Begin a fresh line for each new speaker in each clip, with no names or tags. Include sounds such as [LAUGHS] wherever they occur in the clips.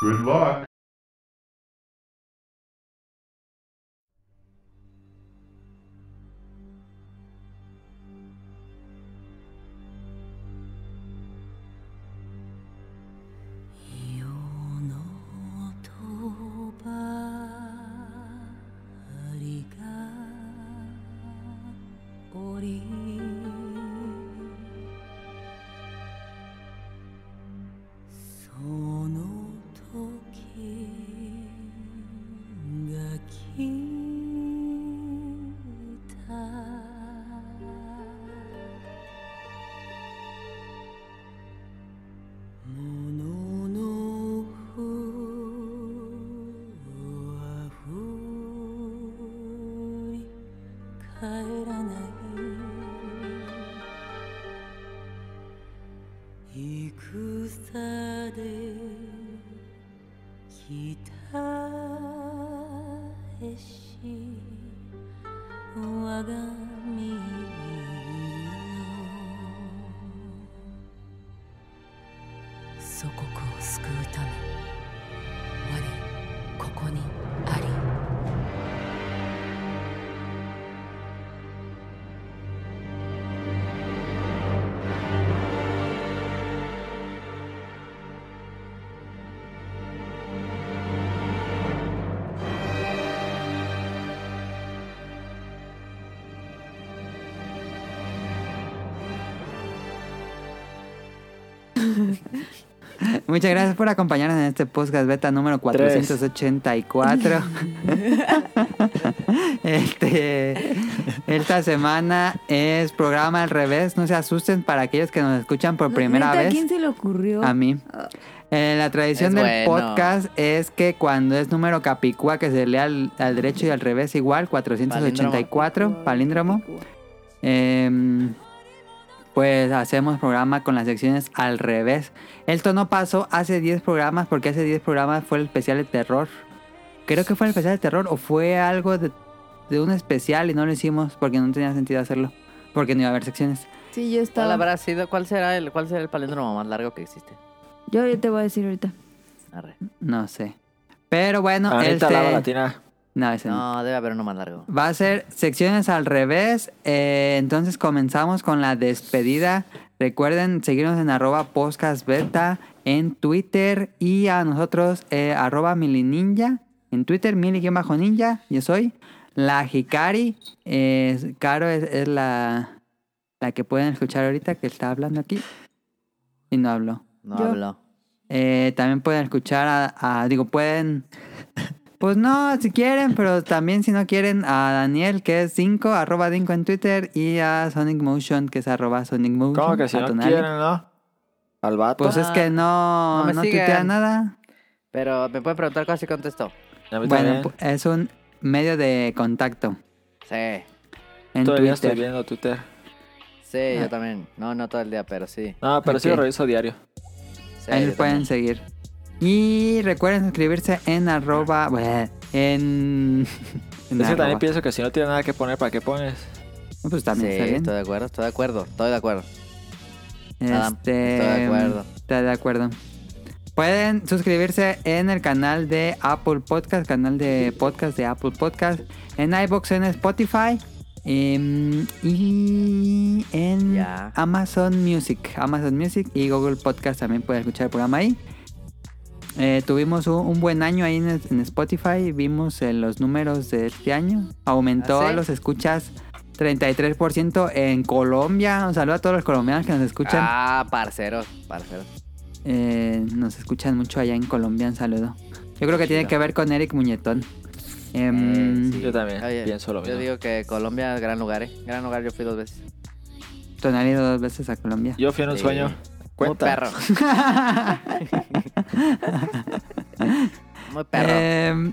Good luck.
[LAUGHS] Muchas gracias por acompañarnos en este podcast beta número 484. este, esta semana es programa al revés. No se asusten para aquellos que nos escuchan por primera
¿Neta?
vez.
¿A quién se le ocurrió?
A mí. Eh, la tradición
Es
del
bueno.
podcast es que cuando es número capicúa, que se lea al, al derecho y al revés igual, 484, palíndromo. Eh, pues hacemos programa con las secciones al revés. Esto no pasó hace 10 programas porque hace 10 programas fue el especial de terror. Creo que fue el especial de terror o fue algo de, de un especial y no lo hicimos porque no tenía sentido hacerlo. Porque no iba a haber secciones.
Sí, yo
¿Cuál
estaba.
habrá sido? ¿Cuál será el, cuál será el palíndromo más largo que existe?
Yo, yo te voy a decir ahorita.
Arre.
No sé. Pero bueno,
Anita
este-
Lava Latina.
No, ese no.
No, debe haber uno más largo.
Va a ser secciones al revés. eh, entonces comenzamos con la despedida. Recuerden seguirnos en arroba podcastbeta en Twitter y a nosotros eh, arroba milininja. En Twitter, mili-ninja. Yo soy la Hikari. eh, Caro es, es la, la que pueden escuchar ahorita que está hablando aquí. Y no habló.
No
Yo.
hablo.
Eh, también pueden escuchar a, a- Digo, pueden... [LAUGHS] Pues no, si quieren, pero también si no quieren, a Daniel, que es 5, arroba 5 en Twitter, y a Sonic Motion, que es arroba Sonic Motion.
¿Cómo que si
a
no
Tonali.
quieren, no? Al vato.
Pues es que no,
No me
no, tuitea
sigan.
nada.
Pero me pueden preguntar cosas y contesto.
A mí
Bueno,
también.
pu- es un medio de contacto
Sí.
en
Todavía estoy
Twitter.
viendo Twitter.
Sí,
Ah.
yo también. No, no todo el día, pero sí.
No, pero sí
Ok.
lo reviso diario.
Sí,
Ahí
yo
lo pueden
también.
seguir. Y recuerden suscribirse en arroba... bleh, En... [LAUGHS] en
es que
arroba.
también pienso que si no tienes nada que poner, ¿para qué pones?
Pues también
sí,
está bien.
estoy de acuerdo, estoy de acuerdo, estoy de acuerdo. Adam,
Este,
Ah, estoy de acuerdo.
está de acuerdo. Pueden suscribirse en el canal de Apple Podcast, canal de podcast de Apple Podcast, en iBox, en Spotify em, y en
Ya.
Amazon Music. Amazon Music y Google Podcast también pueden escuchar el programa ahí. Eh, tuvimos un, un buen año ahí en, en Spotify, vimos eh, los números de este año. Aumentó
¿Ah, sí?
los escuchas 33% en Colombia. Un saludo a todos los colombianos que nos escuchan.
Ah, parceros, parceros.
Eh, nos escuchan mucho allá en Colombia. Un saludo. Yo creo que tiene que ver con Eric Muñetón. Em,
Eh, sí.
Yo también
Oye,
pienso lo mismo.
Yo digo que Colombia, gran lugar, ¿eh? Gran lugar, yo fui dos veces.
Ton ha ido dos veces a Colombia. [LAUGHS]
[LAUGHS]
Yo fui en un
Sí.
sueño.
Muy
Cuenta.
perro. Muy perro.
Em,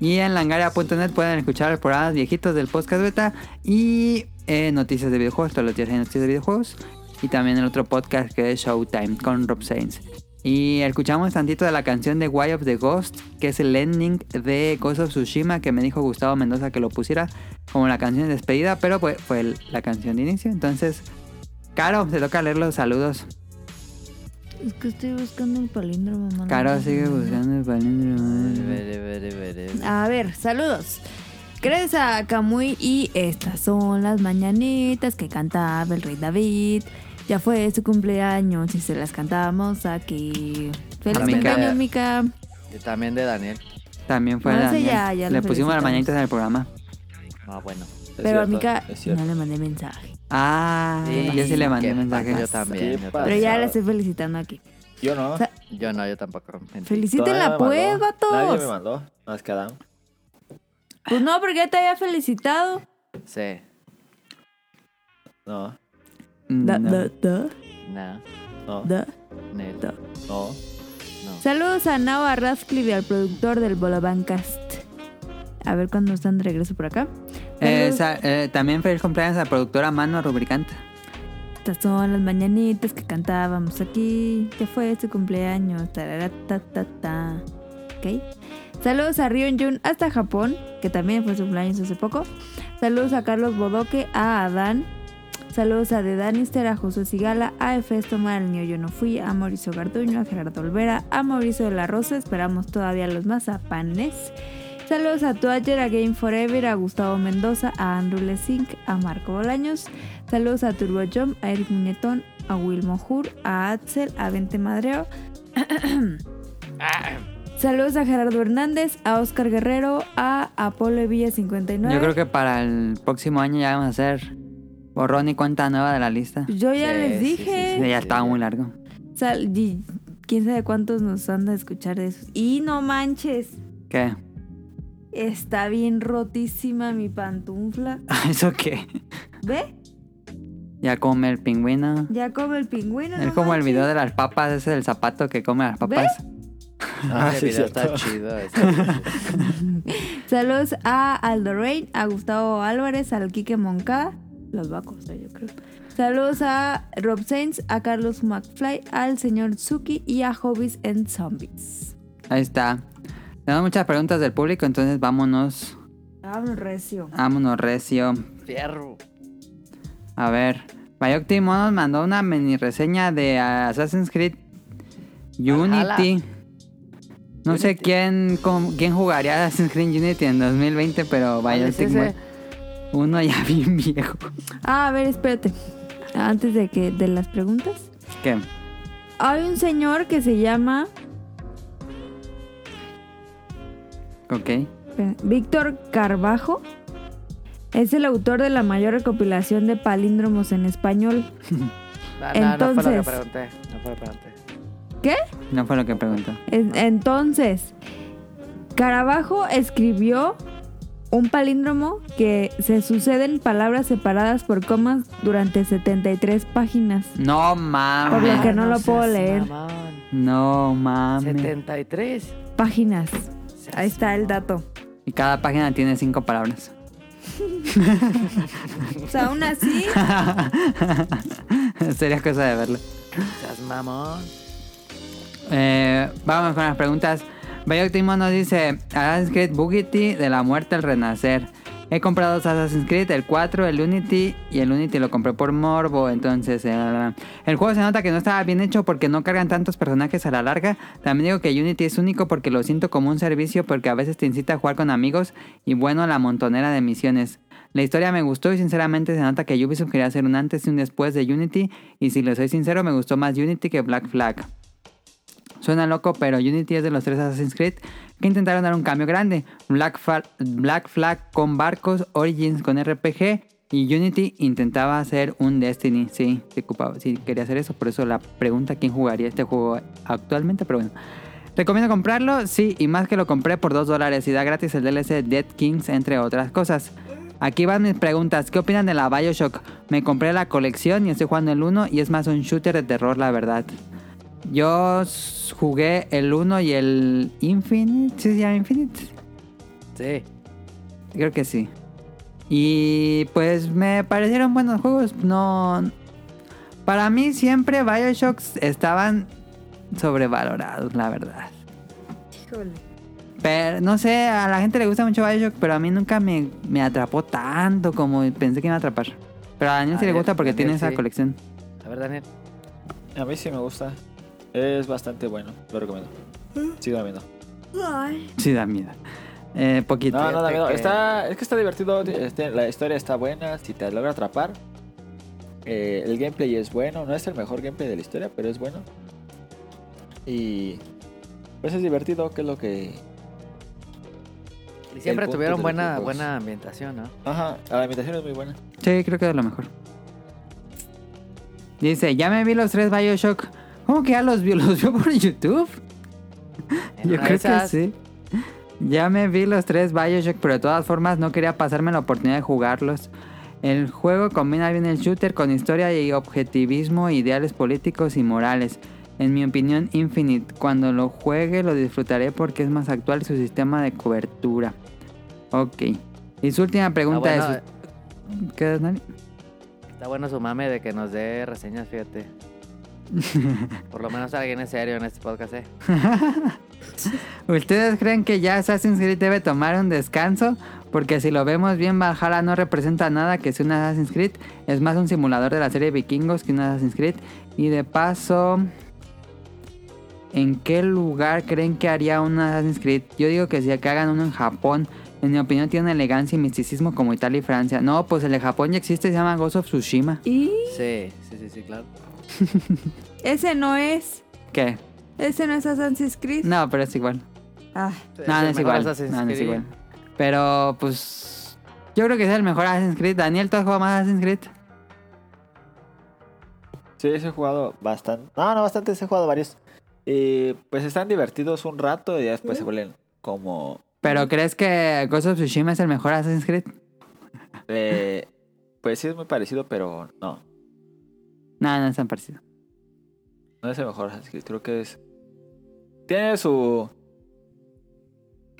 y en langaria.net pueden escuchar los programas viejitos del podcast beta y eh, noticias de videojuegos. Todos los días hay noticias de videojuegos. Y también el otro podcast que es Showtime con Rob Sainz. Y escuchamos tantito de la canción de Why of the Ghost, que es el ending de Ghost of Tsushima, que me dijo Gustavo Mendoza que lo pusiera como la canción de despedida, pero fue, fue el- la canción de inicio. Entonces, Caro, te toca leer los saludos.
Es que estoy buscando el palíndromo, mano.
Caro sigue buscando el palíndromo.
Vere, vere, vere, vere.
A ver, saludos. Gracias a Camuy y estas son las mañanitas que cantaba el rey David. Ya fue su cumpleaños y se las cantábamos aquí. Feliz
Mica.
cumpleaños, Mica.
Y también de Daniel.
También fue
No,
la
ese
Daniel.
ya- ya lo
Le pusimos las
felicitamos.
mañanitas en el programa.
Ah, bueno.
Es
Pero a
cierto,
Mica
es cierto.
no le mandé mensaje.
Ah, yo sí le mandé
qué
mensaje.
pasa, Yo también.
Qué
yo
pasa.
Pero ya
Pasado.
la estoy felicitando aquí.
Yo no.
Sa-
también. Yo no, yo tampoco. mentí.
Todavía
Felicítenla
no me
pues,
mandó. Nadie me
vatos.
mandó. Más que Adam.
Pues no, porque ya te había felicitado.
Sí.
No,
Da,
Mm, No. Eh,
da, da,
No.
no,
da.
Nel,
Da.
no.
no.
Saludos a Nava Radcliffe, y al productor del Bolabancast. A ver cuándo están de regreso por acá.
Eh,
Saludos.
sa- eh, también feliz cumpleaños a la productora Mano Rubricante.
Estas son las mañanitas que cantábamos aquí. Ya fue su cumpleaños. Tarara, ta, ta, ta. ¿Ok? Saludos a Ryun Jun hasta Japón, que también fue su cumpleaños hace poco. Saludos a Carlos Bodoque, a Adán. Saludos a The Danister, a Josué Sigala, a Efesto Niño Yo No Fui, a Mauricio Garduño, a Gerardo Olvera, a Mauricio de la Rosa. Esperamos todavía los más, a Panes. Saludos a Toager, a Game Forever, a Gustavo Mendoza, a Andrew Lesink, a Marco Bolaños. Saludos a Turbo Jump, a Eric Muñetón, a Wilmo Hur, a Axel, a Vente Madreo. Saludos a Gerardo Hernández, a Oscar Guerrero, a Apolo Evilla 59.
Yo creo que para el próximo año ya vamos a hacer borrón y cuenta nueva de la lista.
Yo ya
Sí,
les
sí,
dije.
sí,
ya estaba
sí.
muy largo.
Sal- y quién sabe cuántos nos han de escuchar de esos. Y no manches,
¿Qué? [LAUGHS]
está bien rotísima mi pantufla.
Ah, ¿Eso qué?
¿Ve?
Ya come el pingüino.
Ya come el pingüino.
Es
no
como el
manches.
video de las papas, ese del zapato que come las papas.
Ah,
Ese
sí,
video
cierto.
está chido. ese.
Saludos a Aldo Rain, a Gustavo Álvarez, al Quique Moncada. Los va a costar, yo creo. Saludos a Rob Sainz, a Carlos McFly, al señor Suki y a Hobbies and Zombies.
Ahí está. Tenemos muchas preguntas del público, entonces vámonos.
Vamos, recio.
Vámonos, recio.
Fierro.
A ver. Mayok Timón nos mandó una mini reseña de Assassin's Creed
Valhalla.
Unity. No sé quién, con- quién jugaría Assassin's Creed Unity en 2020, pero
¿Cuál
Bioshock
es ese?
Mor- Uno ya [LAUGHS] bien viejo.
Ah, a ver, espérate. Antes de que de las preguntas.
¿Qué?
Hay un señor que se llama
Ok.
espera, Víctor Carbajo. Es el autor de la mayor recopilación de palíndromos en español.
No, no, Ah, no fue lo que
Entonces-
pregunté. No fue lo que pregunté.
No fue lo que preguntó.
En- Entonces, Caravaggio escribió un palíndromo que se suceden palabras separadas por comas durante 73 páginas.
No
Por lo
mames.
que no lo puedo
Ah, seas
leer.
mamón.
No mames.
73.
Páginas.
Seas
Ahí está el
mamón.
dato.
Y cada página tiene cinco palabras. [LAUGHS]
O sea, aún así,
Sería cosa de verlo.
Seas mamón.
Eh, vamos con las preguntas. Bayok Timon nos dice: Assassin's Creed Bugity de la muerte al renacer. He comprado dos Assassin's Creed, el 4, el Unity, y el Unity lo compré por morbo. Entonces, eh, el juego se nota que no estaba bien hecho porque no cargan tantos personajes a la larga. También digo que Unity es único porque lo siento como un servicio, porque a veces te incita a jugar con amigos y bueno, la montonera de misiones. La historia me gustó y sinceramente se nota que Ubisoft quería hacer un antes y un después de Unity. Y si lo soy sincero, me gustó más Unity que Black Flag. Suena loco, pero Unity es de los tres Assassin's Creed que intentaron dar un cambio grande. Black, Fa- Black Flag con barcos, Origins con RPG y Unity intentaba hacer un Destiny. Sí, se ocupaba, sí, quería hacer eso, por eso la pregunta quién jugaría este juego actualmente, pero bueno. ¿Recomiendo comprarlo? Sí, y más que lo compré por 2 dólares y da gratis el DLC Dead Kings, entre otras cosas. Aquí van mis preguntas. ¿Qué opinan de la Bioshock? Me compré la colección y estoy jugando el 1 y es más un shooter de terror, la verdad. Yo s- jugué el 1 y el Infinite. ¿Sí se llama Infinite?
Sí.
Creo que sí. Y pues me parecieron buenos juegos. No. Para mí siempre Bioshocks estaban sobrevalorados, la verdad. Pero no sé, a la gente le gusta mucho Bioshock, pero a mí nunca me, me atrapó tanto como pensé que me iba a atrapar. Pero a Daniel sí
A
le
ver,
gusta porque
Daniel
tiene esa
sí.
colección.
A ver, Daniel.
A mí sí me gusta. Es bastante bueno, lo recomiendo. Sí, da miedo.
Ay.
Sí, da miedo. Eh, poquito.
No, no da
Fíjate
miedo.
que-
Está, es que está divertido. este, la historia está buena. Si te logra atrapar, Eh, el gameplay es bueno. No es el mejor gameplay de la historia, pero es bueno. Y pues es divertido, que es lo que.
Y siempre
El punto de
tuvieron
los
buena,
videojuegos.
buena ambientación, ¿no?
Ajá, la ambientación es muy buena.
Sí, creo que es lo mejor. Dice, ya me vi los tres Bioshock. ¿Cómo que ya los vio? [LAUGHS] ¿Los vio por YouTube?
En
Yo
una de
creo que
esas,
sí. Ya me vi los tres Bioshock, pero de todas formas no quería pasarme la oportunidad de jugarlos. El juego combina bien el shooter con historia y objetivismo, ideales políticos y morales. En mi opinión, Infinite. Cuando lo juegue lo disfrutaré porque es más actual su sistema de cobertura. Ok. Y su última
Está
pregunta
Ah, bueno, eh.
es... ¿Qué es, Nani?
está bueno su mame de que nos dé reseñas, fíjate. Por lo menos alguien es serio en este podcast, ¿eh?
¿Ustedes creen que ya Assassin's Creed debe tomar un descanso? Porque si lo vemos bien, Valhalla no representa nada que sea un Assassin's Creed. Es más un simulador de la serie Vikingos que un Assassin's Creed. Y de paso, ¿en qué lugar creen que haría un Assassin's Creed? Yo digo que si que hagan uno en Japón. En mi opinión tiene una elegancia y misticismo como Italia y Francia. No, pues el de Japón ya existe, se llama Ghost of Tsushima.
Y
Sí, sí, sí, sí, claro.
ese no es.
¿Qué?
Ese no es Assassin's Creed.
No, pero es igual.
Ah,
No, no
el
es
mejor
igual.
Assassin's
No, no es
Creed.
igual. Pero pues yo creo que es el mejor Assassin's Creed. Daniel, ¿tú has jugado más Assassin's Creed?
Sí, sí he jugado bastante. No, no, bastantes, he jugado varios. Y pues están divertidos un rato y ya después se vuelven como.
Pero ¿crees que Ghost of Tsushima es el mejor Assassin's Creed?
eh, pues sí, es muy parecido, pero no.
No, no es tan parecido.
No es el mejor Assassin's Creed, Creo que es. Tiene su.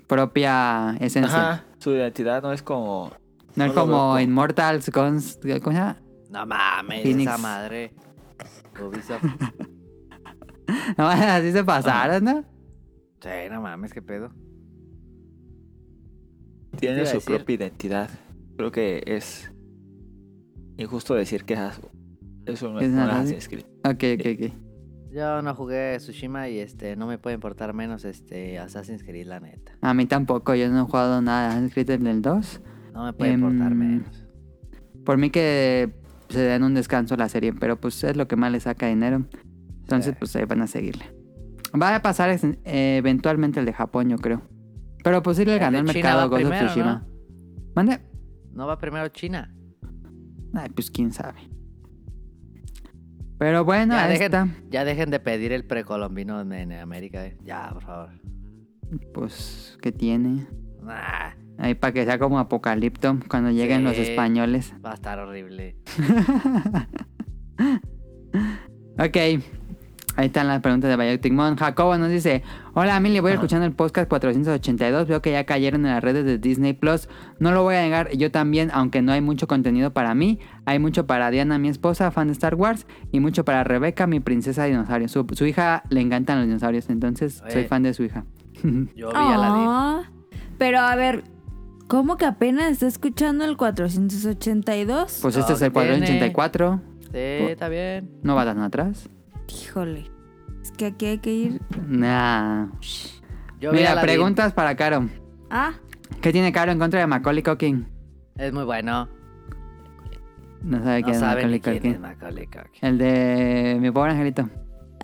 Propia esencia.
Ajá, su identidad no es como.
no es
no lo veo
como
como-
Immortals Guns... ¿Cómo se llama? [LAUGHS]
No mames,
Phoenix.
esa madre. Ubisoft.
No, así se pasaron, ¿no?
Sí, no mames, qué pedo. Te
Tiene
iba a
su
decir.
propia identidad. Creo que es. Injusto decir que es, es un,
¿Es
un
una
Assassin's Creed.
Ok, ok, ok.
Yo no jugué Tsushima y este no me puede importar menos este Assassin's Creed, la neta.
A mí tampoco, yo no he jugado nada de Assassin's Creed en el 2.
No me puede
Em,
importar menos.
Por mí que se den un descanso a la serie, pero pues es lo que más le saca dinero. Entonces,
Sí.
pues ahí van a seguirle. Va a pasar es- eh, eventualmente el de Japón, yo creo. Pero pues sí le
El
ganó
de
el
China
mercado
va
Ghost of
primero,
Tsushima. ¿Mande?
No va primero China.
Ay, pues quién sabe. Pero bueno,
Ya,
ahí
dejen-
está.
Ya dejen de pedir el precolombino en, en América, eh. Ya, por favor.
Pues, ¿qué tiene?
Nah,
Ahí para que sea como Apocalipto cuando lleguen los
Sí.
españoles.
va a estar horrible.
Ok. Ahí están las preguntas de Bioptic Mon. Jacobo nos dice: Hola, Mili, voy escuchando el podcast 482. Veo que ya cayeron en las redes de Disney Plus. No lo voy a negar, yo también, aunque no hay mucho contenido para mí. Hay mucho para Diana, mi esposa, fan de Star Wars, y mucho para Rebeca, mi princesa dinosaurio. Su, su hija le encantan los dinosaurios, entonces soy
Oye.
fan de su hija.
Yo vi a la
Ah, Pero a ver, ¿cómo que apenas está escuchando el 482?
Pues
No,
este es el
¿qué tiene?
484.
Sí, está bien.
No va tan atrás.
Híjole. Es que aquí hay que ir.
Nah.
Yo vi
Mira,
Aladdin.
preguntas para Caro.
Ah,
¿Qué tiene Caro en contra de Macaulay Culkin?
Es muy bueno.
No sabe
No
quién es
saben ni
Macaulay
quién
Culkin.
es Macaulay Culkin.
El de mi pobre angelito.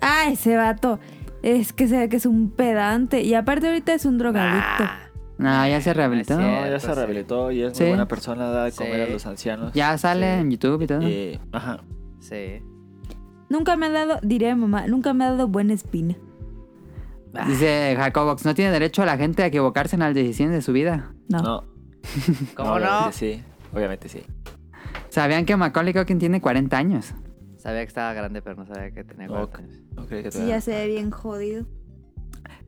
ah, ese vato. Es que se ve que es un pedante. Y aparte ahorita es un drogadicto.
Nah,
No, Ah, ya se rehabilitó.
No Ah, es
No, ya
Cierto,
se rehabilitó y es
Sí.
muy buena persona, da de
Sí.
comer a los ancianos.
Ya sale
Sí. Eh,
en YouTube y todo.
Y, ajá.
[LAUGHS]
sí.
Nunca me ha dado, diré mamá, nunca me ha dado buena espina.
Ah,
Dice Jacobox, no tiene derecho a la gente a equivocarse en las decisiones de su vida.
No.
No,
¿Cómo
obviamente
no?
Sí, obviamente sí.
¿Sabían que Macaulay Culkin tiene 40 años?
Sabía que estaba grande, pero no sabía que tenía cuatro
Ok.
años.
No creí que
Sí,
tuviera-
ya se ve bien jodido.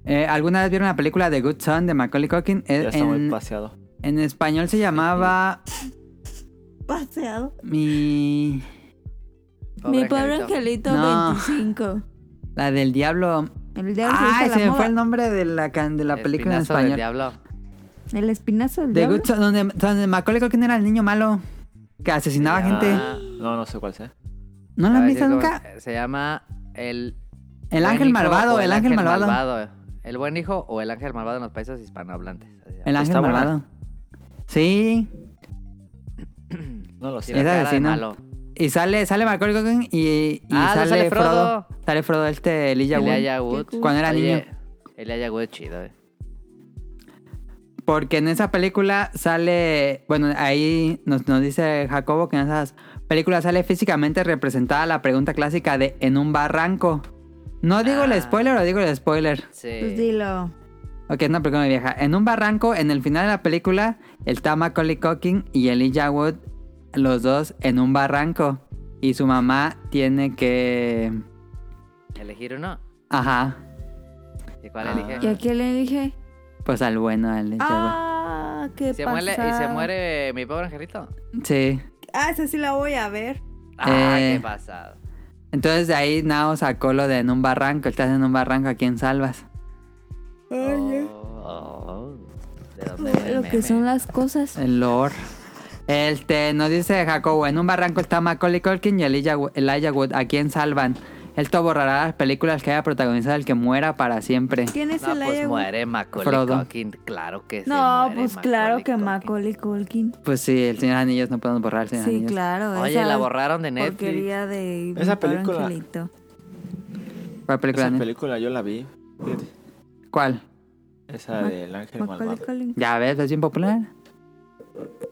Eh, ¿Alguna vez vieron la película The Good Son de Macaulay Culkin? Eh,
ya está muy
En,
paseado.
en español se llamaba
Paseado.
Mi...
Mi pobre angelito
No.
25.
La del diablo...
El diablo
Ay,
se hizo
se
la
Ah, me fue
moda.
el nombre de la, can- de la película en
Espinazo del
español. Pues
diablo.
El espinazo del
De
diablo.
Good Son, donde, donde Macaulay Culkin era el niño malo que asesinaba
Ah,
gente.
No, no sé cuál sea.
¿No la
te voy
han
a
visto
decir cómo-
nunca?
Se llama El
El ángel
buen hijo
malvado,
o
el ángel malvado.
El buen hijo o el ángel malvado en los países hispanohablantes. Así se
El
llama.
ángel
Está buena.
malvado. Sí.
No lo sé.
Tiene
Esa
cara de
vecina.
malo.
Y sale, sale Macaulay Culkin y, y
Ah, no
sale,
sale
Frodo.
Frodo.
Sale Frodo este Elijah Wood.
Elijah Wood.
cool.
Cuando era
Oye,
niño.
Elijah Wood, chido, eh.
Porque en esa película sale. Bueno, ahí nos, nos dice Jacobo que en esas películas sale físicamente representada la pregunta clásica de en un barranco. No digo
Ah.
el spoiler o digo el spoiler.
Sí.
Pues dilo.
Ok, es una película muy vieja. En un barranco, en el final de la película, está Macaulay Culkin y Elijah Wood, los dos en un barranco. Y su mamá tiene que.
Elegir uno.
Ajá.
¿Y cuál
Ah.
elige?
¿Y a quién le dije?
Pues al bueno, al Elijah
Ah, qué
Se
pasa.
muere, y se muere mi pobre angelito.
Wood. Sí.
Ah, esa sí la voy a ver.
Ah,
Eh.
qué pasado.
Entonces de ahí Nao sacó lo de en un barranco. Estás en un barranco, ¿a quién salvas?
Oh, oh. ¿De dónde viene el
Lo que
meme?
son las cosas.
El Lord. Este, nos dice Jacobo, en un barranco está Macaulay Culkin y Elijah Wo- Elijah Wood, ¿a quién salvan? Esto borrará las películas que haya protagonizado el que muera para siempre.
¿Quién es
No,
el
pues
Aya-
muere Macaulay
Frodo.
Culkin, claro que sí.
No,
muere
pues claro que
Culkin.
Macaulay Culkin.
Pues sí, el Señor de los Anillos no podemos borrar el Señor de los
Sí,
Anillos.
claro.
Oye,
esa
la borraron de Netflix.
Porquería de.
Esa
mi pobre
película.
angelito.
¿Cuál película?
Esa
Daniel?
película yo la vi. fíjate.
¿Cuál?
Esa
Ma-
del ángel
Macaulay
malvado.
Culkin.
Ya ves, es bien popular.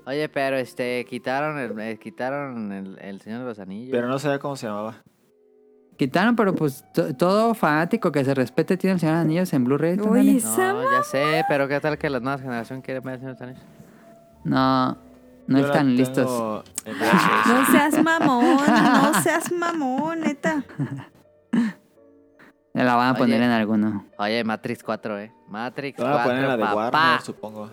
Oye, pero este, quitaron el, eh, quitaron el, el Señor de los Anillos.
Pero no sabía cómo se llamaba.
Quitaron, pero pues to- todo fanático que se respete tiene el Señor de los Anillos en Blu-ray. ¿tú,
Uy,
Dani?
esa
No, ya sé, pero qué tal que la nueva generación quiere ver el Señor de los Anillos.
No, no
Yo la
están
tengo
listos.
en VHS.
No seas mamón, no seas mamón, neta.
La van a
Oye.
poner en alguno.
Oye, Matrix 4, eh. Matrix
Lo van a
4,
poner en la de
papá.
Warner, supongo.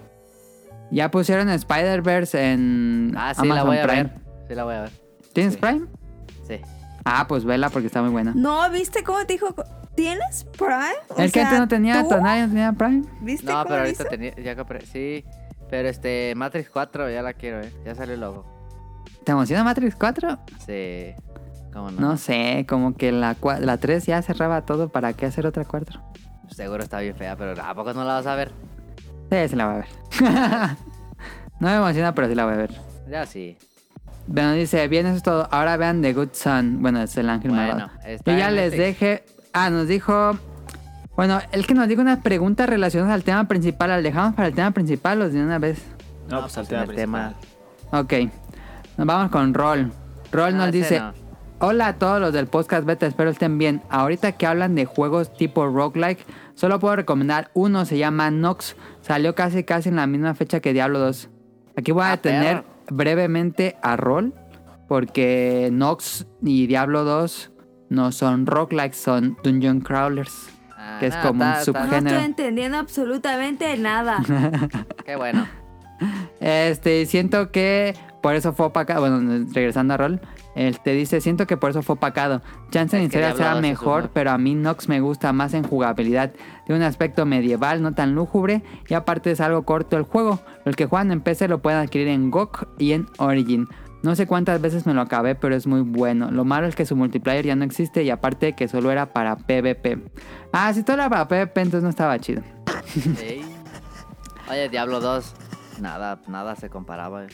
Ya pusieron Spider-Verse en
ah, sí,
Amazon
la voy a
Prime.
ver. Sí, la voy a ver.
¿Tienes
Sí.
Prime?
Sí.
Ah, pues vela porque está muy buena.
No, ¿viste cómo te dijo? ¿Tienes Prime? O
es que
sea,
antes no tenía,
¿tú?
nadie no tenía Prime.
¿Viste
No,
cómo
pero
lo
ahorita
hizo?
tenía, ya compré, sí. Pero este, Matrix 4 ya la quiero, eh. Ya salió el logo.
¿Te emociona Matrix 4?
Sí. ¿Cómo no?
No sé, como que la, cua- la 3 ya cerraba todo, ¿para qué hacer otra 4?
Seguro está bien fea, pero ¿a poco no la vas a ver?
Sí, se la voy a ver. [LAUGHS] no me emociona, pero sí la voy a ver.
Ya sí.
Bueno, dice, bien, eso es todo. Ahora vean The Good Son. Bueno, es el ángel
Bueno,
malvado.
está
Yo ya
en
les
Netflix.
dejé... Ah, nos dijo... Bueno, el que nos dijo unas preguntas relacionadas al tema principal. ¿Las dejamos para el tema principal o de una vez?
No, pues al
en
tema
el tema.
principal.
Ok. Nos vamos con Roll. Roll
Ah,
nos
ese
dice...
no.
Hola a todos los del podcast beta, espero estén bien. Ahorita que hablan de juegos tipo roguelike, solo puedo recomendar uno, se llama Nox. Salió casi casi en la misma fecha que Diablo 2. Aquí voy a
Ah,
detener brevemente a Roll, porque Nox y Diablo 2 no son roguelikes, son dungeon crawlers.
Ah,
que es
no,
como un
está- está-
subgénero.
No estoy entendiendo absolutamente
[LAUGHS]
nada.
Qué bueno.
Este, siento que por eso fue opacado. Bueno, regresando a Roll. Este dice, siento que por eso fue opacado. Chance en
Es que
historia
Diablo
será
2 es
mejor,
uno.
pero a mí Nox me gusta más en jugabilidad. Tiene un aspecto medieval, no tan lúgubre, y aparte es algo corto el juego. Los que juegan en PC lo pueden adquirir en GOG y en Origin. No sé cuántas veces me lo acabé, pero es muy bueno. Lo malo es que su multiplayer ya no existe y aparte que solo era para PvP. Ah, si todo era para PvP, entonces no estaba chido.
Ey. Oye, Diablo 2. Nada, nada se comparaba. eh.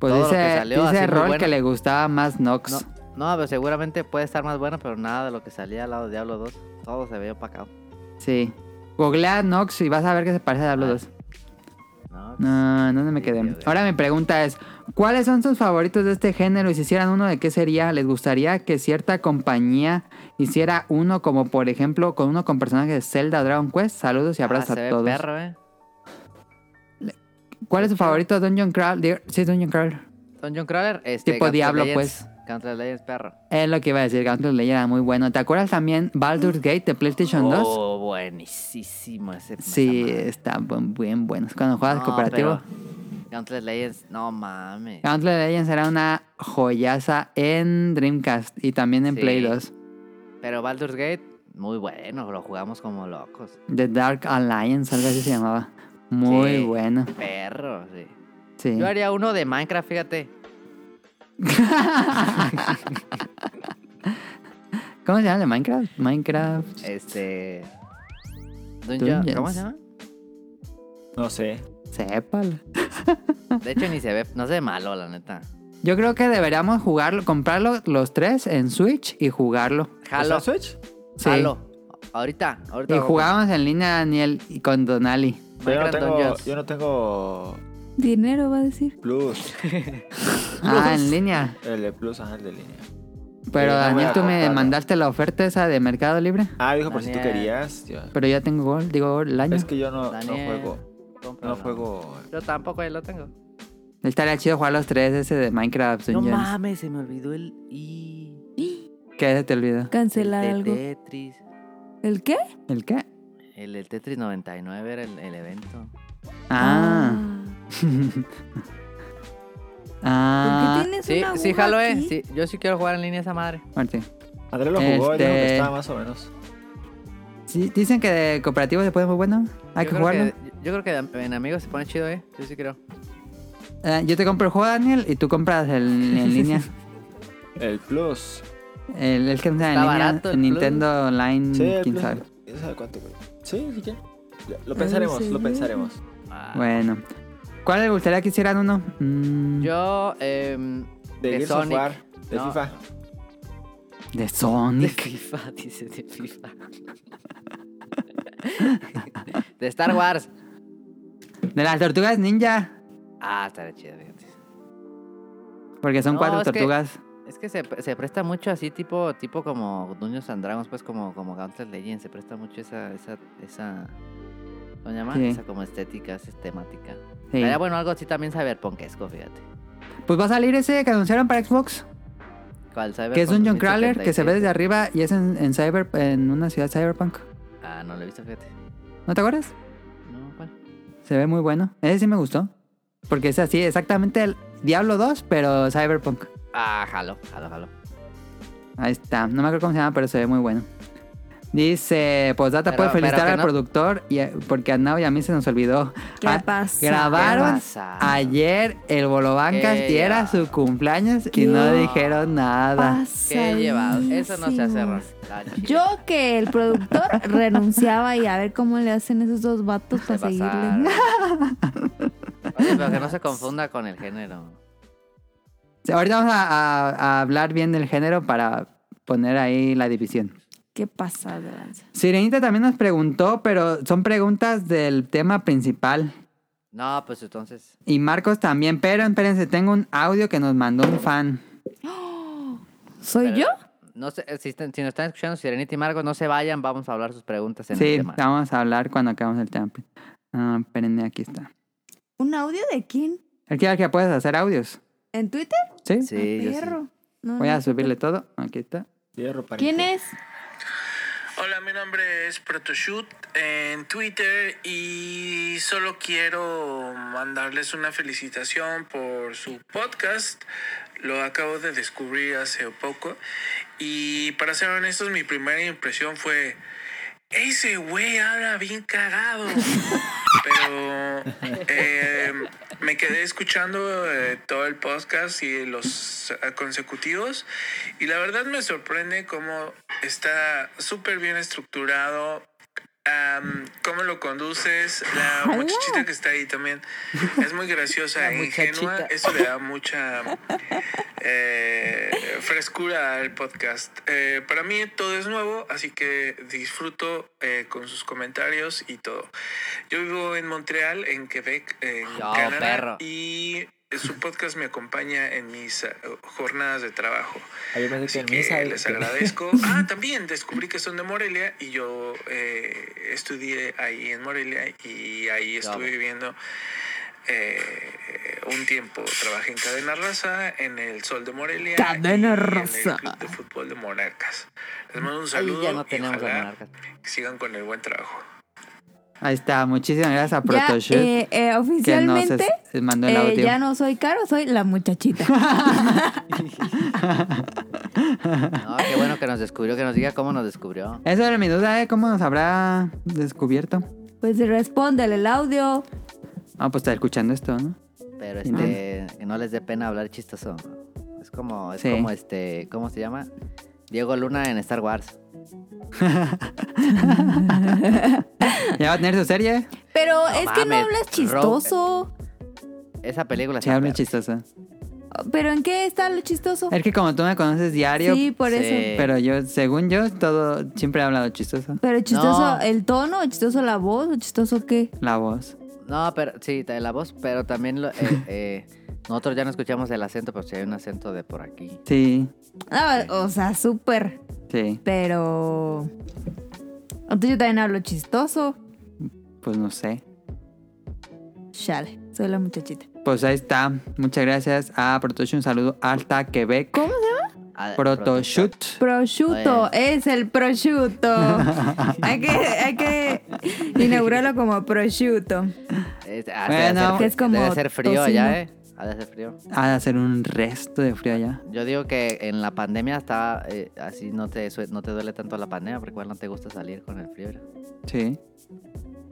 Pues
Todo lo
dice,
que salió
dice
así muy
Roll
bueno.
que le gustaba más Nox.
No, no, pero seguramente puede estar más bueno, pero nada de lo que salía al lado de Diablo 2. Todo se veía opacado.
Sí. Googlea Nox y vas a ver que se parece a Diablo
Ah.
2.
No, pues,
No, ¿dónde me
Sí,
quedé?
tío, güey.
Ahora mi pregunta es, ¿cuáles son sus favoritos de este género? Y si hicieran uno, ¿de qué sería? ¿Les gustaría que cierta compañía hiciera uno como, por ejemplo, con uno con personajes de Zelda o Dragon Quest? Saludos y abrazos
Ah, se
a
ve
todos.
perro, eh.
¿Cuál es su favorito? Dungeon Crawl. Di- Sí, Dungeon Crawl.
Dungeon Crawler, este.
Tipo
Counter
Diablo, pues.
Legends. Counter Legends, perro.
Es lo que iba a decir, Gauntlet Legend era muy bueno. ¿Te acuerdas también Baldur's Gate de PlayStation 2?
Oh, buenísimo ese. esa
Sí,
madre.
está bu- bien bueno. Es Cuando jugabas
No,
cooperativo. Ah.
pero Counter Legends, no mames.
Gauntlet Legends era una joyaza en Dreamcast y también en
Sí.
Play 2.
Pero Baldur's Gate, muy bueno, lo jugamos como locos.
The Dark Alliance, algo así se llamaba. Muy
Sí.
bueno.
Perro, sí.
Sí.
Yo haría uno de Minecraft, fíjate.
¿Cómo se llama el de Minecraft? Minecraft.
Este. Dungeon.
Dungeons.
¿Cómo se llama?
No sé.
Sépalo.
De hecho, ni se ve. No se ve malo, la neta.
Yo creo que deberíamos jugarlo, comprarlo los tres en Switch y jugarlo.
Jalo.
¿Está Switch?
Sí.
Jalo. Ahorita. Ahorita.
Y
lo
jugamos en línea, Daniel, y con
[LAUGHS]
Donali.
compro.
Pero yo no
Minecraft
tengo.
Dungeons.
Yo no tengo.
Dinero, va a
[LAUGHS]
decir.
Plus.
Ah, en línea.
El de Plus, ajá, el de línea.
Pero
Sí, no voy
Daniel,
a
tú me
¿eh?
comprarlo.
mandaste la oferta esa de Mercado Libre.
Ah, dijo por si tú
Daniel.
querías. yo-
Pero ya tengo gol, digo gol, el año.
Es que yo no, no
Daniel.
juego.
Cómpralo.
No juego.
Yo tampoco, ahí lo tengo.
Estaría chido jugar los tres, ese de Minecraft
No
Dungeons.
mames, se me olvidó el. Y.
¿Qué se te olvidó?
Cancelar
el de
algo.
Tetris.
¿El qué?
¿El qué?
El del Tetris 99 era el, el evento.
Ah.
¿Por
Ah.
qué tienes
Sí,
una
sí,
aguja
jalo, eh.
aquí?
Sí, yo sí quiero jugar en línea esa madre.
Martín.
André lo jugó y dijo que
Este-
estaba más o menos.
Sí, dicen que de cooperativo se puede muy bueno. Hay
yo
que
creo
jugarlo.
yo creo que en amigos se pone chido, eh. Yo sí creo.
Eh, yo te compro el juego, Daniel, y tú compras el
[LAUGHS]
en línea.
El Plus.
El, el que sea en
Está
línea,
barato el
Nintendo
Mm,
Online,
Sí, el
quién
Plus.
sabe.
¿Quién sabe cuánto, güey? Sí, sí que. Lo- Lo pensaremos,
sí.
lo pensaremos.
Ah.
Bueno. ¿Cuál le gustaría que hicieran uno? Mm,
Yo, em,
De,
De
Gears of
Sonic.
War, de
No.
FIFA.
De
de
Sonic.
FIFA, [LAUGHS] dice de FIFA. [LAUGHS] de Star Wars.
De las tortugas ninja.
Ah, estaría chido, fíjate.
Porque son
No,
cuatro
es que-
tortugas.
Es que se, se presta mucho así, tipo, tipo como Dungeons and Dragons, pues como, como Gauntlet Legends, se presta mucho esa, esa, esa. ¿Cómo se llama?
Sí.
Esa como estética, esa temática.
Sí.
Estaría bueno algo así también cyberpunkesco, fíjate.
Pues va a salir ese que anunciaron para Xbox.
¿Cuál cyberpunk?
Que es un John Crawler que se ve
2077?
desde arriba y es en, en cyber, en una ciudad cyberpunk.
Ah, no lo he visto, fíjate.
¿No te acuerdas?
No, ¿cuál?
Se ve muy bueno. Ese sí me gustó. Porque es así, exactamente el Diablo 2, pero cyberpunk.
Ah, jalo, jalo, jalo.
Ahí está. No me acuerdo cómo se llama, pero se ve muy bueno. Dice, postdata,
Pero-
puede felicitar
pero que
al
no-
productor y a- porque a Nao y a mí se nos olvidó.
¿Qué
Ah,
pasa?
¿Qué
Grabaron
pasa?
ayer el Bolobancas
Qué
y era
llevado.
su cumpleaños y
Qué
no dijeron
Ah.
nada.
Qué llevado. Eso no se hace error.
Pasadísimos. Yo que el productor renunciaba y a ver cómo le hacen esos dos vatos para seguirle.
Oye, pero que no se confunda con el género.
Ahorita vamos a, a- a hablar bien del género para poner ahí la división.
[LAUGHS] ¿Qué pasa, de lanza?
Sirenita también nos preguntó, pero son preguntas del tema principal.
No, pues entonces.
Y Marcos también, pero espérense, tengo un audio que nos mandó un fan.
¿Soy yo?
No sé, eh, si, están- si nos están escuchando Sirenita y Marcos, no se vayan, vamos a hablar sus preguntas en el
Sí,
tema.
vamos a hablar cuando acabemos el tema. Ah, espérenme, aquí está.
¿Un audio de quién?
Aquí al que puedes hacer audios.
¿En Twitter? Ah,
¿Sí?
Sí, yo sí.
Perro. No,
Voy
no.
a subirle todo. Aquí está.
Fierro, pariente.
¿Quién es?
Hola, mi nombre es Protoshoot en Twitter y solo quiero mandarles una felicitación por su podcast. Lo acabo de descubrir hace poco y para ser honestos mi primera impresión fue ese güey habla bien cagado. Pero eh, me quedé escuchando eh, todo el podcast y los eh, consecutivos. Y la verdad me sorprende cómo está súper bien estructurado. am, cómo lo conduces, la
Hola.
muchachita que está ahí también es muy graciosa e ingenua,
muchachita.
eso le da mucha eh, frescura al podcast. Eh, para mí todo es nuevo, así que disfruto eh, con sus comentarios y todo. Yo vivo en Montreal, en Quebec, en
Yo,
Canadá,
perro.
y su podcast me acompaña en mis eh, jornadas de trabajo.
Ah, yo pensé
Así
que en misa.
que
[LAUGHS]
les agradezco. Ah, también descubrí que son de Morelia y yo eh, estudié ahí en Morelia y ahí estuve
Bravo.
viviendo eh, un tiempo. Trabajé en Cadena Raza, en el Sol de Morelia.
Cadena
y En
Raza.
el Club de Fútbol de Monarcas. Les mando un
Ahí
saludo
ya no
y
tenemos a
ojalá
Monarcas.
que sigan con el buen trabajo.
Ahí está. Muchísimas gracias a
Ya,
Protoshoot.
eh, eh,
que nos
oficialmente,
es- mandó el
eh,
audio.
ya no soy Caro, soy la muchachita.
No, qué bueno que nos descubrió, que nos diga cómo nos descubrió.
Esa era mi duda, ¿eh? ¿Cómo nos habrá descubierto?
pues respóndele el audio.
Ah, pues está escuchando esto, ¿no?
Pero este, que no les dé pena hablar chistoso. Es como, es
Sí.
como este, ¿cómo se llama? Diego Luna en Star Wars.
Ya va a tener su serie.
Pero es que no
mames,
hablas
Rogue-
chistoso.
Esa película
Sí,
está
habla
perra.
chistoso.
¿Pero en qué está lo chistoso?
Es que como tú me conoces diario,
Sí, por
Sí.
eso.
pero yo, según yo, todo siempre he hablado chistoso.
Pero chistoso
No.
el tono, chistoso la voz, o chistoso qué.
La voz.
No, pero sí, ta- la voz, pero también lo- eh,
[LAUGHS]
eh, nosotros ya no escuchamos el acento, pero si hay un acento de por aquí.
Sí,
Ah, o sea, súper.
sí.
Pero. Entonces yo también hablo chistoso.
Pues no sé.
Chale, soy la muchachita.
Pues ahí está. Muchas gracias a Protoshoot. Un saludo hasta Quebec.
¿Cómo se llama?
Ah,
Protoshoot.
Prosciutto,
Bueno.
es el
[LAUGHS]
prosciutto. hay, que, hay que inaugurarlo como prosciutto.
Es- ah, sí, ha de ser
Bueno.
fr-
Que es como
debe ser frío
tocino.
allá, ¿eh? Ha de ser frío.
Ha de hacer un resto de frío allá.
Yo digo que en la pandemia está eh, así, no te, sue- no te duele tanto la pandemia, porque igual no te gusta salir con el frío.
Sí.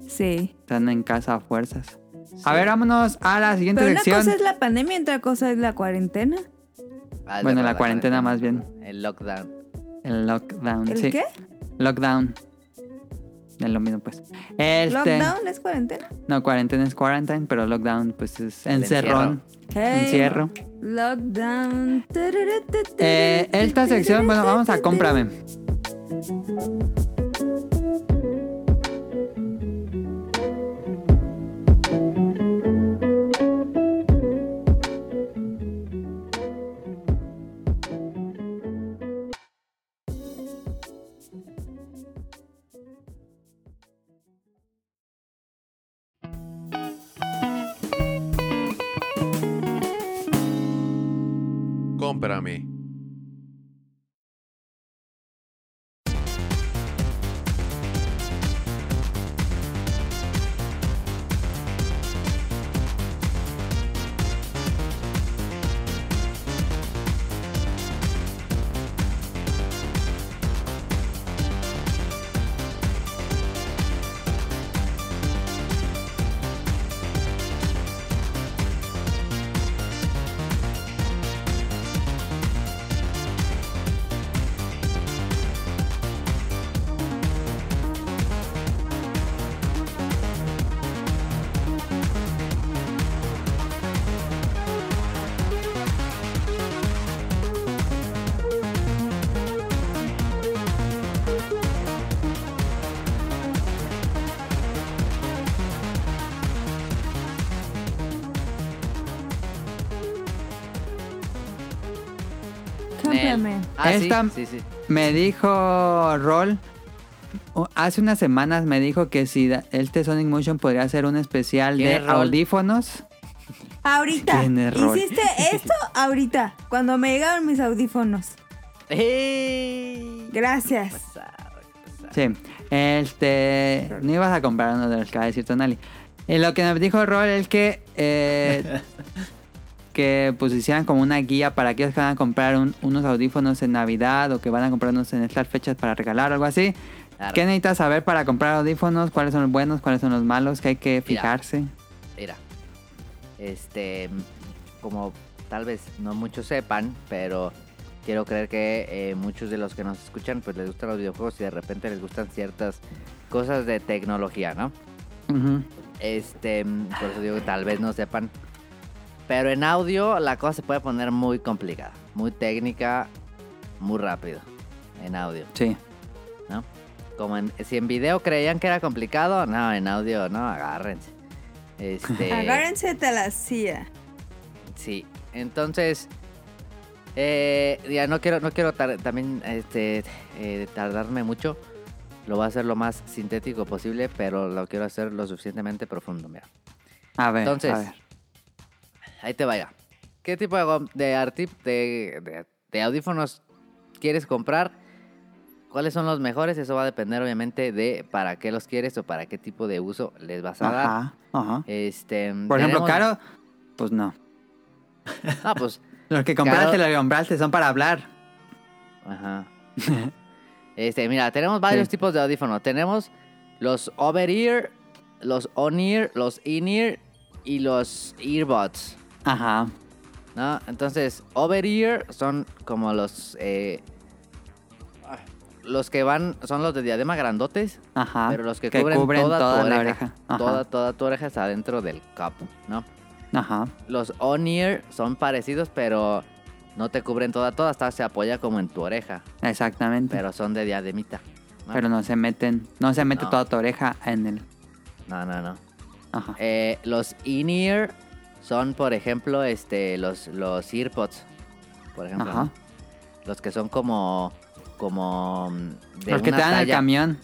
Sí.
Están en casa a fuerzas. A ver, vámonos a la siguiente
Pero una
sección.
cosa es la pandemia y otra cosa es la cuarentena.
Ah, de
Bueno, la
acuerdo,
cuarentena más bien.
El lockdown.
El lockdown.
¿El
sí.
qué?
Lockdown. Es lo mismo, pues. Este,
¿Lockdown es cuarentena?
No, cuarentena es quarantine, pero lockdown, pues es
El
encerrón.
Hey,
Encierro.
Lockdown.
Eh, esta sección, bueno, vamos a cómprame.
Cómprame.
Cómprame.
Nel. Ah, sí,
Esta-
sí, sí.
Me dijo Roll. o- Hace unas semanas me dijo que si da- este Sonic Motion podría ser un especial
¿Quién
de
es Roll?
audífonos.
Ahorita.
Tiene error.
Hiciste esto ahorita, cuando me llegaron mis audífonos.
¡Ey! Pues, ah,
Gracias.
Pasado, pasado.
Sí. Este. No ibas a comprar uno de los que va a decir Tonali. Y lo que nos dijo Roll es que.
[LAUGHS]
eh, que pues hicieran como una guía para aquellos que van a comprar un- unos audífonos en Navidad o que van a comprarnos en estas fechas para regalar o algo así.
Claro.
¿Qué necesitas saber para comprar audífonos? ¿Cuáles son los buenos? ¿Cuáles son los malos? Que hay que fijarse.
Mira, este, como tal vez no muchos sepan, pero quiero creer que eh, muchos de los que nos escuchan pues les gustan los videojuegos y de repente les gustan ciertas cosas de tecnología, ¿no?
Ujú.
Este, mm, por eso digo que tal vez no sepan. Pero en audio la cosa se puede poner muy complicada, muy técnica, muy rápido, en audio.
Sí.
Como en- si en video creían que era complicado, no, en audio no, agárrense. Este,
[LAUGHS] Agárrense de la silla.
Sí, entonces. eh, ya no quiero, no quiero tar- también este, eh, tardarme mucho. Lo voy a hacer lo más sintético posible, pero lo quiero hacer lo suficientemente profundo. Mira,
A ver.
Entonces,
a ver.
ahí te vaya. ¿Qué tipo de, gom- de, arti- de, de- de audífonos quieres comprar? ¿Cuáles son los mejores? Eso va a depender, obviamente, de para qué los quieres o para qué tipo de uso les vas a dar.
Ajá, ajá.
Este,
Por ejemplo, caro,
tenemos-
pues no.
Ah, pues
Los que compraste,
Caro-
los que compraste son para hablar.
[LAUGHS] Ajá. este, mira, tenemos varios
Sí.
tipos de audífonos. Tenemos los over-ear, los on-ear, los in-ear y los earbuds.
Ajá.
¿no? Entonces, over-ear son como los eh, los que van son los de diadema grandotes,
Ajá.
pero los Ah, que, cubren, toda, tu oreja.
Ajá.
Toda, toda tu oreja está dentro del capo, ¿no?
Ajá.
Los on-ear son parecidos, pero no te cubren toda, toda, hasta se apoya como en tu oreja,
Exactamente. Pero,
pero son de diademita. ¿no?
no se meten. No se mete
No.
toda tu oreja en el.
No, no, no.
Ajá.
Eh, los in-ear son, por ejemplo, este, los, los earpods, por ejemplo.
Ajá.
¿no? Los que son como... como mm, de
Los que te
una
dan el
talla.
camión.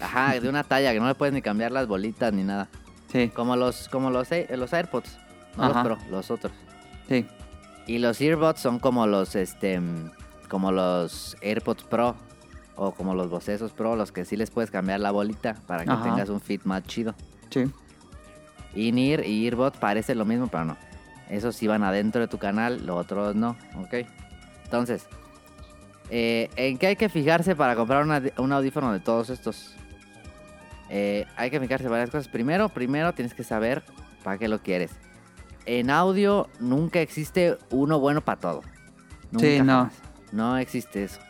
Ajá, de una talla que no le puedes ni cambiar las bolitas ni nada.
Sí,
Como los, como los, Air- los AirPods. No
Ajá.
los Pro, los otros.
sí.
Y los earbuds son como los, este, mm, como los AirPods Pro. O como los bocesos Pro, los que sí les puedes cambiar la bolita para que
Ajá.
tengas un fit más chido.
Sí.
In-ear y earbud parece lo mismo, pero no. Esos sí van adentro de tu canal, los otros no, ¿ok? Entonces, eh, ¿en qué hay que fijarse para comprar una- un audífono de todos estos? Eh, hay que fijarse varias cosas. Primero, primero tienes que saber para qué lo quieres. En audio nunca existe uno bueno para todo. Nunca
Sí, no.
jamás. No existe eso.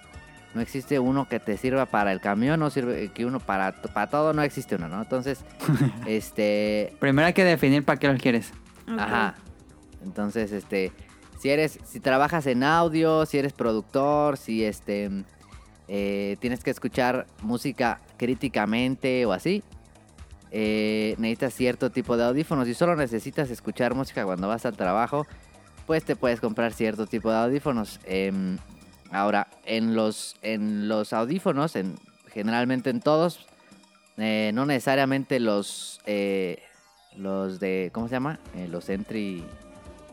No existe uno que te sirva para el camión, no sirve que uno para, para todo, no existe uno,
[LAUGHS]
¿no? Entonces, este,
Primero hay que definir para qué los quieres.
Ajá. Entonces, este, si eres, si trabajas en audio, si eres productor, si este, mm, eh, tienes que escuchar música críticamente o así, eh, necesitas cierto tipo de audífonos. Si solo necesitas escuchar música cuando vas al trabajo, pues te puedes comprar cierto tipo de audífonos. Em, ahora, en los, en los audífonos, en, generalmente en todos, eh, no necesariamente los, eh, los de, ¿cómo se llama? Eh, los entry,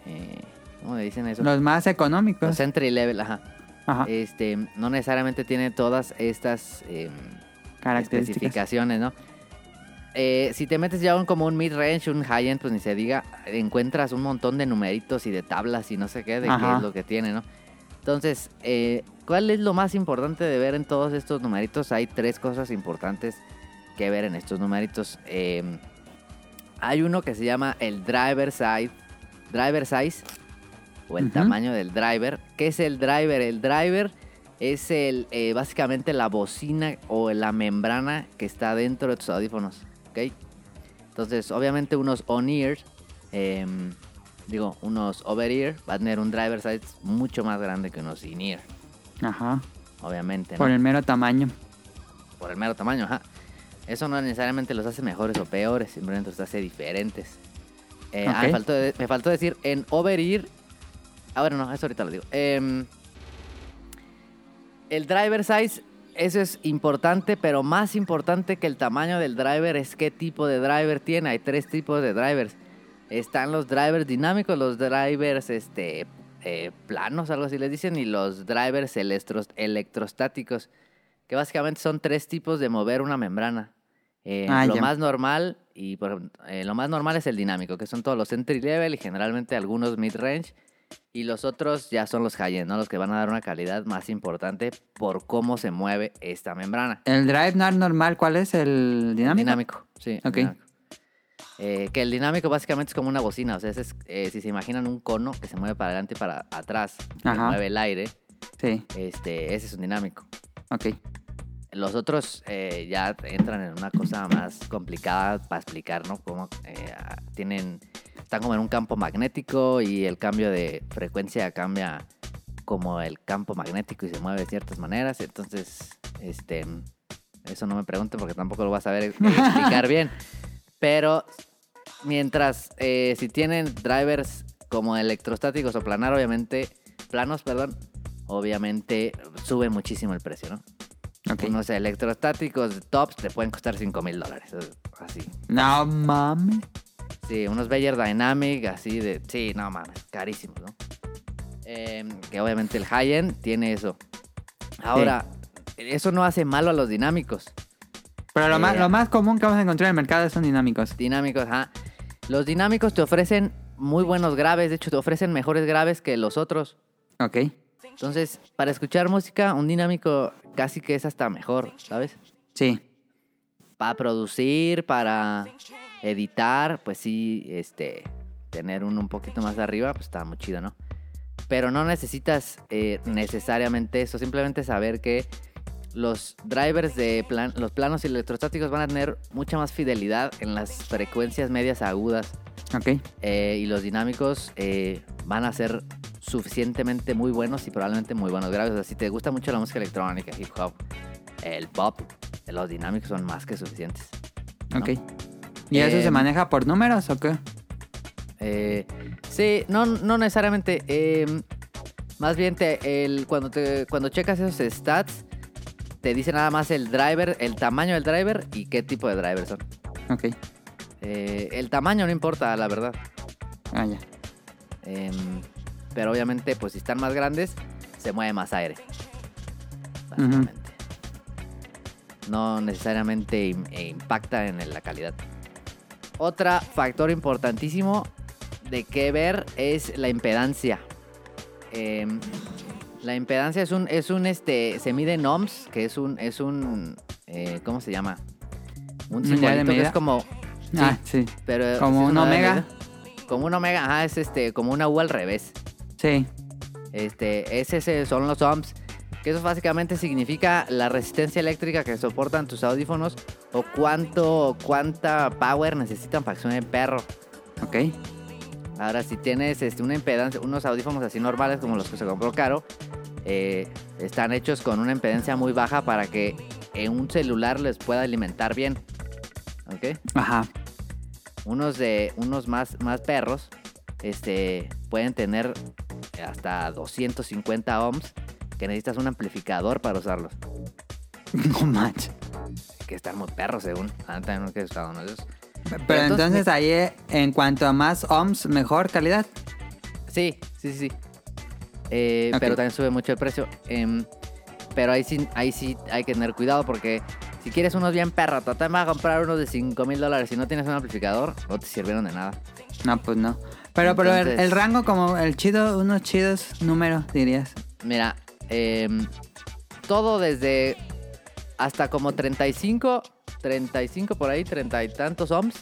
eh, ¿cómo le dicen eso?
Los Ah. más económicos.
Los entry level, ajá.
Ajá.
Este, no necesariamente tiene todas estas em,
Características.
especificaciones, ¿no? Eh, si te metes ya en como un mid-range, un high-end, pues ni se diga, encuentras un montón de numeritos y de tablas y no sé qué, de qué
Ajá.
es lo que tiene, ¿no? Entonces, eh, ¿cuál es lo más importante de ver en todos estos numeritos? Hay tres cosas importantes que ver en estos numeritos. Eh, hay uno que se llama el driver size, driver size o el
Ujú.
tamaño del driver. ¿Qué es el driver? El driver es el eh, básicamente la bocina o la membrana que está dentro de tus audífonos, ¿ok? Entonces, obviamente unos on-ear, em, digo, unos over-ear, va a tener un driver size mucho más grande que unos in-ear,
Ajá.
obviamente, ¿no?
Por el mero tamaño.
Por el mero tamaño, ajá. Eso no necesariamente los hace mejores o peores, simplemente los hace diferentes. Eh, ah,
Ok.
me faltó, de- me faltó decir en over-ear... Ah, bueno, no, eso ahorita lo digo. Em, el driver size, eso es importante, pero más importante que el tamaño del driver es qué tipo de driver tiene. Hay tres tipos de drivers. Están los drivers dinámicos, los drivers este, eh, planos, algo así les dicen, y los drivers electros- electrostáticos, que básicamente son tres tipos de mover una membrana. Eh,
Ah,
lo
ya.
más normal y por ejemplo, eh, lo más normal es el dinámico, que son todos los entry level y generalmente algunos mid range. Y los otros ya son los high-end, ¿no? Los que van a dar una calidad más importante por cómo se mueve esta membrana.
El drive no es normal, ¿cuál es el dinámico?
Dinámico, sí.
Ok.
dinámico. Eh, que el dinámico básicamente es como una bocina. O sea, ese es, eh, si se imaginan un cono que se mueve para adelante y para atrás, que
Ajá.
mueve el aire,
Sí,
este, ese es un dinámico.
ok.
Los otros eh, ya entran en una cosa más complicada para explicar, ¿no? Cómo eh, a- tienen. Están como en un campo magnético y el cambio de frecuencia cambia como el campo magnético y se mueve de ciertas maneras. Entonces, este. Eso no me pregunten porque tampoco lo vas a saber eh, explicar bien. Pero mientras eh, si tienen drivers como electrostáticos o planar, obviamente. Planos, perdón. Obviamente sube muchísimo el precio, ¿no?
Ok.
Unos electrostáticos tops te pueden costar 5 mil dólares. eh, Así.
No mames.
Sí, unos Bayer Dynamic, así de. Sí, no mames, carísimos, ¿no? Eh, que obviamente el high-end tiene eso. Ahora, eso no hace malo a los dinámicos.
Pero lo,
Eh,
más, lo más común que vamos a encontrar en el mercado son dinámicos.
Dinámicos, ajá. Los dinámicos te ofrecen muy buenos graves, de hecho, te ofrecen mejores graves que los otros.
Ok.
Entonces, para escuchar música, un dinámico casi que es hasta mejor, ¿sabes?
Sí.
para producir, para editar, pues sí, este, tener uno un poquito más arriba, pues está muy chido, ¿no? Pero no necesitas eh, necesariamente eso, simplemente saber que los drivers de plan, los planos electrostáticos van a tener mucha más fidelidad en las frecuencias medias agudas
Ok.
eh, y los dinámicos eh, van a ser suficientemente muy buenos y probablemente muy buenos graves. O sea, si te gusta mucho la música electrónica, hip hop, el pop, los dinámicos son más que suficientes.
Ok. ¿Y eso se
Em,
maneja por números o qué?
Eh, sí, no, no necesariamente. eh, más bien, te- el, cuando, te, cuando checas esos stats, te dice nada más el driver, el tamaño del driver y qué tipo de driver son.
Ok.
Eh, el tamaño no importa, la verdad.
Ah, ya.
Em, pero obviamente, pues si están más grandes, se mueve más aire. Básicamente. No necesariamente im- e impacta en el- la calidad. Otro factor importantísimo de qué ver es la impedancia. Em, la impedancia es un, es un este, se mide en ohms, que es un, es un, eh, ¿cómo se llama? Un
Unidad de
simbolito que es
medida.
como, Sí.
Ah, sí.
pero
Como
¿sí
un
es una unidad de
omega.
medida? Como un omega, ajá, es este, como una U al revés.
Sí.
Este, ese se- son los ohms, que eso básicamente significa la resistencia eléctrica que soportan tus audífonos o cuánto cuánta power necesitan para que suene perro.
Ok.
Ahora, si tienes este, una impedancia, unos audífonos así normales como los que se compró Caro, eh, están hechos con una impedancia muy baja para que en un celular les pueda alimentar bien. ¿Ok?
Ajá. [LAUGHS]
unos de unos más, más perros este pueden tener hasta 250 ohms que necesitas un amplificador para usarlos
No manches.
que están muy perros según Ah, también nunca he usado uno de esos.
Pero entonces ahí, eh, en cuanto a más ohms, mejor calidad.
sí sí sí sí. Eh,
Ok.
pero también sube mucho el precio em, pero ahí sí ahí sí hay que tener cuidado porque si quieres unos bien perros trata de comprar unos de 5 mil dólares si no tienes un amplificador no te sirvieron de nada
No, pues no. Pero, pero el,
Entonces-
el rango como el chido, unos chidos números, dirías.
Mira, em, todo desde hasta como 35, 35 por ahí, 30 y tantos ohms.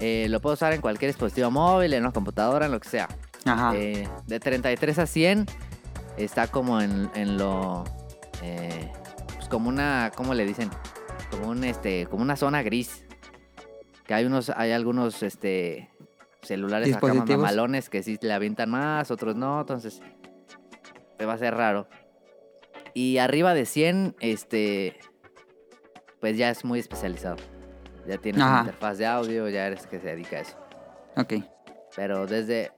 Eh, lo puedo usar en cualquier dispositivo móvil, en una computadora, en lo que sea.
Ajá.
Eh, de 33 a 100 está como en, en lo... eh, pues como una... ¿Cómo le dicen? Como, un, este, como una zona gris. Que hay unos hay algunos este, celulares acá
Dispositivos.
mamalones que sí le avientan más, otros no. Entonces te va a ser raro. Y arriba de 100, este... Pues ya es muy especializado. Ya tienes una
Ajá.
interfaz de audio, ya eres que se dedica a eso.
Ok.
Pero desde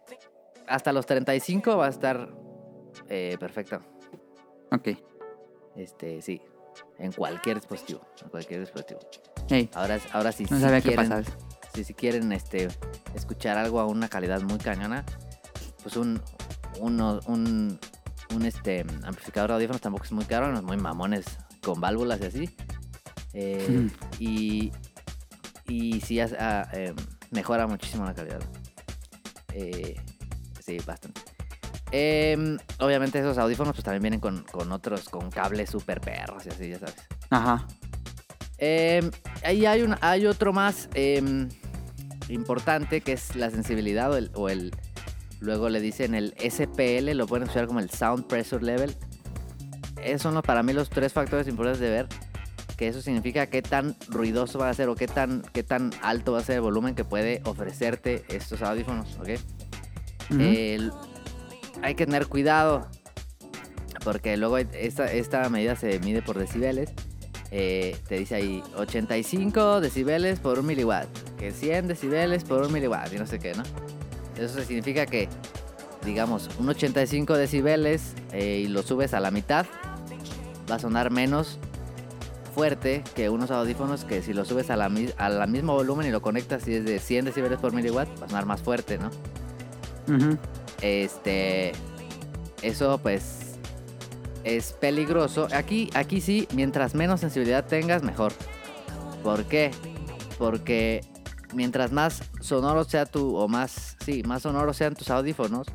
hasta los 35 va a estar eh, perfecto.
Ok.
Este, sí. En cualquier dispositivo. En cualquier dispositivo.
Hey,
Ahora, es- ahora sí.
no
sí
sabía qué
quieren-
pasaba.
Si, si quieren este, escuchar algo a una calidad muy cañona, pues un, uno- un, un, este, amplificador de audífonos tampoco es muy caro, no es muy mamones con válvulas y así. Eh, y, y sí as- ah, eh, mejora muchísimo la calidad. Eh, sí, bastante. Em, obviamente esos audífonos pues también vienen con, con otros, con cables super perros y así, ya sabes.
Ajá.
Eh, ahí hay, un, hay otro más eh, importante que es la sensibilidad o el, o el- Luego le dicen el SPL, lo pueden usar como el Sound Pressure Level. Esos son los- para mí los tres factores importantes de ver. Que eso significa qué tan ruidoso va a ser o qué tan, qué tan alto va a ser el volumen que puede ofrecerte estos audífonos, ¿ok?
Ujú.
El- hay que tener cuidado. Porque luego hay- esta, esta medida se mide por decibeles. Eh, te dice ahí 85 decibeles por un miliwatt. Que 100 decibeles por un miliwatt. Y no sé qué, ¿no? Eso significa que, digamos, un 85 decibeles eh, y lo subes a la mitad. Va a sonar menos fuerte que unos audífonos que si lo subes a la, mi- a la mismo volumen y lo conectas y es de 100 decibeles por miliwatt, va a sonar más fuerte, ¿no?
Ujú.
Este. Eso pues. Es peligroso. Aquí, aquí sí, mientras menos sensibilidad tengas, mejor. ¿Por qué? Porque mientras más sonoro sea tu. O más. Sí, más sonoros sean tus audífonos.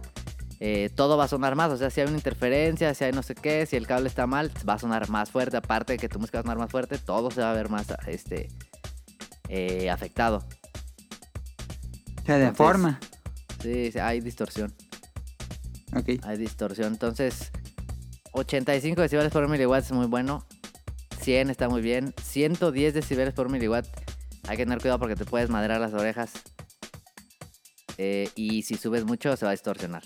eh, todo va a sonar más. O sea, si hay una interferencia, si hay no sé qué, si el cable está mal, va a sonar más fuerte. Aparte de que tu música va a sonar más fuerte, todo se va a ver más este, eh, afectado.
Se deforma.
Sí, sí, hay distorsión.
Ok.
Hay distorsión. Entonces, 85 decibeles por miliwatts es muy bueno. 100 está muy bien. 110 decibeles por miliwatt. Hay que tener cuidado porque te puedes madrear las orejas. Eh, y si subes mucho se va a distorsionar.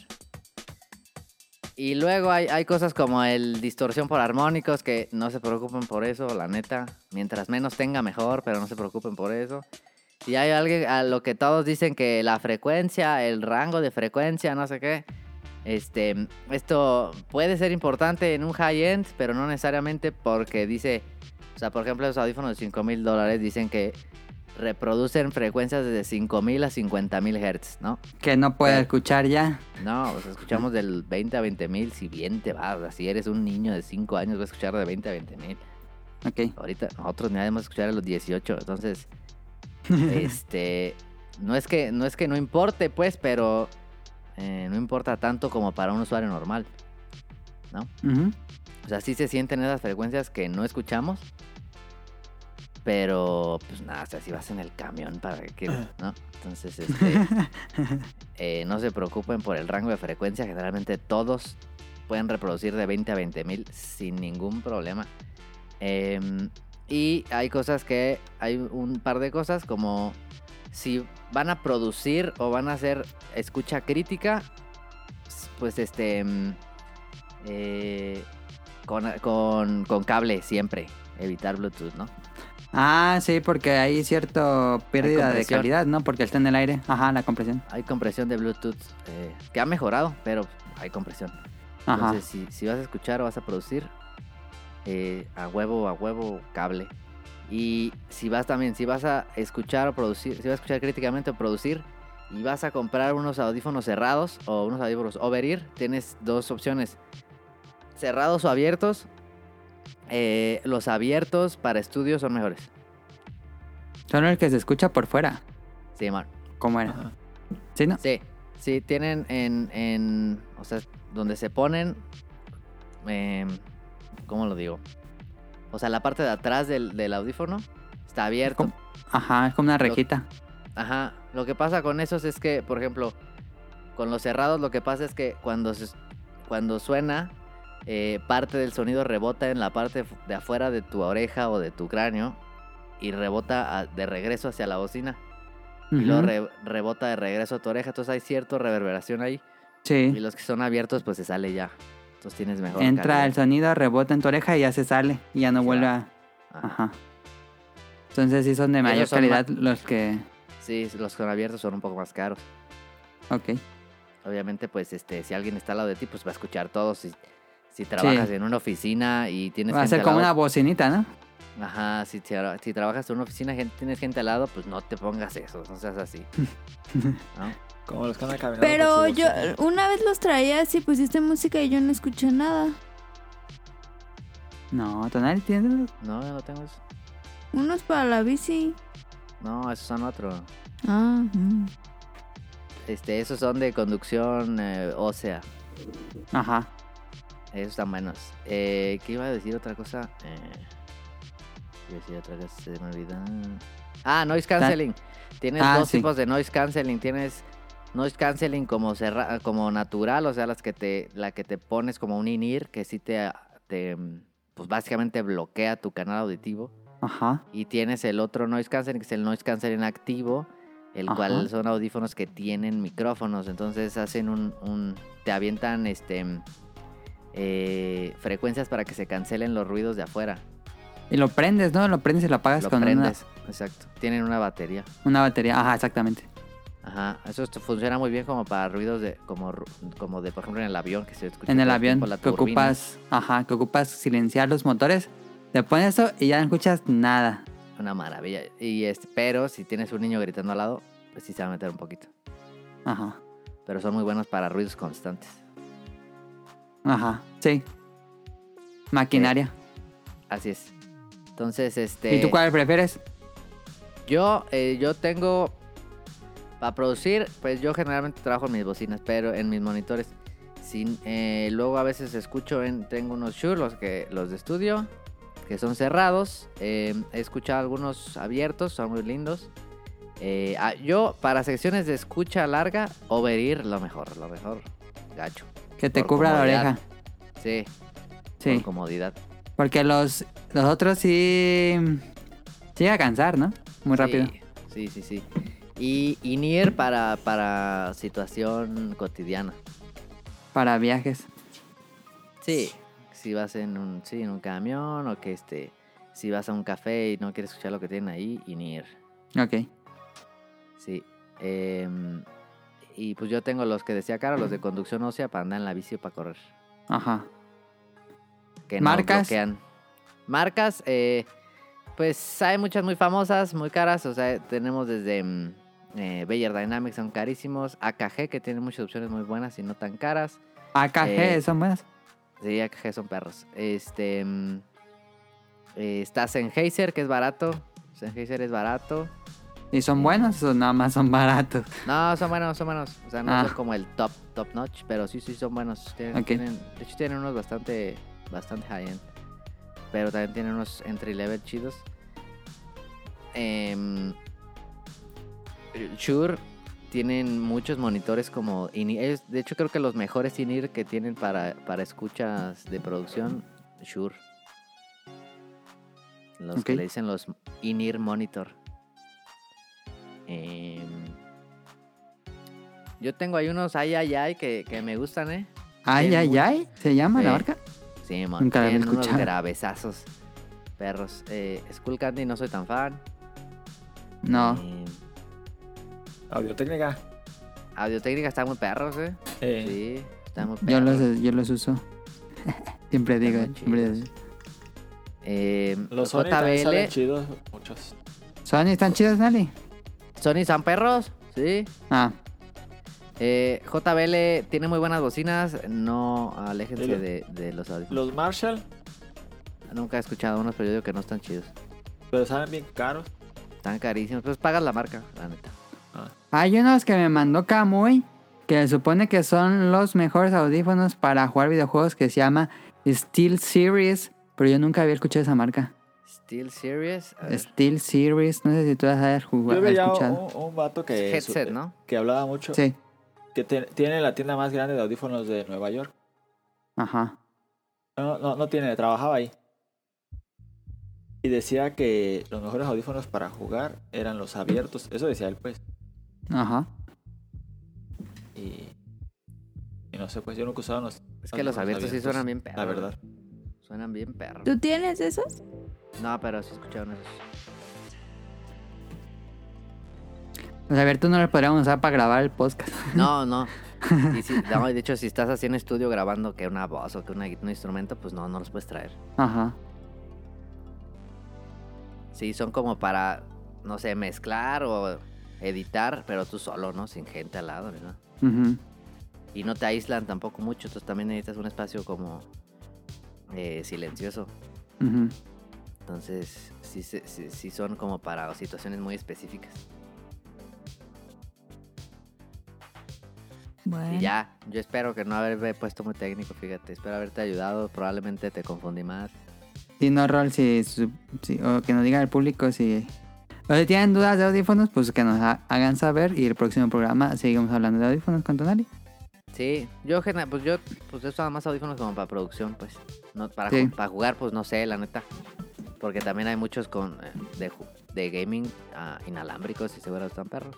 Y luego hay, hay cosas como el distorsión por armónicos que no se preocupen por eso, la neta. Mientras menos tenga mejor, pero no se preocupen por eso. Y hay alguien a lo que todos dicen que la frecuencia, el rango de frecuencia, no sé qué. Este, esto puede ser importante en un high-end, pero no necesariamente porque dice, o sea, por ejemplo, los audífonos de 5 mil dólares dicen que reproducen frecuencias desde 5 mil a 50 mil hertz, ¿no?
Que no puede escuchar ya.
No, pues escuchamos del 20 a 20 mil, si bien te vas, o sea, si eres un niño de 5 años, vas a escuchar de 20 a 20 mil.
Ok.
Ahorita nosotros ni a escuchar a los 18, entonces, este, no es que no, es que no importe, pues, pero eh, no importa tanto como para un usuario normal.
Ujú.
O sea, sí se sienten esas frecuencias que no escuchamos. Pero, pues nada, o sea, si vas en el camión, ¿para qué quieres, no? Entonces, este, eh, no se preocupen por el rango de frecuencia. Generalmente todos pueden reproducir de 20 a 20 mil sin ningún problema. Em, y hay cosas que, hay un par de cosas como si van a producir o van a hacer escucha crítica, pues este... em, eh, con, con, con cable siempre. Evitar Bluetooth, ¿no?
[LAUGHS] Ah, sí, porque hay cierto pérdida de
compresión.
calidad, ¿no? Porque está en el aire. Ajá, la compresión.
Hay compresión de Bluetooth eh, que ha mejorado, pero hay compresión.
Ajá.
Entonces, si, si vas a escuchar o vas a producir, eh, a huevo, a huevo, cable. Y si vas también, si vas a escuchar o producir, si vas a escuchar críticamente o producir, y vas a comprar unos audífonos cerrados o unos audífonos over-ear, tienes dos opciones: cerrados o abiertos. Eh, los abiertos para estudios son mejores.
Solo el que se escucha por fuera.
Sí, man.
¿Cómo era? Sí, ¿no?
Sí, sí, tienen en, en o sea, donde se ponen, em, ¿cómo lo digo? O sea, la parte de atrás del, del audífono está abierto.
¿Cómo? Ajá, es como una rejita.
Ajá, lo que pasa con esos es que, por ejemplo, con los cerrados lo que pasa es que cuando, se- cuando suena, eh, parte del sonido rebota en la parte fu- de afuera de tu oreja o de tu cráneo y rebota a- de regreso hacia la bocina. Y luego
Ujú.
re- rebota de regreso a tu oreja, entonces hay cierta reverberación ahí. Y
Sí.
los que son abiertos, pues se sale ya. Entonces tienes mejor.
Entra
calidad.
el sonido, rebota en tu oreja y ya se sale. Y ya no
Se
vuelve
va.
a...
Ajá.
Ajá. Entonces sí son de mayor
son
calidad los que...
Sí, los con abiertos son un poco más caros.
Ok.
Obviamente, pues este, si alguien está al lado de ti, pues va a escuchar todo. Si, si trabajas en una oficina y tienes
Va a
gente
ser
al
como una
lado-
bocinita, ¿no?
Ajá, si, tra- si trabajas en una oficina y tienes gente al lado, pues no te pongas eso, no seas así. ¿No?
Como los que andan caminando.
Pero
por su
yo
bocina.
una vez los traía así, pusiste música y yo no escuché nada.
No, Tonali tiene...
No, yo no tengo eso.
Unos para la bici.
No, esos son otros.
Ah, mm.
Este, esos son de conducción eh, ósea.
Ajá.
Esos están buenos. Eh, ¿Qué iba a decir otra cosa? Eh, iba a decir otra cosa, se me olvidó. Ah, noise canceling. Tienes
Ah,
dos
sí.
tipos de noise canceling. Tienes noise canceling como cerra- como natural, o sea, las que te, la que te pones como un in-ear, que sí te, te, pues básicamente bloquea tu canal auditivo.
Ajá.
Y tienes el otro noise canceling, que es el noise canceling activo, el
Ajá.
cual son audífonos que tienen micrófonos. Entonces hacen un. un- te avientan este eh, frecuencias para que se cancelen los ruidos de afuera.
Y lo prendes, ¿no? Lo prendes y lo apagas
Lo
con una-
prendes. Exacto. Tienen una batería.
Una, batería. Ajá, exactamente.
Ajá. Eso esto funciona muy bien como para ruidos de. como, ru- como de, por ejemplo, en el avión que se escucha.
en el
todo
avión
tiempo la
que
turbina.
ocupas, ajá, que ocupas silenciar los motores, te pones eso y ya no escuchas nada.
Una maravilla. Y este, pero si tienes un niño gritando al lado, pues sí se va a meter un poquito.
Ajá,
Pero son muy buenos para ruidos constantes.
ajá, sí. Maquinaria.
Así es. Entonces, este.
¿Y tú cuál prefieres?
Yo, eh, yo tengo. Para producir, pues yo generalmente trabajo en mis bocinas, pero en mis monitores. Sin, eh, luego a veces escucho en. Tengo unos Shure, los, que, los de estudio, que son cerrados. Eh, he escuchado algunos abiertos, son muy lindos. Eh, ah, yo, para secciones de escucha larga, overir lo mejor, lo mejor. Gacho.
Que te
Por
cubra la
comodidad.
oreja.
Sí,
Sí.
por comodidad.
Porque los, los otros sí. Sí llega a cansar, ¿no? Muy rápido.
Sí, sí, sí. Y, y Nier para, para situación cotidiana.
Para viajes.
Sí. Si vas en un, sí, en un camión o que este. Si vas a un café y no quieres escuchar lo que tienen ahí, y Nier.
Ok.
Sí. Em, y pues yo tengo los que decía Caro, los de conducción ósea para andar en la bici o para correr.
Ajá.
que
Marcas.
no bloquean. Marcas, eh, pues hay muchas muy famosas, muy caras. O sea, tenemos desde mm, eh, Bayer Dynamics, son carísimos. AKG, que tiene muchas opciones muy buenas y no tan caras.
AKG,
Eh,
son buenas.
Sí, AKG son perros. Este. mm, eh, está Sennheiser, que es barato. Sennheiser es barato.
¿Y son buenos o nada más son baratos?
No, son buenos, son buenos. O sea, no
Ah.
son como el top, top notch, pero sí, sí son buenos. Tienen,
Ok.
tienen- de hecho, tienen unos bastante, bastante high end. Pero también tienen unos entry level chidos. Em, el Shure tienen muchos monitores como in ellos- de hecho creo que los mejores in-ear que tienen para, para escuchas de producción, Shure. Los que
Ok.
le dicen los in-ear monitor. Em, yo tengo ahí unos ay ay ay que, que me gustan, eh.
Ay,
tienen
ay,
mucho-
ay. ¿Se llama la
Sí.
marca?
Sí, mon,
Nunca la había
tienen unos
escuchado.
gravezazos. Perros. Eh, Candy no soy tan fan.
No.
Eh,
Audio-técnica.
Audiotécnica está muy perros, eh.
Eh,
Sí, está muy
Yo
perros.
los, yo los uso. [LAUGHS] siempre digo,
muy
siempre
chidos. Eh,
Los Sony también salen
JBL.
chidos, muchos.
¿Son están chidos, Nali?
Sony son perros, sí.
Ah,
Eh, JBL tiene muy buenas bocinas. No, aléjense
Dilo.
de, de los audífonos.
Los Marshall,
Nunca he escuchado unos, pero yo digo que no están chidos.
pero salen bien caros.
Están carísimos. Pues pagas la marca, la neta.
hay unos que me mandó Kamui que se supone que son los mejores audífonos para jugar videojuegos que se llama Steel Series, pero yo nunca había escuchado esa marca.
Steel Series. a ver.
Steel Series, no sé si tú las has
Yo
jugado,
veía
escuchado.
un, un vato que,
Es headset, ¿no?
que hablaba mucho,
Sí,
que te- tiene la tienda más grande de audífonos de Nueva York.
ajá.
No, no, no tiene, trabajaba ahí. Y decía que los mejores audífonos para jugar eran los abiertos. Eso decía él, pues.
Ajá.
Y, y no sé, pues yo nunca usaba los.
Es que los abiertos sí suenan bien perros.
La verdad.
Suenan bien perros.
¿Tú tienes esos?
No, pero sí escucharon esos.
Los abiertos no los podríamos usar para grabar el podcast. [LAUGHS]
No, no. Y si- no, de hecho, si estás así en estudio grabando que una voz o que una, un instrumento, pues no, no los puedes traer.
Ajá.
Sí, son como para, no sé, mezclar o editar, pero tú solo, ¿no? Sin gente al lado, ¿no?
ujú.
Y no te aíslan tampoco mucho, entonces también necesitas un espacio como eh, silencioso.
Ujú.
Entonces, sí, se- sí- sí son como para situaciones muy específicas.
Bueno.
Y ya, yo espero que no haberme puesto muy técnico, fíjate. Espero haberte ayudado, probablemente te confundí más.
Sí, no, Rol, si, su- si- o que nos diga el público si... O si tienen dudas de audífonos, pues que nos ha- hagan saber y el próximo programa seguimos hablando de audífonos con Tonali.
Sí, yo, gena- pues yo, pues yo usaba más audífonos como para producción, pues. No, para,
Sí.
ju- para jugar, pues no sé, la neta. Porque también hay muchos con eh, de, ju- de gaming ah, inalámbricos y seguro están perros.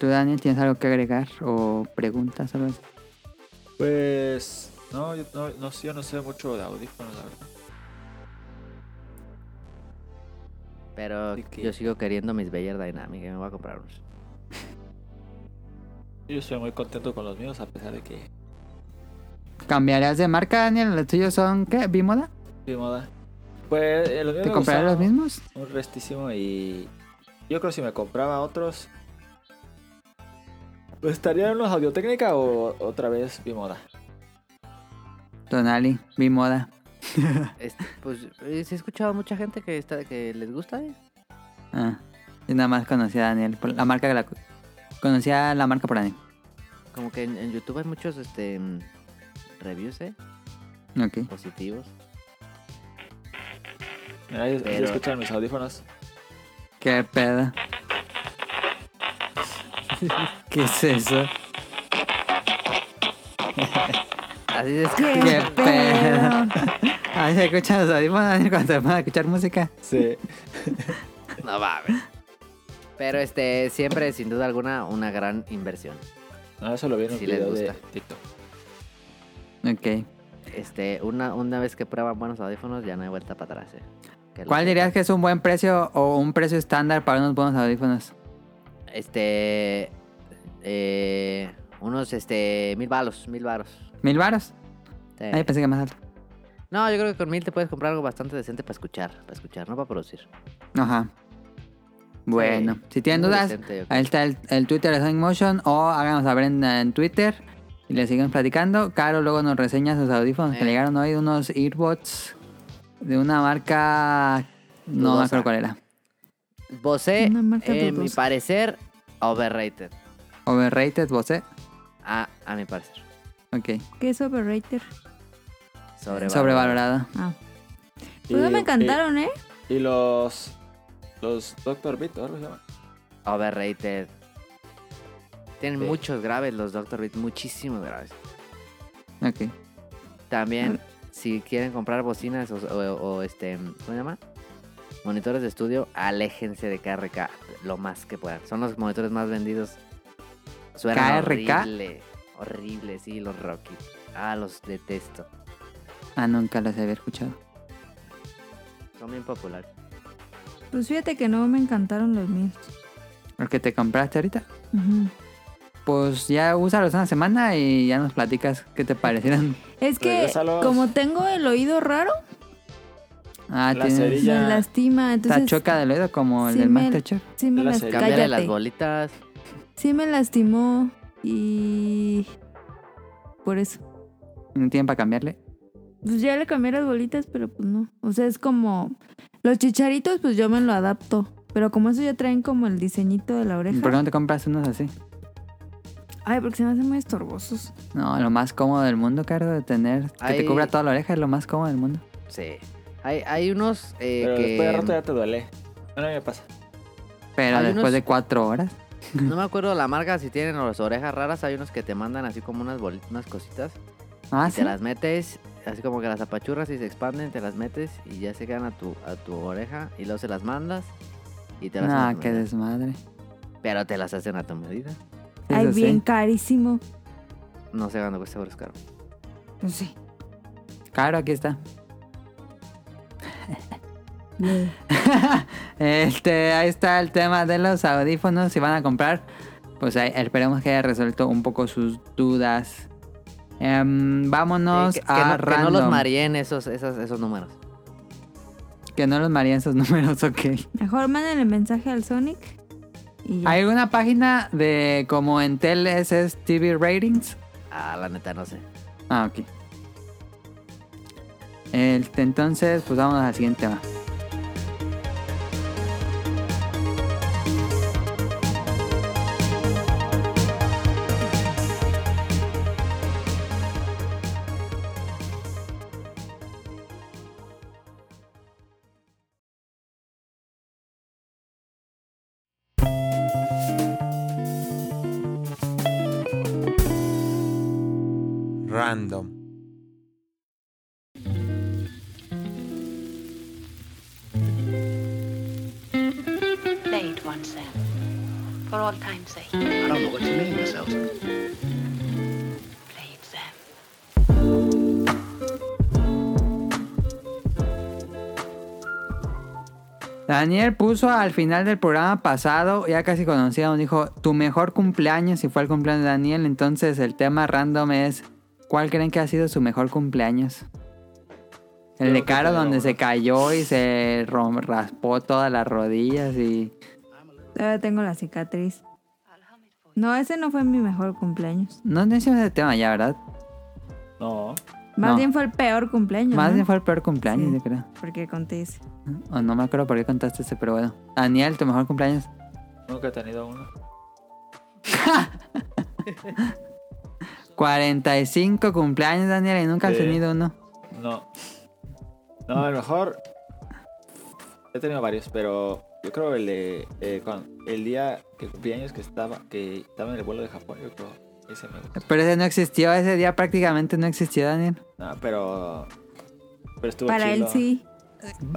¿Tú, Daniel, tienes algo que agregar o preguntas? o algo así?
Pues. No yo, no, no sé, yo no sé mucho de audífonos, la verdad.
Pero
¿De qué?
yo sigo queriendo mis Bayer Dynamic, y me voy a comprar unos.
Yo estoy muy contento con los míos, a pesar de que.
¿Cambiarías de marca, Daniel? ¿Los tuyos son qué? ¿Bimoda?
de moda. Pues eh, los míos
¿Te
me
comprarás los
gustaron
mismos?
Un restísimo y. Yo creo que si me compraba otros. Pues estarían los Audio-Técnica o otra vez Bimoda.
Tonali, Bimoda.
Este, pues eh, sí he escuchado a mucha gente que está que les gusta, ¿eh?
Ah, yo nada más conocía a Daniel, por la marca que la... Conocía la marca por Daniel.
Como que en, en YouTube hay muchos este mm, reviews, ¿eh?
Ok.
Positivos.
Mira, ahí- ahí
Pero-
escuchan mis audífonos.
¿Qué pedo? [LAUGHS] ¿Qué es eso?
Así es
¡Qué
Qué
pedo!
pedo. [LAUGHS] Ahí se escuchan los audífonos [LAUGHS] cuando se van a escuchar música.
Sí.
[LAUGHS] No mames. Pero este, siempre, sin duda alguna, una gran inversión.
[LAUGHS] No, eso lo vi en un
Sí les
video de
gusta.
TikTok.
Ok.
Este, una, una vez que prueban buenos audífonos, ya no hay vuelta para atrás. eh. Que lo
¿Cuál
que-
dirías que es un buen precio o un precio estándar para unos buenos audífonos?
Este. eh, unos este. mil balos, mil baros.
¿Mil varos?
Sí.
Ay, pensé que más alto.
No, yo creo que con mil te puedes comprar algo bastante decente para escuchar. Para escuchar, no para producir.
Ajá. Bueno,
Sí,
si tienen
muy
dudas,
decente, yo creo.
ahí está el, el Twitter de Sonic Motion o háganos saber en, en Twitter y le siguen platicando. Caro luego nos reseña sus audífonos que
Eh.
le llegaron hoy, unos earbuds de una marca... No me
Dudosa.
acuerdo cuál era.
Bose,
Una marca
en mi
dudosa.
parecer, overrated.
Overrated, Bose.
A, a mi parecer.
Ok.
¿Qué es Overrated?
Sobrevalorado.
Sobrevalorado.
Ah.
Y-
Pues no me encantaron, ¿eh?
Y, y los. Los Doctor Beat, ¿o algo se llama?
Overrated. Tienen
Sí.
muchos graves los Dr. Beat, muchísimos graves.
Ok.
También, si quieren comprar bocinas o, o- o, este, ¿cómo se llama? Monitores de estudio, aléjense de KRK lo más que puedan. Son los monitores más vendidos. Suena
¿KRK?
horrible. Horrible, sí, los Rocky. Ah, los detesto.
Ah, nunca las había escuchado.
Son bien populares.
Pues fíjate que no me encantaron los míos.
¿El que te compraste ahorita?
Ujú.
Pues ya úsalos una semana y ya nos platicas qué te
[LAUGHS]
parecieron.
Es que
Regrésalos.
como tengo el oído raro,
Ah,
La
tienes...
cerilla.
me
Ya.
lastima.
Está
Entonces,
choca del oído como
sí
el del
me-
Masterchef.
sí me
la
las-
cerilla.
Cámbiale las
cállate.
bolitas.
Sí me lastimó y por eso.
No tienen para cambiarle.
Pues ya le cambié las bolitas, pero pues no. O sea, es como los chicharitos, pues yo me lo adapto. Pero como eso ya traen como el diseñito de la oreja.
¿Por qué no te compras unos así?
Ay, porque se me hacen muy estorbosos.
No, lo más cómodo del mundo, Caro, de tener. Que
Ay.
te cubra toda la oreja es lo más cómodo del mundo.
Sí. Hay, hay unos eh,
Pero
que...
después de rato ya te duele. Bueno, a mí me pasa.
Pero
Hay
después
unos-
de cuatro horas.
No me acuerdo la marca, si tienen las orejas raras, hay unos que te mandan así como unas bolitas, unas cositas.
Ah,
y
sí.
te las metes, así como que las apachurras y se expanden, te las metes y ya se quedan a tu, a tu oreja y luego se las mandas y te las hacen a
Ah,
tu
qué
medida.
desmadre.
Pero te las hacen a tu medida.
Ay,
Eso sí.
bien carísimo.
No sé cuándo cuesta seguro es caro.
No sé.
Caro, aquí está. Este, ahí está el tema de los audífonos. Si van a comprar, pues ahí, esperemos que haya resuelto un poco sus dudas. Em, vámonos
Sí, Eh, que, que
a
no, que no los
random.
maríen esos, esos, esos números.
Que no los marían esos [LAUGHS] números, ok.
Mejor mándenle mensaje al Sonic. Y ya.
¿Hay alguna página de como en TLSS TV Ratings?
Ah, la neta, no sé.
Ah, ok. Este, entonces, pues vamos al siguiente tema.
Random.
Play it once then, for all time's sake.
I don't know what you mean, Miss Elton.
Play it then.
Daniel puso al final del programa pasado, ya casi conocido, nos dijo, tu mejor cumpleaños, si fue el cumpleaños de Daniel, entonces el tema random es, ¿cuál creen que ha sido su mejor cumpleaños? El
Creo
de
que
Caro
el de
donde se
Lourdes.
cayó y se rom- raspó todas las rodillas y...
Todavía tengo la cicatriz. No, ese no fue mi mejor cumpleaños.
No, no hicimos ese tema ya, ¿verdad?
No.
Más
No.
bien fue el peor cumpleaños.
Más
¿no?
bien fue el peor cumpleaños,
Sí.
yo creo.
Porque conté ese.
O no me acuerdo por qué contaste ese, pero bueno. Daniel, tu mejor cumpleaños.
Nunca he tenido uno.
45 cumpleaños, Daniel, y nunca has
Sí.
tenido uno.
No. No, a lo mejor. He tenido varios, pero yo creo el de. eh, cuan- el día que cumplí años que estaba, que estaba en el vuelo de Japón, yo creo. Ese me gustó.
Pero ese no existió, ese día prácticamente no existió, Daniel.
No, pero. Pero estuvo
Para él
chido.
sí.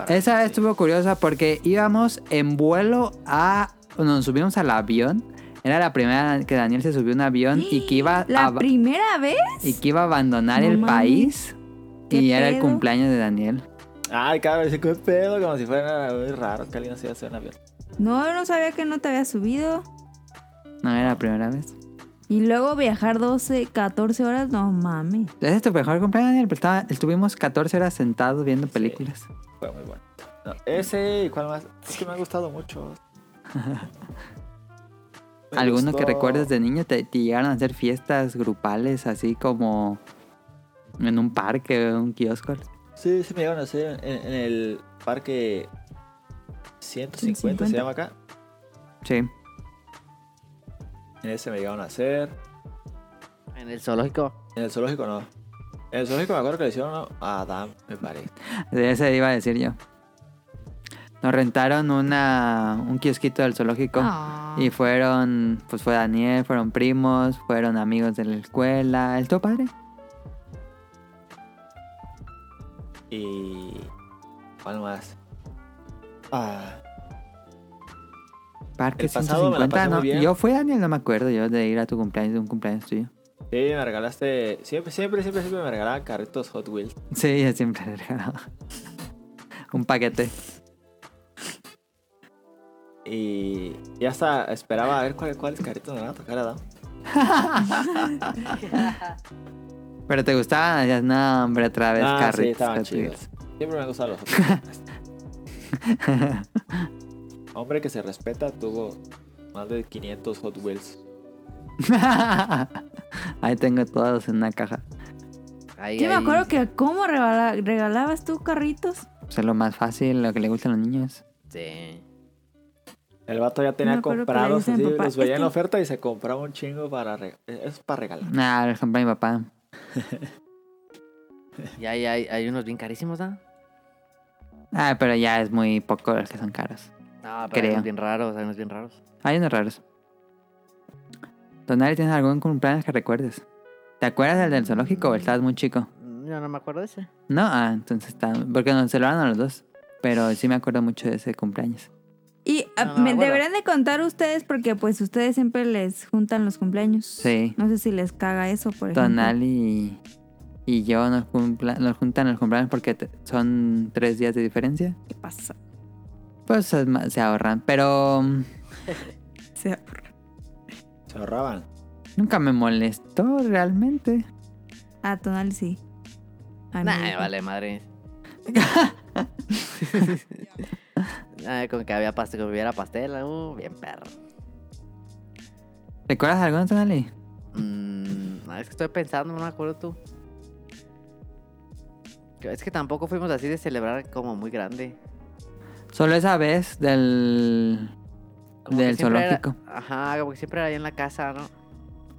Esa estuvo curiosa porque íbamos en vuelo a. Nos subimos al avión. Era la primera que Daniel se subió a un avión y que iba
La
a,
primera vez.
y que iba a abandonar
No
el
mames.
país.
¿Qué
Y era el
pedo?
cumpleaños de Daniel.
Ay, cabrón, dice, qué pedo, como si fuera muy raro que alguien se iba a hacer un avión.
No, no sabía que no te había subido.
No era la primera vez.
Y luego viajar 12, 14 horas, no mames.
Ese es tu mejor cumpleaños, Daniel. pero estaba- estuvimos 14 horas sentados viendo películas.
Fue muy bueno. No, ese, ¿y ¿cuál más? Es que me ha gustado mucho.
[LAUGHS]
Me
¿Alguno que
gustó-
recuerdes de niño? Te, te llegaron a hacer fiestas grupales así como en un parque, un kiosco?
Sí, sí me llegaron a hacer en, en el parque 150, se
150.
llama acá.
Sí.
En ese me llegaron a hacer.
En el zoológico.
En el zoológico no. En el zoológico me acuerdo que le hicieron uno a Adam, me parece.
De ese iba a decir yo. Nos rentaron una, un kiosquito del zoológico.
Ah.
Y fueron, pues fue Daniel, fueron primos, fueron amigos de la escuela. ¿El tu padre?
Y. ¿Cuál más? Ah,
Parque
El pasado me la
150,
pasé muy
¿no?
bien.
Yo fui Daniel, no me acuerdo yo de ir a tu cumpleaños, de un cumpleaños tuyo.
sí, me regalaste. Siempre, siempre, siempre, siempre me regalaban carritos Hot Wheels.
Sí, yo siempre le regalaba. [LAUGHS] un paquete.
Y. Ya hasta esperaba a ver cuál- cuáles carritos me van a tocar a Adam.
Pero te gustaban, decías, no, hombre, otra vez
Ah, sí,
carritos,
estaban
Hot
chidos.
Wheels".
Siempre me han gustado los Hot Wheels. Hombre que se respeta tuvo más de 500 Hot Wheels.
[LAUGHS] Ahí tengo todos en una caja.
Ahí,
Yo me
ahí.
acuerdo que cómo regala- regalabas tú carritos.
Pues es lo más fácil, lo que le gustan a los niños.
Sí.
El vato ya tenía
Me acuerdo que le
comprados,
dije a mi
así,
papá,
los veía en
"Este-
la oferta y se compraba un chingo para regalar. Es para regalar.
Ah, lo compré a mi papá.
Y ahí hay, hay unos bien carísimos, ¿ah?
Ah, pero ya es muy poco los que son caros.
No, pero hay
Creo.
unos bien raros, hay unos bien raros.
Hay unos raros. Donari, ¿tienes algún cumpleaños que recuerdes? ¿Te acuerdas del del zoológico o estabas muy chico?
Mm, Yo no me acuerdo de ese.
No, ah, entonces está... Porque nos celebraron a los dos. Pero sí me acuerdo mucho de ese cumpleaños.
Y ah,
no,
me
bueno.
deberían de contar ustedes porque pues ustedes siempre les juntan los cumpleaños.
Sí.
No sé si les caga eso, por ejemplo.
Donali y, y yo nos, cumpla- nos juntan los cumpleaños porque te- son tres días de diferencia.
¿Qué pasa?
Pues se, ma- se ahorran. Pero mm,
O sea,
Se ahorraban.
nunca me molestó realmente.
a ah, Tonal sí. A mí
Nah,
no.
vale,
[LAUGHS]
madre. Ay, con que había pastel, que hubiera pastel, uh, bien perro.
¿Recuerdas algo, Donali?
Mm, no, es que estoy pensando, no me acuerdo tú. Yo- Es que tampoco fuimos así de celebrar como muy grande.
Solo esa vez del...
Como que
Del
siempre era-
zoológico.
ajá, como que siempre era ahí en la casa, ¿no?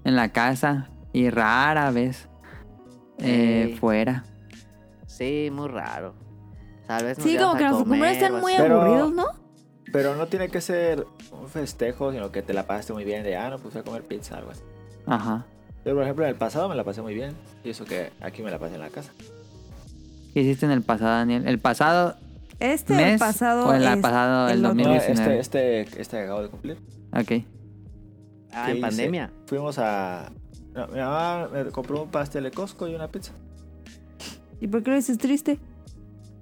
en la casa y rara vez eh,
Ey.
fuera.
Sí, muy raro. Tal vez nos
Sí, como
íbamos a
que los
comer
cumpleaños
o
están muy
así.
Pero-
aburridos, ¿no?
Pero no tiene que ser un festejo, sino que te la pasaste muy bien. De ah, no, pues voy a comer pizza, algo así.
Ajá.
Yo, por ejemplo, en el pasado me la pasé muy bien. Y eso que aquí me la pasé en la casa.
¿Qué hiciste en el pasado, Daniel? ¿El pasado
Este
mes
el pasado
o el
es
pasado
el
el
otro.
No,
2019?
este, este, este que acabo de cumplir.
Ok.
Ah,
¿Qué
en
hice?
pandemia.
Fuimos a. no, mi mamá me compró un pastel de Costco y una pizza.
¿Y por qué lo dices triste?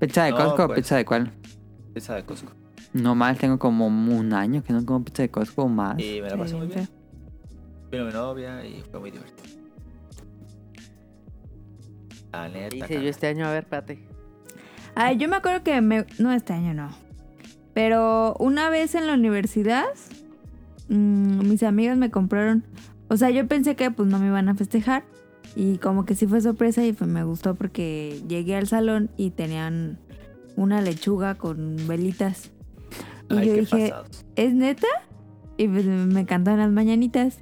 ¿Pizza de
No,
Costco o
pues.
pizza de cuál?
Pizza de Costco.
No mal, tengo como un año que no como pizza de Costco o más.
Ah,
Y me la pasé
Está
muy
bien
bien. Vino mi novia y fue muy divertido. La
¿Qué
neta.
hice yo
carnal.
este año? A ver, espérate.
Ay, yo me acuerdo que me... No, este año no. Pero una vez en la universidad, mm, mis amigas me compraron... O sea, yo pensé que pues no me iban a festejar. Y como que sí fue sorpresa y pues, me gustó porque llegué al salón y tenían una lechuga con velitas. Y
Ay,
yo
qué
dije,
pasados.
¿es neta? Y pues me cantaban las mañanitas.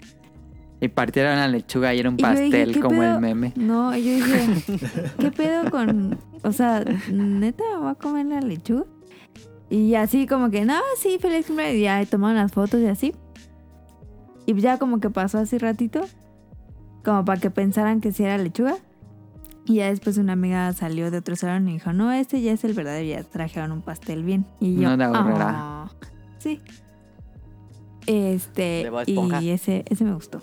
Y partieron la lechuga y era un
Y yo dije,
pastel
¿qué
como
pedo?
el meme.
No, y yo dije, ¿qué pedo con.? O sea, neta, me voy a comer la lechuga. Y así, como que, no, sí, feliz cumpleaños. Y ya tomaron las fotos y así. Y ya, como que pasó así ratito, como para que pensaran que sí era lechuga. Y ya después una amiga salió de otro salón y dijo, no, este ya es el verdadero, ya trajeron un pastel bien. Y yo,
No la ahorrará.
"Ah". Sí. Este,
De Bob Esponja.
y ese, ese me gustó.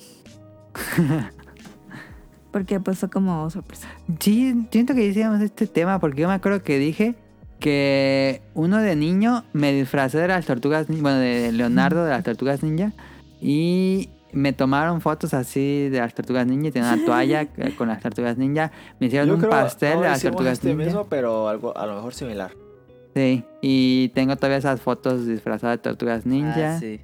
Porque pues fue como sorpresa.
Sí, siento que hicimos este tema porque yo me acuerdo que dije que uno de niño me disfracé de las tortugas, nin- bueno, de Leonardo de las tortugas ninja y me tomaron fotos así de las tortugas ninja, y tenía una
[LAUGHS]
toalla con las tortugas ninja, me hicieron un pastel
no
de las
hicimos
tortugas
este
ninja.
mismo, pero algo, a lo mejor similar.
[LAUGHS]
Sí, y tengo todavía esas fotos disfrazadas de tortugas ninja
Ah, sí.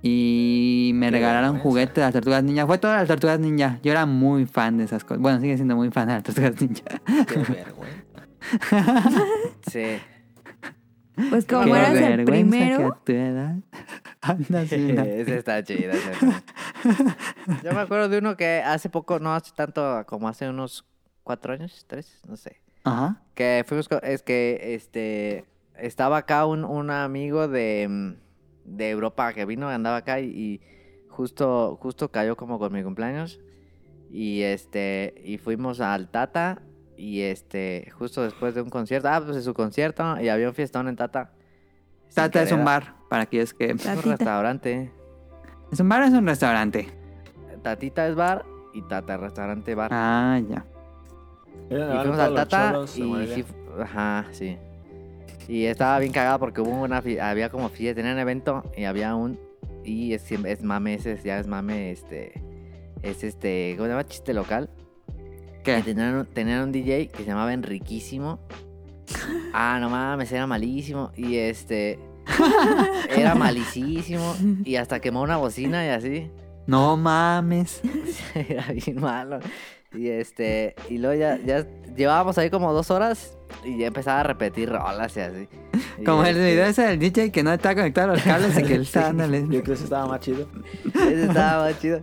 y me
Qué
regalaron
vergüenza.
juguetes de las tortugas ninja. Fue todas las tortugas ninja. Yo era muy fan de esas cosas. Bueno, sigue siendo muy fan de las tortugas ninja.
Qué vergüenza.
Sí.
Pues
Qué
como eras el
vergüenza que
primero,
a tu edad [LAUGHS] andas de una-
Ese está chido. ese está. Yo me acuerdo de uno que hace poco, no hace tanto como hace unos cuatro años, tres, no sé.
Ajá.
Que fuimos con- es que este estaba acá un, un amigo de, mm, de Europa que vino, andaba acá y, y justo, justo cayó como con mi cumpleaños. Y este, y fuimos al Tata, y este, justo después de un concierto, ah, pues de su concierto, y había un fiestón en Tata. Sin
Tata es un
querer,
bar, para aquellos que...
Es un
Tatita.
restaurante.
¿Es un bar o es un restaurante?
Tatita es bar y Tata es restaurante bar.
Ah, ya.
Miren,
y
ahora
fuimos
todos
al
los
Tata
cholos se
y
mueven.
sí, fu- ajá, sí. Y estaba bien cagado porque hubo una fie- había como fiesta, tenían evento y había un y es, siem- es mame ese, es- ya es mame este es este, ¿cómo se llama? Chiste local. Y
¿Qué?
tenían, un- tenían un DJ que se
[LAUGHS]
llamaba Enriquísimo. Ah, no mames, era malísimo.
[LAUGHS]
Y este era malísimo. Y hasta quemó una bocina y así.
No mames.
[LAUGHS] Era bien malo. Y este, y luego ya, ya llevábamos ahí como dos horas y ya empezaba a repetir rolas y así. Y
Como el
este,
video ese del DJ que no está conectado a los cables
[LAUGHS]
y que él está dándole...
Yo creo que ese estaba más chido.
ese estaba más chido.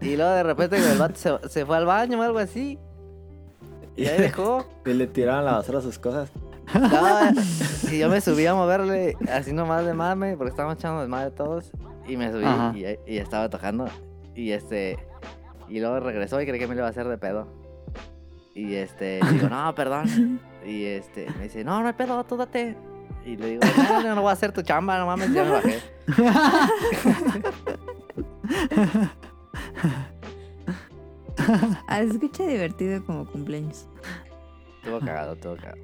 Y luego de repente el vato se, se fue al baño o algo así. [LAUGHS] Y ahí dejó.
Y le tiraban la basura a sus cosas.
No, y yo me subí a moverle así nomás de mame, porque estábamos echando desmadre todos. Y me subí
Ajá.
y, y estaba tocando. Y este. Y luego regresó y creí que me lo iba a hacer de pedo. Y este, le digo, no, perdón. Y este, me dice, no, no hay pedo, tú date. Y le digo, no, no, no voy a hacer tu chamba, no mames, ya me bajé.
ah, se escucha divertido como cumpleaños.
Estuvo cagado, estuvo cagado.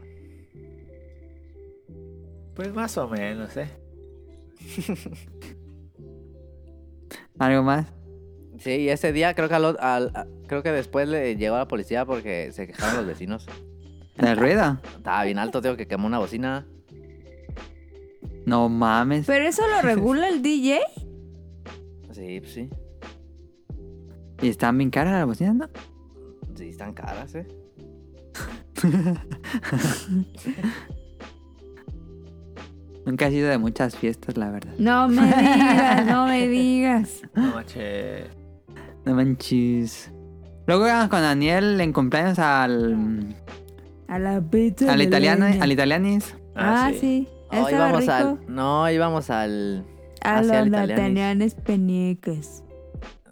Pues más o menos, ¿eh?
[LAUGHS] ¿Algo más?
Sí, y ese día creo que, al o- al- a- creo que después le llegó a la policía porque se quejaron los vecinos.
¿Del ruido?
Estaba bien alto, tengo que quemó una bocina.
No mames.
Pero eso lo regula el DJ.
Sí, pues sí.
¿Y están bien caras las bocinas, no?
Sí, están caras, ¿eh?
[LAUGHS] Nunca he sido de muchas fiestas, la verdad.
No me digas, no me digas.
No manches.
No manches. Luego íbamos con Daniel en cumpleaños al...
A la pizza.
Al
de
italiano,
leña.
al italianis.
Ah, sí.
No,
Estaba
íbamos
rico.
al. No, íbamos al.
A
hacia
los
el italianis.
italianos peniques.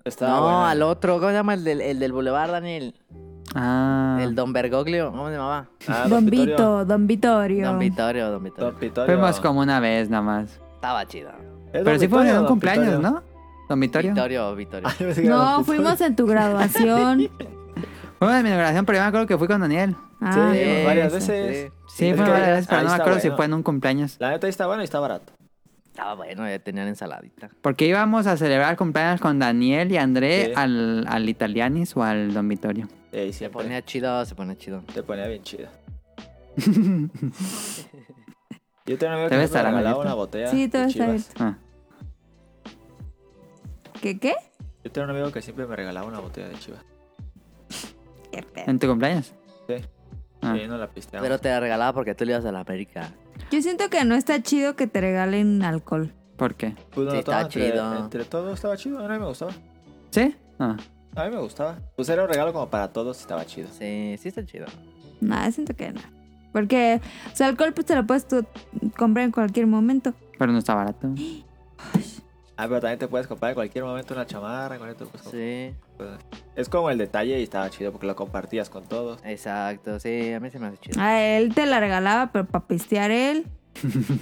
Estaba
no,
bueno.
al otro. ¿Cómo se llama el del, el del Boulevard, Daniel?
Ah.
El Don Bergoglio. ¿Cómo se llamaba?
Ah,
Don
Vittorio.
Vito, Don Vitorio.
Don Vittorio, Don Vittorio.
Don Vittorio.
Fuimos como una vez nada más.
Estaba chido.
¿Es
Pero
Don
sí fue
Vittorio
en
o
un
Don
cumpleaños,
Vittorio?
¿no? Don Vittorio.
Vittorio, Vittorio.
Ah, yo [LAUGHS] pensé que era
No,
Don Vittorio.
fuimos en
[LAUGHS]
tu graduación.
Fue en mi inauguración, pero yo me acuerdo que fui con Daniel.
Ah,
Sí,
sí,
varias
sí,
veces.
sí.
Sí,
Es
fue
que
varias veces, pero
ahí
no me
está
acuerdo si
bueno.
fue en un cumpleaños.
La neta ahí está bueno y está barato.
Estaba bueno, ya tenían ensaladita.
Porque íbamos a celebrar cumpleaños con Daniel y André
Sí.
al, al Italianis o al Don Vittorio.
Eh,
Se
siempre
ponía chido, se ponía chido.
te ponía
[LAUGHS]
bien chido. Yo tenía un amigo
Debe
que siempre
estar
me regalaba
abierto.
una botella
Sí, todo
de
está
chivas.
abierto.
Ah.
¿Qué qué?
Yo tenía un amigo que siempre me regalaba una botella de chivas.
Qué pedo.
¿En tu cumpleaños?
Sí.
Ah.
Y no la pisteamos.
Pero te la regalaba porque tú le ibas a la América.
Yo siento que no está chido que te regalen alcohol.
¿Por qué?
Pues no,
Sí,
estaba
estaba
entre,
chido.
entre todos estaba chido. A mí me gustaba.
¿Sí? Ah.
A mí me gustaba. Pues era un regalo como para todos y estaba chido.
Sí, sí está chido.
Nada, siento que no. Porque, o sea, alcohol pues te lo puedes tú comprar en cualquier momento.
Pero no está barato.
Ah, pero también te puedes comprar en cualquier momento una chamarra, pues, en cualquier cosa.
Sí,
Es como el detalle y estaba chido porque lo compartías con
[LAUGHS]
todos.
exacto, sí, a mí se me hace chido.
A él te la regalaba, pero para pistear él.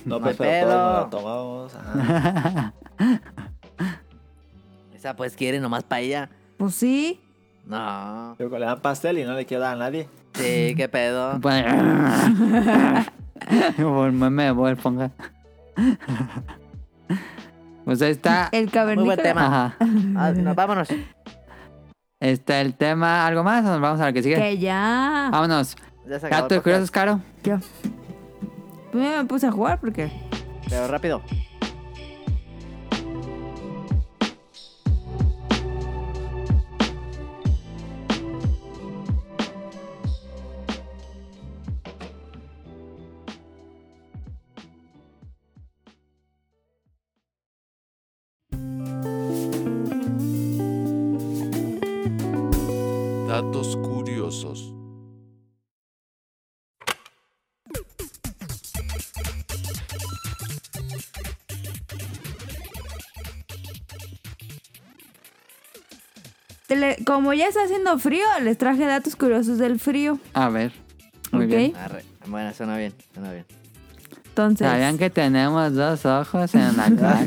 No,
No
pues,
hay
pero todos
pedo.
nos la tomamos.
[LAUGHS]
ajá.
Esa pues quiere nomás para ella.
Pues sí.
No.
Luego le dan pastel y no le quiero dar a nadie.
Sí, qué pedo.
[LAUGHS] Pues- Como el meme de Bob Esponja. Pues ahí está.
El
Muy buen
cavernícola.
tema.
Ajá.
Ah, no, vámonos.
Está el tema. ¿Algo más o nos vamos a lo que sigue?
Que ya.
Vámonos.
Ya se acabó
Gatos
el podcast,
curiosos, Caro.
Ya. Primero Pues, me puse a jugar porque.
Pero rápido.
Datos curiosos.
Tele- Como ya está haciendo frío, les traje datos curiosos del frío.
A ver. Muy
Ok.
bien.
Arre. Bueno, suena bien, suena bien.
Entonces.
¿Sabían que tenemos dos ojos en
[LAUGHS]
la cara?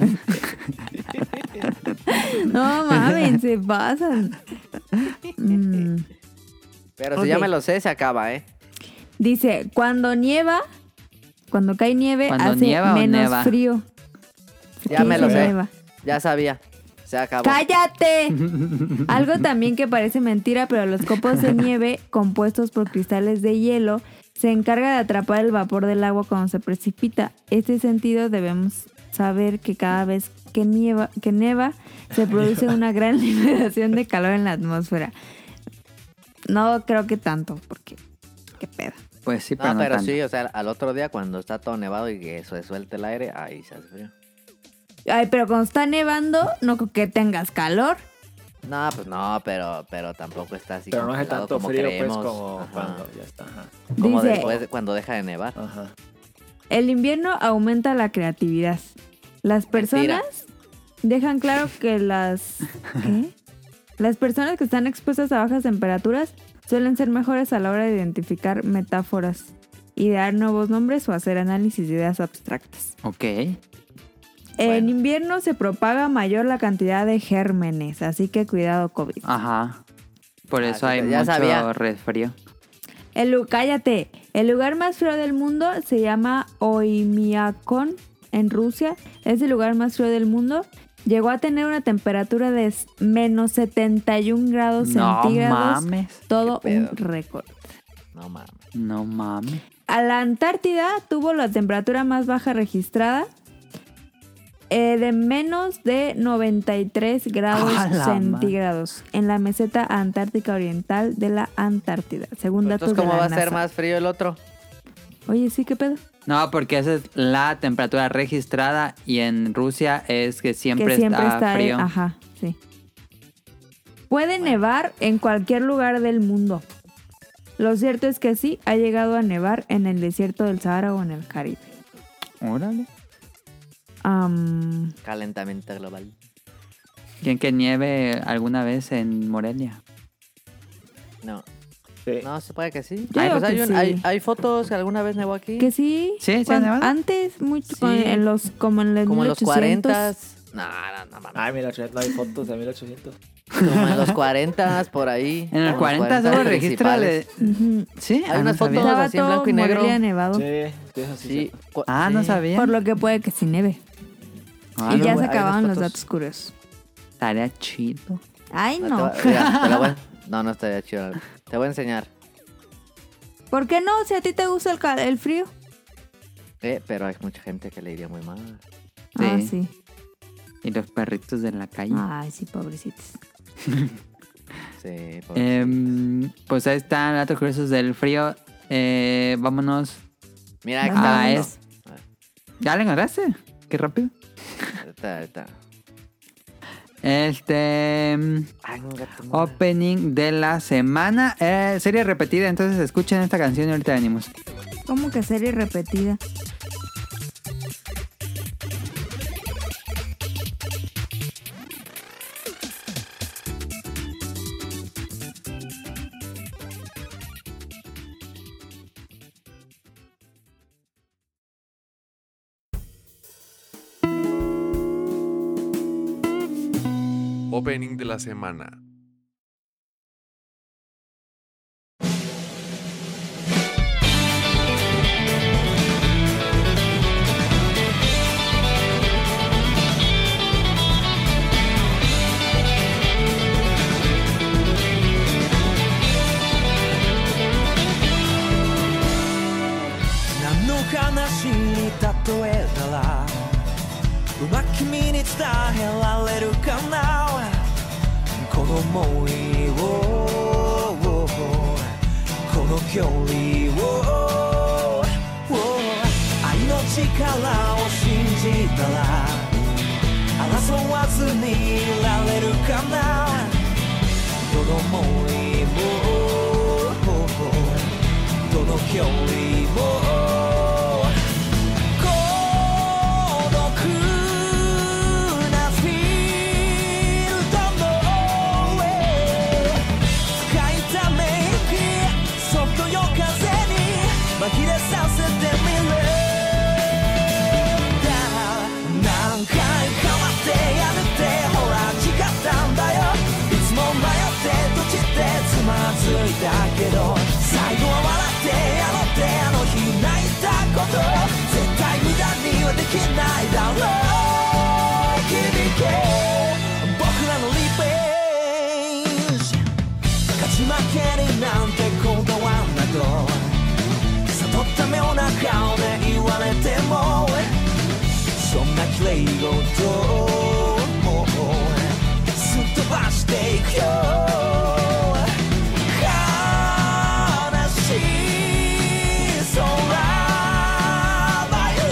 No mames, se pasan. Mm.
Pero
Ok.
si ya me lo sé, se acaba, ¿eh?
Dice, cuando nieva, cuando cae nieve,
Cuando
hace
nieva o
menos
neva.
frío.
Ya me
Sí,
lo
sí,
sé.
nieva.
Ya sabía. Se
[LAUGHS]
acabó.
¡Cállate! Algo también que parece mentira, pero los copos
[LAUGHS]
de nieve compuestos por cristales de hielo se encarga de atrapar el vapor del agua cuando se precipita. Este sentido debemos saber que cada vez que nieva, que neva se produce una gran [LAUGHS] liberación de calor en la atmósfera. No creo que tanto, porque qué pedo.
Pues sí, pero
No,
no,
pero
tanto.
sí, o sea, al otro día cuando está todo nevado y que se suelta el aire, ahí se hace frío.
Ay, pero cuando está nevando, no creo que tengas calor.
No, pues no, pero, pero tampoco está así
pero no hace
congelado
tanto
como
frío,
creemos.
pues, como
Ajá.
cuando ya está. Ajá.
Como
Dice-
después, de- cuando deja de nevar.
Ajá.
El invierno aumenta la creatividad. Las personas
Mentira.
dejan claro
[LAUGHS]
que las... ¿Qué? Las personas que están expuestas a bajas temperaturas suelen ser mejores a la hora de identificar metáforas, idear nuevos nombres o hacer análisis de ideas abstractas.
Ok.
En invierno se propaga mayor la cantidad de gérmenes, así que cuidado COVID.
Ajá. Por
Ah,
eso
sí,
hay
ya
mucho
sabía.
resfrío.
El, lu- cállate. El lugar más frío del mundo se llama Oymyakon, en Rusia. Es el lugar más frío del mundo. Llegó a tener una temperatura de s- menos 71 grados
No
centígrados.
mames.
Todo
Qué
un
pedo.
récord.
No mames.
No mames.
A la Antártida tuvo la temperatura más baja registrada. eh, de menos de 93 grados
¡A la madre!
centígrados en la meseta antártica oriental de la Antártida, según
Pues,
datos
Entonces, ¿cómo
de
va
la
a ser
NASA.
más frío el otro?
Oye, sí, ¿qué pedo?
No, porque esa es la temperatura registrada y en Rusia es que siempre,
que siempre
está,
está,
frío.
Ajá, sí. Puede nevar en cualquier lugar del mundo. Lo cierto es que sí, ha llegado a nevar en el desierto del Sahara o en el Caribe.
Órale.
Am,
Calentamiento global.
¿Quién que nieve alguna vez en Morelia?
No,
Sí.
no, se puede que sí.
Yo
Ay,
digo
pues, hay,
que
un-
sí.
hay, hay fotos que alguna vez nevó aquí.
que sí.
Sí, sí ha
cuan-
nevado.
Antes, mucho,
Sí.
con- en los, como en los
Como en los
1800.
40. No, no, no, mames.
Ay, 1800, no hay fotos de 1800.
Como en los 40 por ahí.
En el
Como
40 hubo registro
principales.
de...
Ujú.
Sí,
Hay
Ah,
unas
no sabía.
fotos.
Estaba
así en
todo
blanco y negro.
Morelia nevado.
Sí, sí, eso sí.
Sí. cua-
Ah, no
sí.
sabía.
Por lo que puede que sí nieve.
Ah,
y
no,
güey,
ya se
hay unas
acabaron los
fotos.
datos curiosos.
Estaría chido.
Ay,
Ah,
no.
te
[LAUGHS]
va- mira, te
[LAUGHS]
la voy a- No, no estaría chido. Te voy a enseñar.
¿Por qué no? Si a ti te gusta el, ca- el frío.
Eh, pero hay mucha gente que le iría muy mal.
Sí.
Ah, sí.
Y los perritos de la calle.
Ay, sí, pobrecitos.
Sí, por-
Em, pues ahí están datos curiosos del frío. Eh, vámonos.
Mira, aquí está
Ah,
uno.
es. ¿Ya le encontraste? Qué rápido.
Ahorita, ahorita.
Este. em,
Ay, venga, tu madre.
Opening de la semana. Eh, serie repetida, entonces escuchen esta canción y ahorita venimos.
¿Cómo que serie repetida?
opening de la semana.
何の話に例えたらうまく君に伝えられるかなこの想いをこの距離を愛の力を信じたら争わずにいられるかなどの想いもどの距離も孤独なフィールドの上使いため息そっと夜風に紛れさせてみる何回変わってやるってほら誓ったんだよいつも迷って閉じてつまずいたけど最後は笑ってやろうってあの日泣いたこと絶対無駄にはできないだろう響け僕らのリベンジ勝ち負けになんてこだわんなど悟った妙な顔で言われてもそんな綺麗事もすっ飛ばしていくよ悲しい空だよ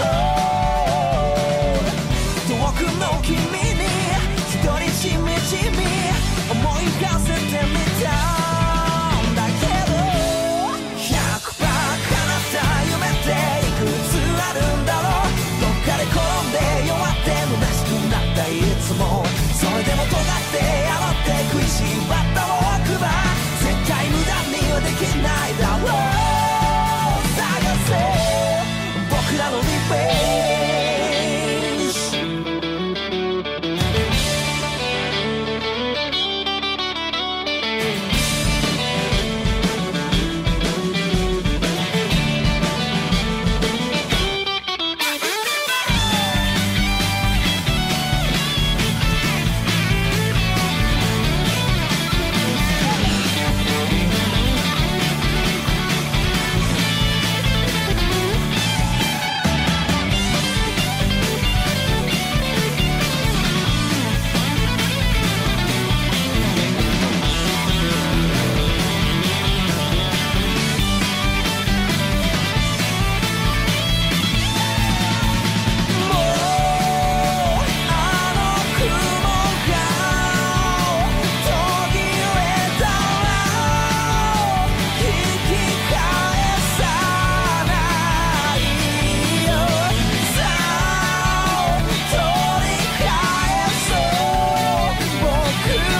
遠くの君に一人しみじみ思い出せてみたんだけど100%叶った夢っていくつあるんだろうどっかで転んで弱って虚しくなったいつもそれでも尖ってやろって食いしばった僕は絶対無駄にはできないだろう探せ僕らのリベンジもうあの雲が途切れたら引き返さないよさあ取り返そう僕ら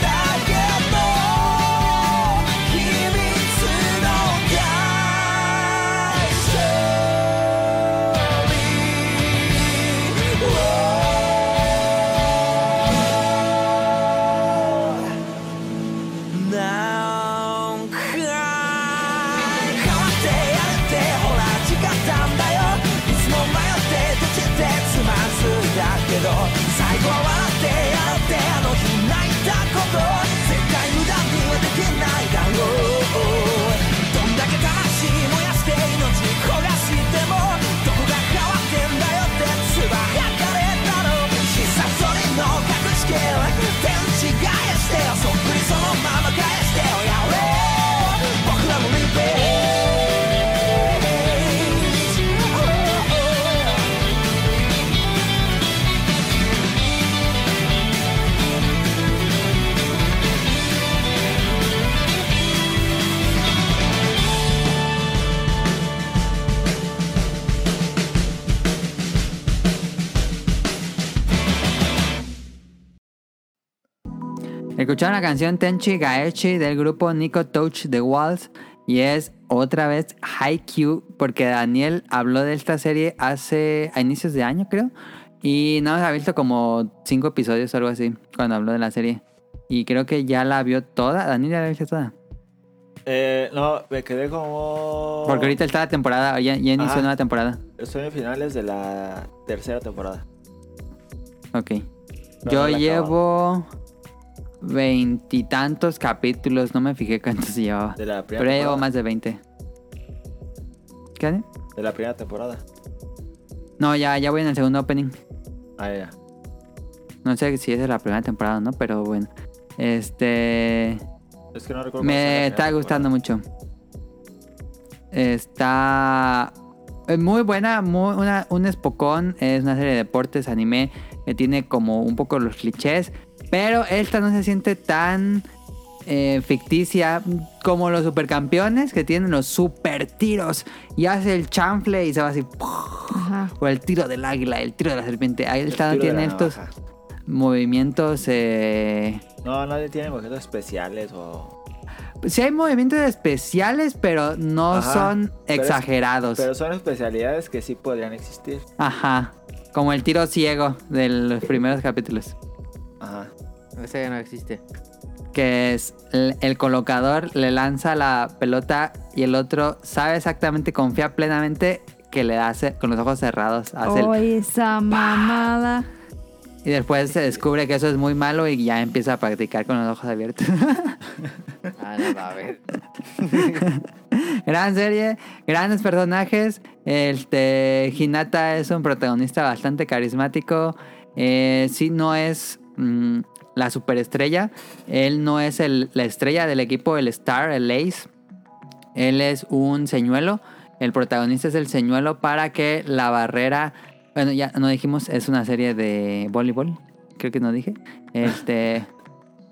だけの秘密の大勝利何回変わってやるってほら誓ったんだよいつも迷って閉じてつまずいたけど最後は笑ってやろうってあの日泣いたこと絶対無駄にはできないだろうどんだけ魂燃やして命焦がしてもどこが変わってんだよってつばやかれたろ必殺それの隠し系は天地返してよそっくりそのまま返してよやれ僕らのリベンジ Oh, oh, oh.
Escucharon la canción Tenchi Gaechi del grupo Nico Touch The Walls y es otra vez Haikyuu porque Daniel habló de esta serie hace a inicios de año creo Y no, ha visto como cinco episodios o algo así cuando habló de la serie. Y creo que ya la vio toda. Dani ya la vio toda.
Eh, no, me quedé como.
Porque ahorita está la temporada, ya, ya inició
Oh. Ajá.
nueva temporada.
Estoy en finales de la tercera temporada.
Ok.
Pero
Yo
no la he
llevo veintitantos capítulos, no me fijé cuántos [LAUGHS] llevaba.
De la
Pero
primera
ya llevo
temporada.
más de 20. ¿Qué? Dani?
De la primera temporada.
No, ya, ya voy en el segundo opening.
Ah, ya.
No sé si es de la primera temporada, ¿no? Pero bueno. Este.
Es que no recuerdo. cuál fue la
Me
primera
está gustando mucho. Está eh, muy buena, muy, una- un espocón. Es una serie de deportes, anime, que tiene como un poco los clichés. Pero esta no se siente tan eh, ficticia como los supercampeones que tienen los super tiros. Y hace el chanfle y se va así.
Ajá.
O el tiro del águila, el tiro de la serpiente. Ahí
El
esta no
tiro de
tiene
la
estos
navaja.
movimientos. eh,
No, nadie tiene objetos especiales o.
Sí hay movimientos especiales, pero no
Ajá,
son
pero es-
exagerados.
Pero son especialidades que sí podrían existir.
Ajá. Como el tiro ciego de los primeros capítulos.
Ajá.
Oh.
Ese no existe.
Que es el, el colocador le lanza la pelota y el otro sabe exactamente, confía plenamente que le hace con los ojos cerrados. Hace el-
Oye, esa mamada.
y después se descubre que eso es muy malo y ya empieza a practicar con los ojos abiertos. [LAUGHS]
Ah, no, a ver.
gran serie, grandes personajes. Este, Hinata es un protagonista bastante carismático. Eh, sí, no es mm, la superestrella. Él no es el- la estrella del equipo, el Star, el Ace. Él es un señuelo. El protagonista es el señuelo para que la barrera. Bueno, ya no dijimos, es una serie de voleibol. Creo que no dije.
[LAUGHS]
Este.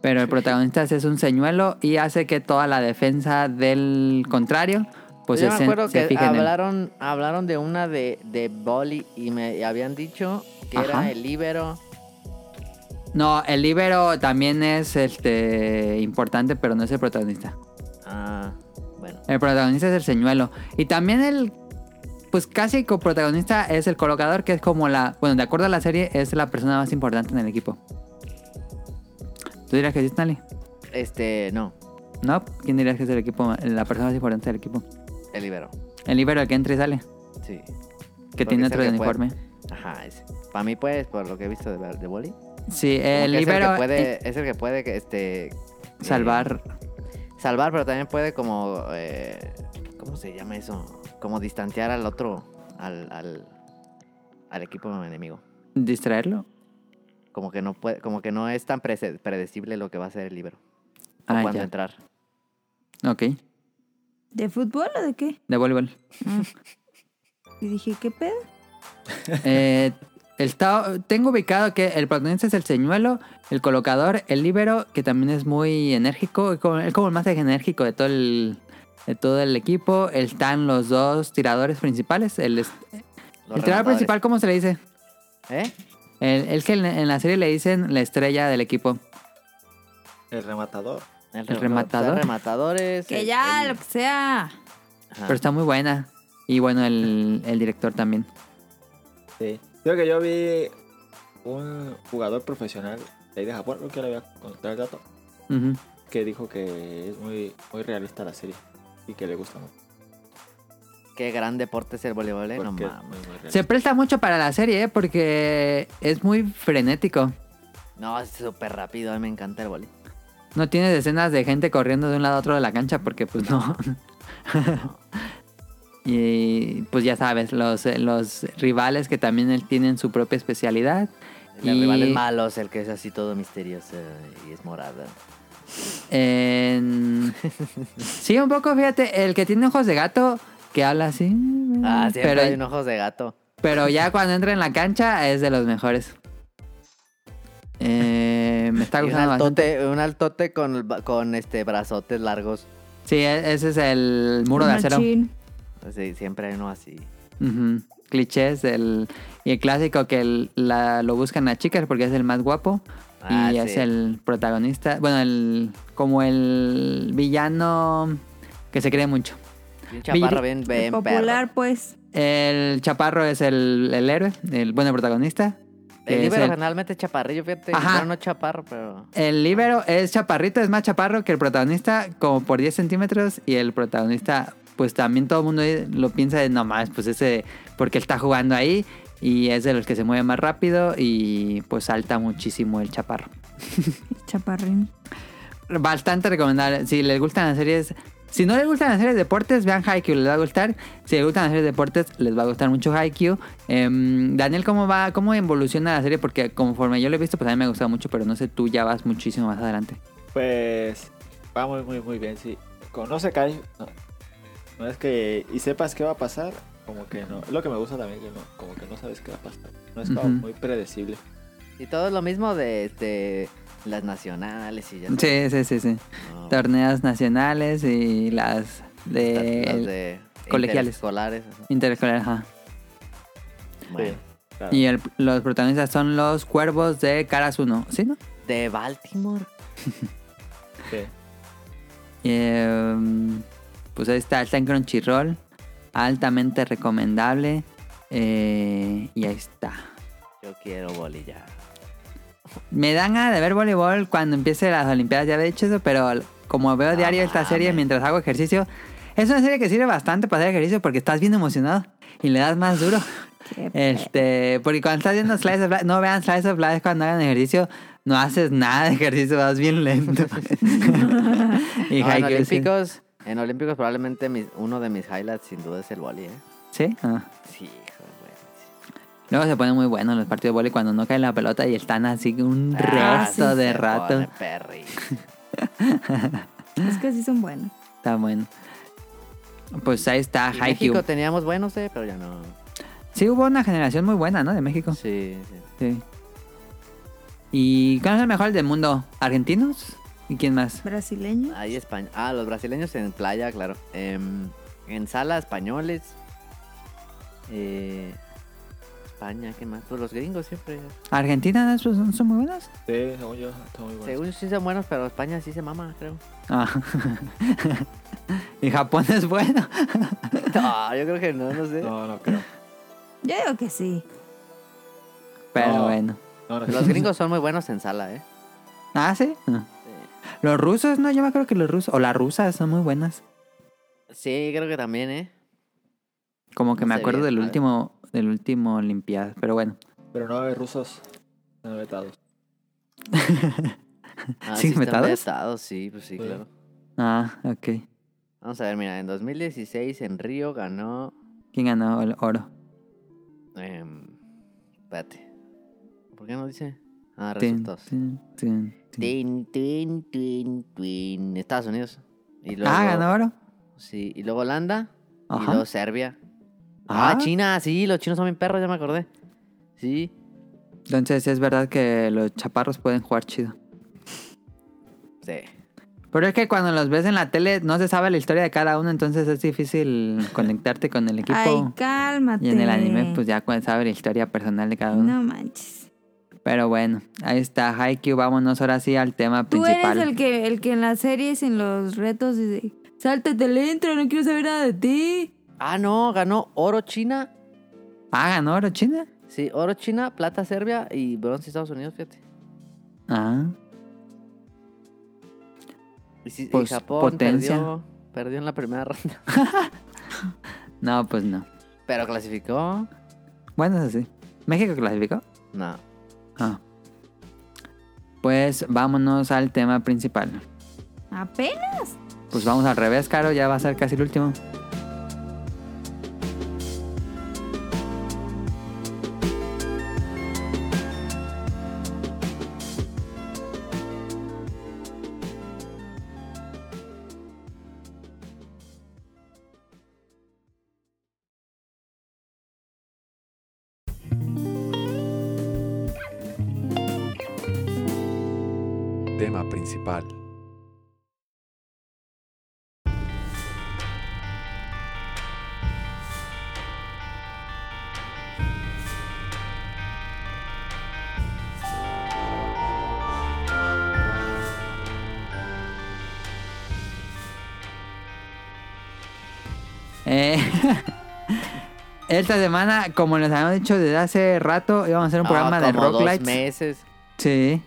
Pero el protagonista es un señuelo y hace que toda la defensa del contrario [LAUGHS] pues
Yo
se,
me acuerdo
se
que
fije en él.
hablaron, hablaron de una de, de Boli y me y habían dicho que
Ajá.
era el líbero.
No, el libero también es este importante, pero no es el protagonista.
Ah, bueno.
El protagonista es el señuelo. Y también el pues casi coprotagonista es el colocador, que es como la, bueno, de acuerdo a la serie, es la persona más importante en el equipo. ¿Tú dirías que sí, Stanley?
Este, no,
No, ¿quién dirías que es el equipo, la persona más importante del equipo?
el líbero.
El libero, el que entra y sale,
Sí.
que
Porque
tiene
es el
otro
que puede.
uniforme.
Ajá, ese. Para mí, pues, por lo que he visto de, de Boli. como
Sí,
que
el
es el
Eh, libero eh,
que puede, eh, es el que puede que, este, eh,
salvar.
salvar, pero también puede como. eh, ¿Cómo se llama eso? Como distanciar al otro, al, al, al equipo enemigo.
¿Distraerlo?
Como que no puede, como que no es tan prese- predecible lo que va a hacer el libero. O
Ah,
cuándo
ya.
entrar.
Ok,
¿De fútbol o de qué?
de voleibol.
Y dije, ¿qué pedo?
Eh, está- tengo ubicado que el protagonista es el señuelo, el colocador, el líbero, que también es muy enérgico, es como, es como el más enérgico de todo el, de todo el equipo. Están los dos tiradores principales. El, es-
Los
el tirador
rematadores.
principal, ¿cómo se le dice?
¿Eh?
El, el que en, en la serie le dicen la estrella del equipo.
El rematador.
¿El
re-
rematador?
los rematadores.
Que
el-
ya,
el-
lo que sea.
ajá.
Pero está muy buena. Y bueno, el, el director también.
Sí. Creo que yo vi un jugador profesional de ahí de Japón, creo que le voy a contar el dato,
Ujú.
que dijo que es muy, muy realista la serie y que le gusta mucho.
Qué gran deporte es el voleibol, eh, no
porque es
mames.
muy, muy realista.
Se presta mucho para la serie, ¿eh? porque es muy frenético.
No, es súper rápido, a mí me encanta el voli.
No tienes escenas de gente corriendo de un lado a otro de la cancha porque pues no. [LAUGHS] y pues ya sabes, los, los rivales que también él- tienen su propia especialidad.
El
Y-
rival es malo, es el que es así todo misterioso y es morada. [LAUGHS]
En- Sí, un poco, fíjate, el que tiene ojos de gato que habla así.
Ah, siempre
Mm, pero,
hay un ojos de gato.
pero ya cuando entra en la cancha es de los mejores. Eh, me está
Y un
gustando bastante.
altote, un altote con, ba- con este brazotes largos.
Sí, e- ese es el muro de acero.
Machín.
Sí, siempre hay uno así.
Ujú. Clichés el, y el clásico que el- la- lo buscan las chicas porque es el más guapo
Ah,
y
sí.
es el protagonista, bueno, el como el villano que se cree mucho.
Un chaparro
Mira,
bien, bien
Popular,
perro.
pues.
El chaparro es el, el héroe, el bueno el protagonista que
El
es
libro
el-
generalmente es chaparrillo, fíjate.
Ajá.
Bueno, no chaparro, pero.
El libero es chaparrito, es más chaparro que el protagonista, como por 10 centímetros. Y el protagonista, pues también todo el mundo lo piensa de no más, pues ese, porque él está jugando ahí y es de los que se mueve más rápido y pues salta muchísimo el chaparro.
Chaparrín.
Bastante recomendable. Si les gustan las series, si no les gustan las series de deportes, vean Haikyuu, les va a gustar. Si les gustan las series de deportes, les va a gustar mucho Haikyuu. Em, Daniel, ¿cómo va? ¿Cómo evoluciona la serie? Porque conforme yo lo he visto, pues a mí me ha gustado mucho, pero no sé, tú ya vas muchísimo más adelante.
Pues va muy, muy, muy bien. Sí. Conoce Kai. No, no es que. Y sepas qué va a pasar. Como que no. Es lo que me gusta también. Que no, como que no sabes qué va a pasar. No es como
Ujú.
muy predecible.
Y todo es lo mismo de este, las nacionales y ya. sabes,
Sí, sí, sí, sí.
¿no?
Torneos nacionales y las
Las-
de,
las de
colegiales.
Escolares.
interescolares, ajá.
Bueno.
Sí, claro.
Y el- los protagonistas son los cuervos de Karasuno, ¿sí, no?
De Baltimore.
Sí.
Y, em, pues ahí está, está en Crunchyroll, altamente recomendable. eh, y ahí está.
Yo quiero bolillar.
Me dan ganas de ver voleibol cuando empiece las Olimpiadas, ya había dicho eso, pero como veo
No
diario esta serie
mames.
mientras hago ejercicio, es una serie que sirve bastante para hacer ejercicio porque estás bien emocionado y le das más duro.
Qué
Este, porque cuando estás viendo Slice of Life, no vean Slice of Life cuando hagan ejercicio, no haces nada de ejercicio, vas bien
[LAUGHS]
lento. y
No, en
Haikyuu, sí.
Olímpicos, en Olímpicos probablemente mis- uno de mis highlights sin duda es el boli, ¿eh?
¿Sí? Ah.
Sí, hijo, güey. sí.
Luego se ponen muy buenos los partidos de vóley cuando no cae la pelota y están así un
Ah,
resto
sí,
de
se
rato.
pone perri.
Ah.
Es que sí son buenos.
Está bueno. Pues ahí está
En
Haikyuu.
México teníamos buenos, ¿eh? Pero ya no.
Sí, hubo una generación muy buena, ¿no? De México.
Sí, sí.
Sí. ¿Y cuál es el mejor del mundo? ¿Argentinos? ¿Y quién más?
Brasileño.
Ahí España. Ah, los brasileños en playa, claro. Em, en sala, españoles. Eh, España, ¿qué más? Pues los gringos siempre.
¿Argentina no son, son muy buenos?
Sí, según yo, está muy bueno.
Según yo sí son buenos, pero España sí se mama, [LAUGHS] creo.
Ah. [LAUGHS] ¿Y Japón es bueno?
No, yo creo que no, no sé.
No, no creo.
Yo digo que sí.
Pero
No.
bueno.
No, no
[LAUGHS] Los gringos son muy buenos en sala, ¿eh?
Ah, ¿sí? Ah. Los rusos, no, yo me acuerdo que los rusos, o las rusas son muy buenas.
Sí, creo que también, ¿eh?
Como que
No
me
sé
acuerdo
bien,
del
a ver.
último, del último Olimpiadas, pero bueno. [LAUGHS]
Pero no hay rusos. No hay vetados.
Ah,
¿Sí,
están
vetados?
vetados, sí, pues sí,
Sí.
claro.
Ah, ok.
Vamos a ver, mira, en 2016 en Río ganó.
¿Quién ganó el oro?
em, espérate. ¿Por qué no dice? Ah,
Tin,
resultados.
tin, tin, tin.
Tin, tin, tin, tin. Estados Unidos. Y luego,
Ah, ganó oro.
Sí, y luego Holanda. Y
Ajá.
luego Serbia. Ah,
Ah.
China, sí, los chinos son bien perros, ya me acordé. Sí.
Entonces es verdad que los chaparros pueden jugar chido.
Sí.
Pero es que cuando los ves en la tele no se sabe la historia de cada uno, entonces es
[LAUGHS]
difícil conectarte con el equipo.
Ay, cálmate.
y en el anime, pues ya cuando sabe la historia personal de cada uno.
No manches.
Pero bueno, ahí está Haikyuu. Vámonos ahora sí al tema
Tú
principal.
eres el que, el que en las series, en los retos, dice: Sáltate el intro, no quiero saber nada de ti.
Ah, no, ganó oro China.
Ah, ganó oro China.
Sí, oro China, plata Serbia y bronce Estados Unidos, fíjate.
Ah,
Y, sí- y
Pues,
Japón
potencia.
perdió, perdió en la primera [LAUGHS] ronda.
no, pues no.
Pero clasificó.
Bueno, es así. ¿México clasificó?
No.
Ah. Pues vámonos al tema principal.
¿Apenas?
Pues vamos al revés, Caro, ya va a ser casi el último.
Tema principal.
Eh, [LAUGHS] Esta semana, como les habíamos dicho desde hace rato, íbamos a hacer un programa de
Ah, como
Rock
dos
Lights.
meses.
Sí.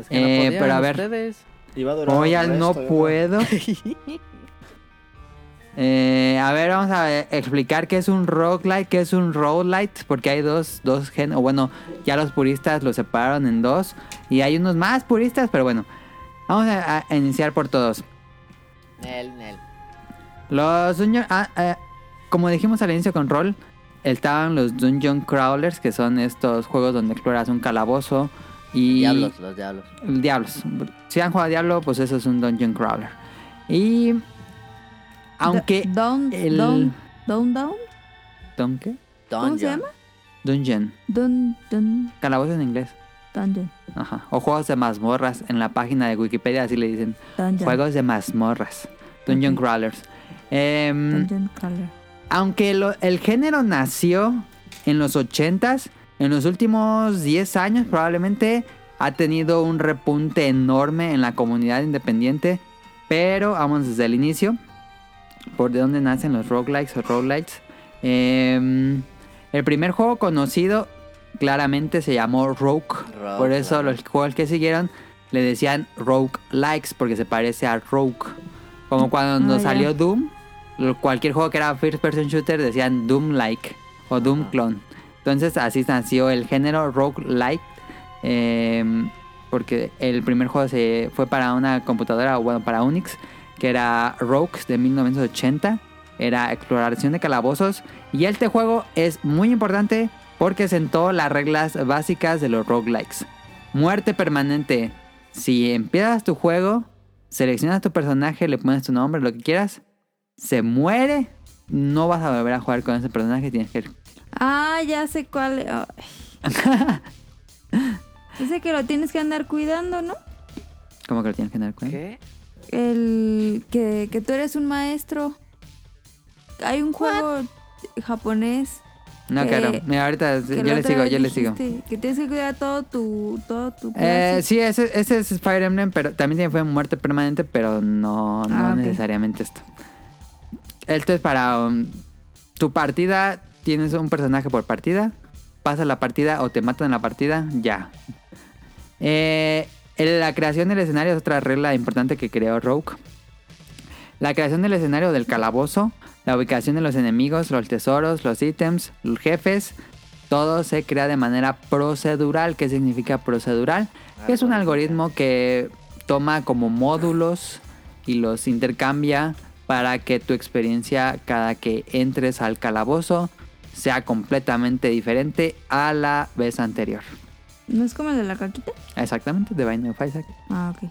Es que no
Eh,
podían
pero a ver.
ustedes.
Iba a durar
Hoy
un
al no
resto, yo creo. [LAUGHS]
puedo. [LAUGHS] Eh, a ver, vamos a explicar qué es un rock light, qué es un road light, porque hay dos, dos géneros. Bueno, ya los puristas los separaron en dos y hay unos más puristas, pero bueno, vamos a, a iniciar por todos.
Nel, nel.
Los dungeon, ah, eh, como dijimos al inicio con Roll, estaban los dungeon crawlers, que son estos juegos donde exploras un calabozo y
Diablos, los diablos.
Diablos. Si han jugado a Diablo, pues eso es un Dungeon Crawler. Y. Aunque.
Do- Down,
el-
down, down, down.
¿Don qué?
¿Cómo se
Dungeon.
llama?
Dungeon.
Dun, dun,
Calabozo en inglés.
dungeon,
Ajá. O juegos de mazmorras. En la página de Wikipedia así le dicen.
dungeon.
Juegos de mazmorras. Dungeon
Ok.
Crawlers. Em,
Dungeon Crawler.
aunque lo- el género nació en los 80s, en los últimos 10 años probablemente ha tenido un repunte enorme en la comunidad independiente, pero vamos desde el inicio, por de dónde nacen los roguelikes o roguelites. Em, el primer juego conocido claramente se llamó Rogue,
Rogue,
por eso
claro.
los juegos que siguieron le decían Rogue Likes porque se parece a Rogue. Como cuando
Ah, ya.
salió Doom, lo- cualquier juego que era first person shooter decían Doom like o Doom
Ah.
Ajá.
clone. Entonces así nació el género rogue like em, porque el primer juego se fue para una computadora o bueno para Unix que era Rogue de 1980. Era exploración de calabozos y este juego es muy importante porque sentó las reglas básicas de los roguelikes. Muerte permanente. Si empiezas tu juego, seleccionas tu personaje, le pones tu nombre, lo que quieras, se muere, no vas a volver a jugar con ese personaje, tienes que...
Ah, ya sé cuál. ay.
[LAUGHS]
Dice que lo tienes que andar cuidando, ¿no?
¿Cómo que lo tienes que tener cuenta?
¿Qué?
El que, que tú eres un maestro. Hay un juego japonés.
No,
Que-
claro. Mira, ahorita
que
yo
la
le
otra
sigo,
vez
yo le sigo.
dijiste Que tienes que cuidar todo tu todo tu
Eh,
clase.
sí, ese, ese es Fire Emblem, pero también tiene fue muerte permanente, pero no, no
Ah, ok.
necesariamente esto. Esto es para um, tu partida, tienes un personaje por partida, pasa la partida o te matan en la partida, ya. Eh, en la creación del escenario es otra regla importante que creó Rogue. La creación del escenario del calabozo, la ubicación de los enemigos, los tesoros, los ítems, los jefes, todo se crea de manera procedural. ¿Qué significa procedural? Que es un algoritmo que toma como módulos y los intercambia para que tu experiencia cada que entres al calabozo sea completamente diferente a la vez anterior.
¿No es como el de la caquita?
Exactamente, de Binding of Isaac.
Ah, ok.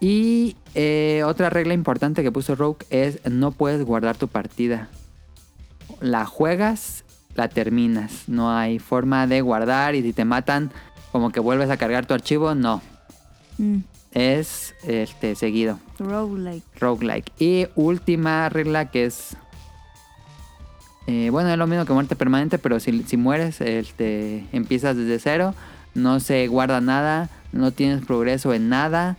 Y eh, otra regla importante que puso Rogue es no puedes guardar tu partida. La juegas, la terminas. No hay forma de guardar y si te matan, como que vuelves a cargar tu archivo, no.
Mm,
Es este seguido.
roguelike.
Roguelike. Y última regla que es... eh, bueno, es lo mismo que muerte permanente, pero si, si mueres, este, empiezas desde cero, no se guarda nada, no tienes progreso en nada.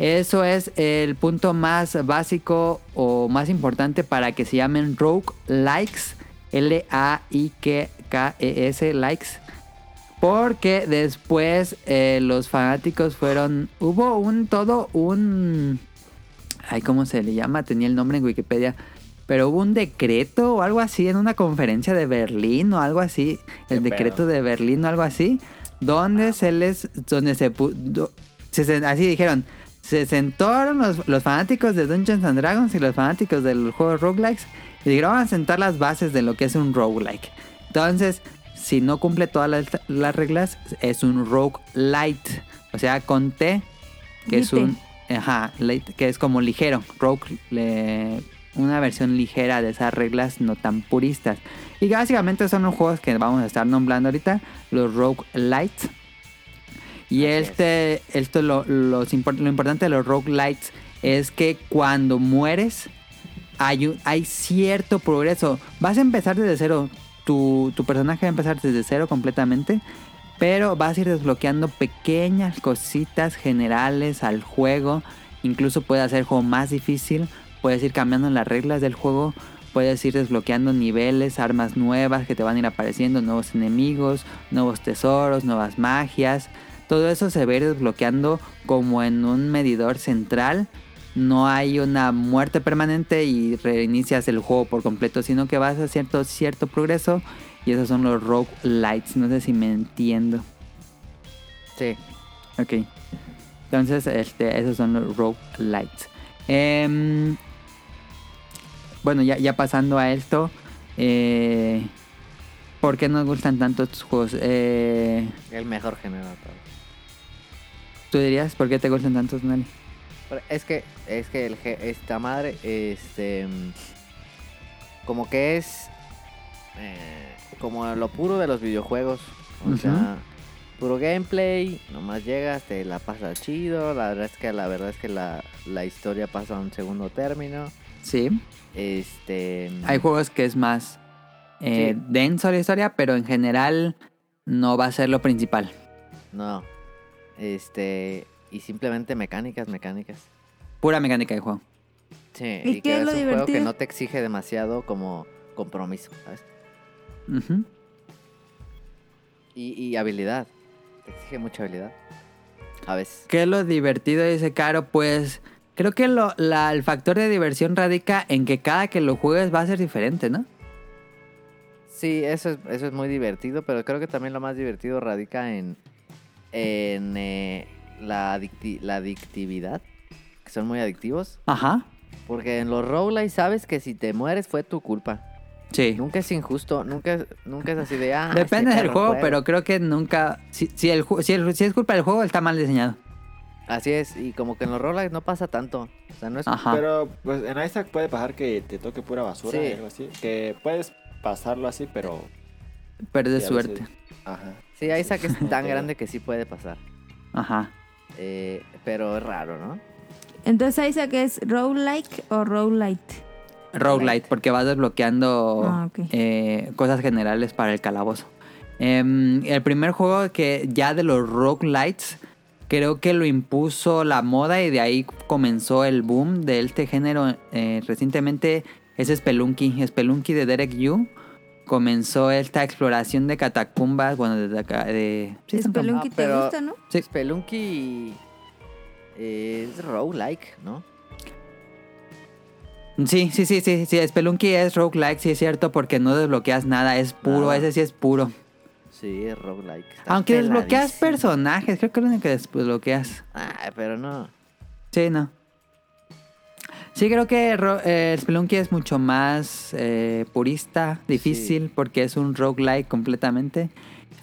Eso es el punto más básico o más importante para que se llamen rogue likes, L-A-I-K-E-S E likes, porque después eh, los fanáticos fueron, hubo un todo un, ay, ¿cómo se le llama? Tenía el nombre en Wikipedia. Pero hubo un decreto o algo así en una conferencia de Berlín o algo así. El
Qué
decreto
pedo.
de Berlín o algo así. Donde se les... Donde se, pu- do- se sen- Así dijeron. Se sentaron los, los fanáticos de Dungeons and Dragons y los fanáticos del juego roguelikes. Y dijeron, vamos a sentar las bases de lo que es un roguelike. Entonces, si no cumple todas las, las reglas, es un roguelite. O sea, con T, que es
Lite.
un... Ajá, light, que es como ligero, rogue, le- una versión ligera de esas reglas no tan puristas. Y básicamente son los juegos que vamos a estar nombrando ahorita, los rogue lights. Y
Así
este, esto lo, los impor- lo importante de los rogue lights es que cuando mueres hay, un- hay cierto progreso. Vas a empezar desde cero, tu, tu personaje va a empezar desde cero completamente. Pero vas a ir desbloqueando pequeñas cositas generales al juego. Incluso puede hacer el juego más difícil. Puedes ir cambiando las reglas del juego. Puedes ir desbloqueando niveles, armas nuevas que te van a ir apareciendo, nuevos enemigos, nuevos tesoros, nuevas magias. Todo eso se va a ir desbloqueando como en un medidor central. No hay una muerte permanente y reinicias el juego por completo, sino que vas a cierto, cierto progreso. Y esos son los rogue lights. No sé si me entiendo.
Sí.
Ok. Entonces, este, esos son los rogue lights. Em, bueno, ya, ya pasando a esto, eh, ¿por qué nos gustan tanto estos juegos? Eh,
El mejor género de todos.
¿Tú dirías por qué te gustan tantos, Nelly?
Pero es que, es que el ge- esta madre, este. mm, Como que es. eh, como lo puro de los videojuegos. O
Ujú.
sea, puro gameplay. Nomás llegas, te la pasas chido. La verdad es que la verdad es que la, la historia pasa a un segundo término.
Sí.
Este. mm,
Hay juegos que es más eh,
Sí.
denso la historia, pero en general no va a ser lo principal.
No. Este. Y simplemente mecánicas, mecánicas.
Pura mecánica de juego.
Sí,
¿Y
y,
qué
que
es
es,
lo
un juego que
divertido?
no te exige demasiado como compromiso, ¿sabes?
Ujú.
Y, y habilidad. Te exige mucha habilidad. A veces.
¿Qué es lo divertido dice Caro? Pues creo que lo- la- el factor de diversión radica en que cada que lo juegues va a ser diferente, ¿no?
Sí, eso es, eso es muy divertido, pero creo que también lo más divertido radica en, en eh, la, adicti- la adictividad, que son muy adictivos.
Ajá.
Porque en los roguelites sabes que si te mueres fue tu culpa.
Sí.
Nunca es injusto, nunca, nunca es así de... Ah, este
Depende del
perro
juego,
juega".
pero creo que nunca. Si, si el, ju- si, el- si es culpa del juego, está mal diseñado.
Así es, y como que en los roguelites no pasa tanto. O sea, no es...
Ajá.
Pero pues en Isaac puede pasar que te toque pura basura
Sí.
o algo así. Que puedes pasarlo así, pero.
Perdes
sí, a veces-
suerte.
Ajá.
Sí, Isaac
[LAUGHS]
es tan
Pero-
grande que sí puede pasar.
Ajá.
Eh, pero es raro, ¿no?
Entonces Isaac es roguelike o roguelite.
Roguelite, porque vas desbloqueando
Ah, ok.
eh, cosas generales para el calabozo. Em, el primer juego que ya de los roguelites, creo que lo impuso la moda y de ahí comenzó el boom de este género eh, recientemente es Spelunky. Spelunky de Derek Yu comenzó esta exploración de catacumbas, bueno, de... de, de- sí, son como-
Spelunky
Ah,
te
pero-
gusta, ¿no?
Sí.
Spelunky eh, es roguelike, ¿no?
Sí, sí, sí, sí, sí, Spelunky es roguelike, sí es cierto, porque no desbloqueas nada, es puro,
Nada.
ese sí es puro.
Sí, es roguelike. Está
Aunque desbloqueas
peladísimo.
personajes, creo que es lo único que desbloqueas.
Ah, pero no.
Sí, no. Sí, creo que ro- eh, Spelunky es mucho más eh, purista, difícil, porque es un roguelike completamente.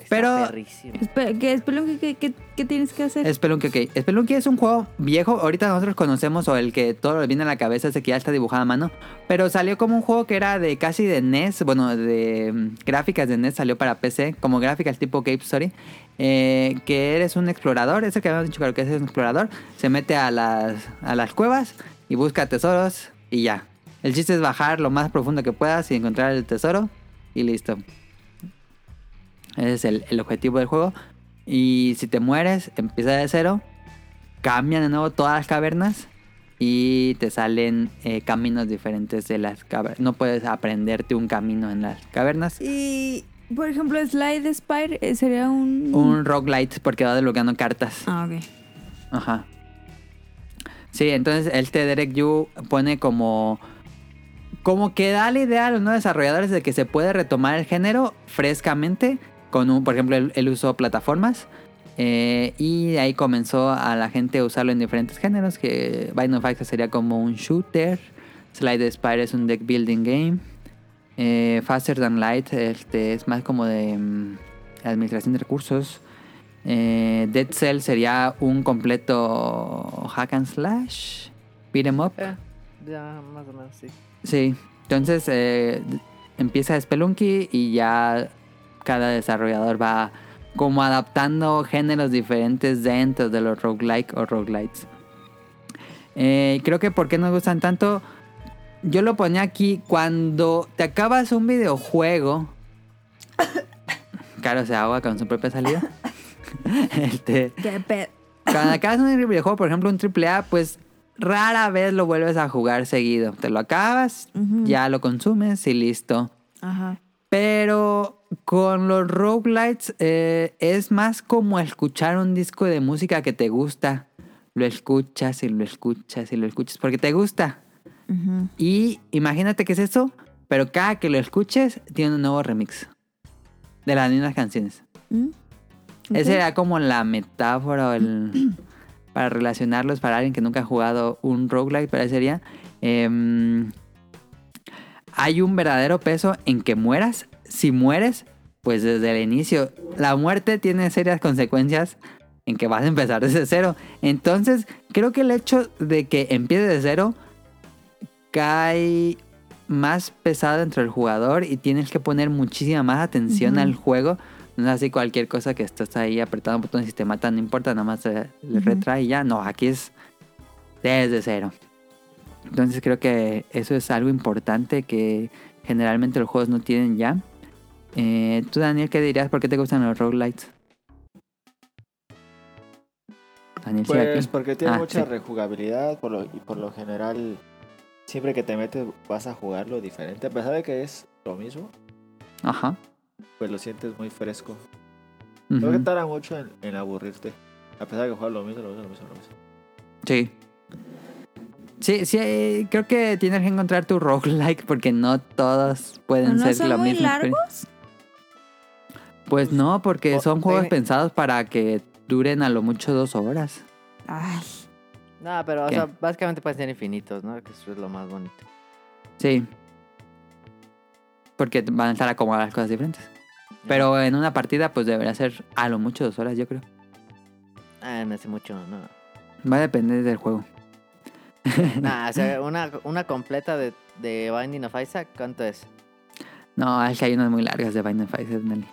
Está
Pero-
perrísimo.
Espe- ¿Qué, Spelunky, ¿qué, qué, qué tienes que hacer?
Spelunky, ok. Spelunky es un juego viejo. Ahorita nosotros conocemos, o el que todo nos viene a la cabeza, ese que ya está dibujado a mano. Pero salió como un juego que era de casi de NES, bueno, de mm, gráficas de NES, salió para PC, como gráficas tipo Cape Story. eh, que eres un explorador, ese que habíamos dicho, claro que es un explorador. Se mete a las, a las cuevas y busca tesoros y ya. El chiste es bajar lo más profundo que puedas y encontrar el tesoro y listo. Ese es el, el objetivo del juego. Y si te mueres, empieza de cero. Cambian de nuevo todas las cavernas. Y te salen eh, caminos diferentes de las cavernas. No puedes aprenderte un camino en las cavernas.
Y, por ejemplo, Slide Spire eh, sería un...
Un roguelite porque va desbloqueando cartas.
Ah, ok.
Ajá. Sí, entonces este Derek Yu pone como. Como que da la idea a los nuevos desarrolladores de que se puede retomar el género frescamente. Con un, por ejemplo, el, el uso de plataformas. Eh, y de ahí comenzó a la gente a usarlo en diferentes géneros. Que Binding of Isaac sería como un shooter. Slide the Spire es un deck building game. Eh, Faster Than Light este, es más como de mm, administración de recursos. Eh, Dead Cell sería un completo hack and slash. Beat 'em up.
Eh, ya, más o menos, sí.
Sí. Entonces eh, d- empieza Spelunky y ya cada desarrollador va como adaptando géneros diferentes dentro de los roguelike o roguelites. Eh, creo que por qué nos gustan tanto. Yo lo ponía aquí cuando te acabas un videojuego. Claro, se ahoga con su propia salida. [LAUGHS] Este,
Qué pedo.
cuando acabas un videojuego, por ejemplo, un AAA, pues rara vez lo vuelves a jugar seguido. Te lo acabas,
Ujú.
ya lo consumes y listo.
Ajá.
Pero con los roguelites eh, es más como escuchar un disco de música que te gusta. Lo escuchas y lo escuchas y lo escuchas porque te gusta.
ujú.
Y imagínate qué es eso, pero cada que lo escuches tiene un nuevo remix de las mismas canciones.
Mm.
Esa
Ok.
era como la metáfora o el- [CLEARS THROAT] para relacionarlos para alguien que nunca ha jugado un roguelike, pero ahí sería. em, hay un verdadero peso en que mueras. Si mueres, pues desde el inicio. La muerte tiene serias consecuencias en que vas a empezar desde cero. Entonces, creo que el hecho de que empieces de cero cae más pesado dentro del jugador y tienes que poner muchísima más atención al juego. No es así cualquier cosa que estás ahí apretando botones y te matan, no importa, nada más eh, le retrae y ya. No, aquí es desde cero. Entonces creo que eso es algo importante que generalmente los juegos no tienen ya. Eh, Tú, Daniel, ¿qué dirías? ¿Por qué te gustan los roguelites? Daniel, sigue
Pues
aquí.
porque tiene
Ah,
mucha
sí.
rejugabilidad por lo, y por lo general siempre que te metes vas a jugarlo diferente. A pesar de que es lo mismo,
Ajá.
pues lo sientes muy fresco. No que
Ujú.
tarda mucho en, en aburrirte. A pesar de que juegas lo mismo, lo mismo, lo mismo, lo mismo.
Sí. Sí, sí, eh, creo que tienes que encontrar tu roguelike porque no todos pueden
¿No
ser
son
lo
muy
mismo.
largos?
Pues no, porque
O-
son juegos
tiene-
pensados para que duren a lo mucho dos horas.
Ay.
No, pero, o
¿Qué?
sea, básicamente pueden ser infinitos, ¿no? Que eso es lo más bonito.
Sí. Porque van a estar acomodadas cosas diferentes. Pero en una partida, pues debería ser a lo mucho dos horas, yo creo.
Ah, no hace mucho, no.
Va a depender del juego.
Nah, Ah,
[LAUGHS]
o sea, una, una completa de, de Binding of Isaac, ¿cuánto es?
No, es que hay unas muy largas de Binding of Isaac, Nelly.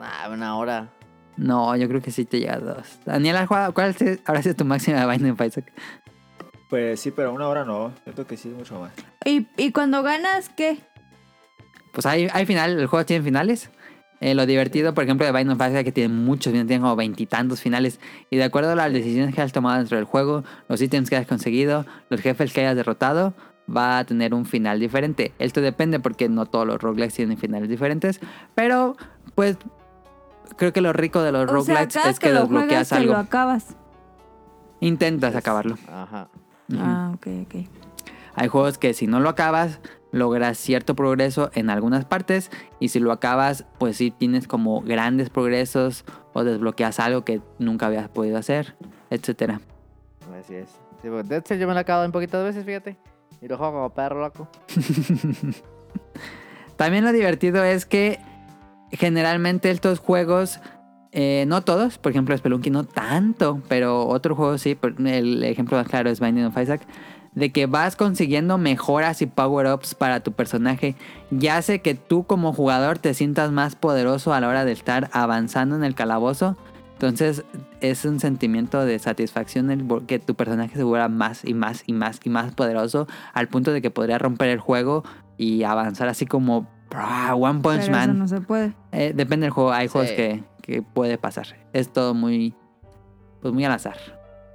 Ah, una hora.
No, yo creo que sí te llega a dos. Daniel, ¿has jugado? ¿cuál es, ahora sí es tu máxima de Binding of Isaac?
Pues sí, pero una hora no. Siento que sí es mucho más.
¿Y, y cuando ganas, ¿qué?
Pues hay, hay final, el juego tiene finales. Eh, lo divertido, por ejemplo, de Binding of Isaac, que tiene muchos, tiene como veintitantos finales. Y de acuerdo a las decisiones que has tomado dentro del juego, los ítems que has conseguido, los jefes que hayas derrotado, va a tener un final diferente. Esto depende porque no todos los roguelikes tienen finales diferentes. Pero, pues, creo que lo rico de los
O sea,
roguelikes
cada
es que
lo
desbloqueas
juegas te
algo.
lo acabas.
Intentas
Es-
acabarlo.
Ajá.
Ujú.
Ah, ok, ok.
Hay juegos que si no lo acabas, logras cierto progreso en algunas partes. Y si lo acabas, pues sí tienes como grandes progresos o desbloqueas algo que nunca habías podido hacer, etcétera.
Así es. Sí, porque Dead Cell yo me lo he acabado un poquito de veces, fíjate. Y lo juego como perro loco.
Ah, También lo divertido es que generalmente estos juegos, eh, no todos, por ejemplo Spelunky no tanto, pero otros juegos sí, por- el ejemplo más claro es Binding of Isaac, de que vas consiguiendo mejoras y power-ups para tu personaje y hace que tú como jugador te sientas más poderoso a la hora de estar avanzando en el calabozo. Entonces es un sentimiento de satisfacción el vo- que tu personaje se vuelva más y más y más y más poderoso al punto de que podría romper el juego y avanzar así como "Bra, One
Pero
Punch
eso
Man.
no se puede.
Eh, depende del juego, hay
Sí.
juegos que, que puede pasar. Es todo muy pues muy al azar.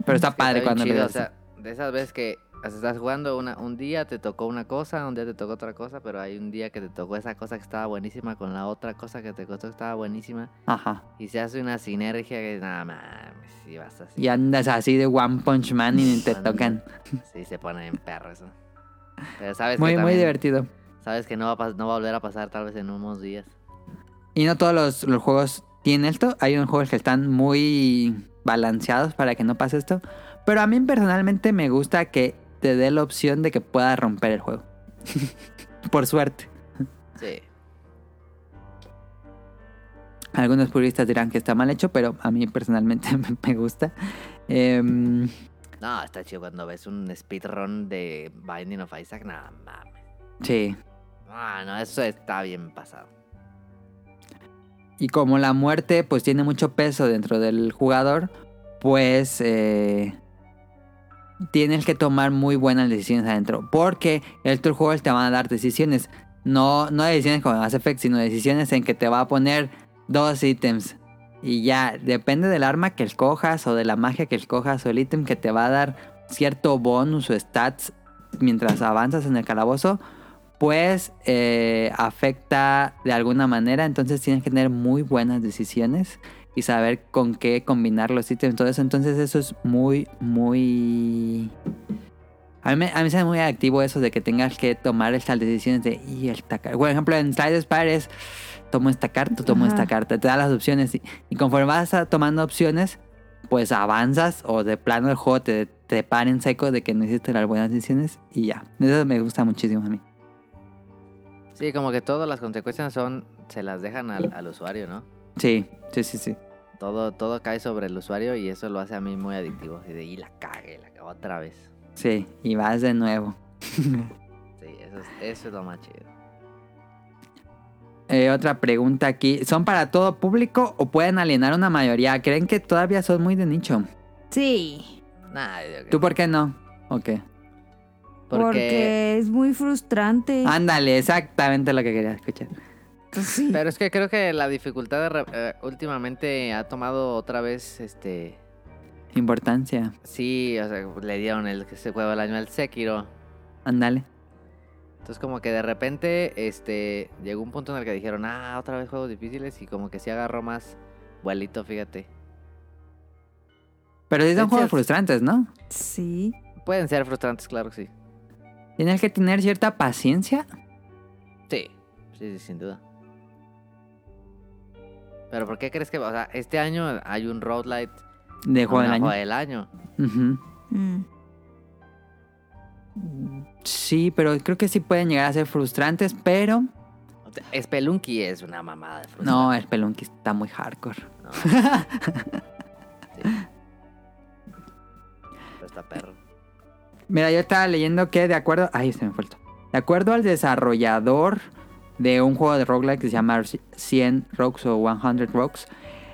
Pero está
Es que
padre
bien
cuando lo
chido, o
ves.
sea, de esas veces que o sea, estás jugando una, un día te tocó una cosa, un día te tocó otra cosa, pero hay un día que te tocó esa cosa que estaba buenísima con la otra cosa que te costó que estaba buenísima.
Ajá.
Y se hace una sinergia que nada mames, si vas así.
Y andas así de One Punch Man y ni te
Ándale.
tocan.
Sí, se pone en perro eso. Pero sabes
Muy,
que
muy
también-
divertido.
Sabes que no va, a pas- no va a volver a pasar tal vez en unos días.
Y no todos los, los juegos tienen esto. Hay unos juegos que están muy balanceados para que no pase esto. Pero a mí personalmente me gusta que te dé la opción de que puedas romper el juego. [LAUGHS] Por suerte.
Sí.
Algunos puristas dirán que está mal hecho, pero a mí personalmente [LAUGHS] me- me gusta. Em,
No, está chido cuando ves un speedrun de Binding of Isaac, nada mames.
sí.
Ah, no, eso está bien pasado.
Y como la muerte pues tiene mucho peso dentro del jugador, pues eh, tienes que tomar muy buenas decisiones adentro. Porque estos juegos te van a dar decisiones. No, no decisiones como Mass Effect, sino decisiones en que te va a poner dos ítems. Y ya, depende del arma que escojas o de la magia que escojas o el ítem que te va a dar cierto bonus o stats mientras avanzas en el calabozo, pues eh, afecta de alguna manera. Entonces tienes que tener muy buenas decisiones y saber con qué combinar los ítems. Todo eso. Entonces eso es muy, muy... A mí, me- a mí se me hace muy activo eso de que tengas que tomar estas decisiones de... Y esta carta. Por ejemplo, en Slide Spire es... Tomo esta carta, tomo
Ajá.
esta carta. Te da las opciones. Y, y conforme vas a- tomando opciones, pues avanzas o de plano el juego te, te para en seco de que no hiciste las buenas decisiones y ya. Eso me gusta muchísimo a mí.
Sí, como que todas las consecuencias son, se las dejan al, al usuario, ¿no?
Sí, sí, sí, sí.
Todo, todo cae sobre el usuario y eso lo hace a mí muy adictivo. Así de, y la cague, la cago otra vez.
Sí, y vas de nuevo.
Sí, eso es, eso es lo más chido.
Eh, otra pregunta aquí. ¿Son para todo público o pueden alienar una mayoría? ¿Creen que todavía son muy de nicho?
Sí.
Nah, yo creo
¿Tú
que-
por qué no? Ok.
Porque...
porque...
es muy frustrante.
Ándale, exactamente lo que quería escuchar.
Sí.
Pero es que creo que la dificultad de re- eh, últimamente ha tomado otra vez, este...
Importancia.
Sí, o sea, le dieron el que se juego el año al Sekiro.
Ándale.
Entonces como que de repente, este, llegó un punto en el que dijeron, ah, otra vez juegos difíciles y como que sí agarró más vuelito, fíjate.
Pero sí son
Es
juegos
cierto.
frustrantes, ¿no?
Sí.
Pueden ser frustrantes, claro que sí.
Tienes que tener cierta paciencia.
Sí, sí, sí, sin duda. Pero ¿por qué crees que, o sea, este año hay un Road Light
De juego del
una
año.
Juego del año?
Ujú.
Mm.
Sí, pero creo que sí pueden llegar a ser frustrantes, pero
O sea, Spelunky es una mamada de frustrante.
no, el pelunqui está muy hardcore.
No. Sí. Pero está perro.
Mira, yo estaba leyendo que de acuerdo. Ay, se me faltó. De acuerdo al desarrollador de un juego de roguelike que se llama 100 Rocks o 100 Rocks,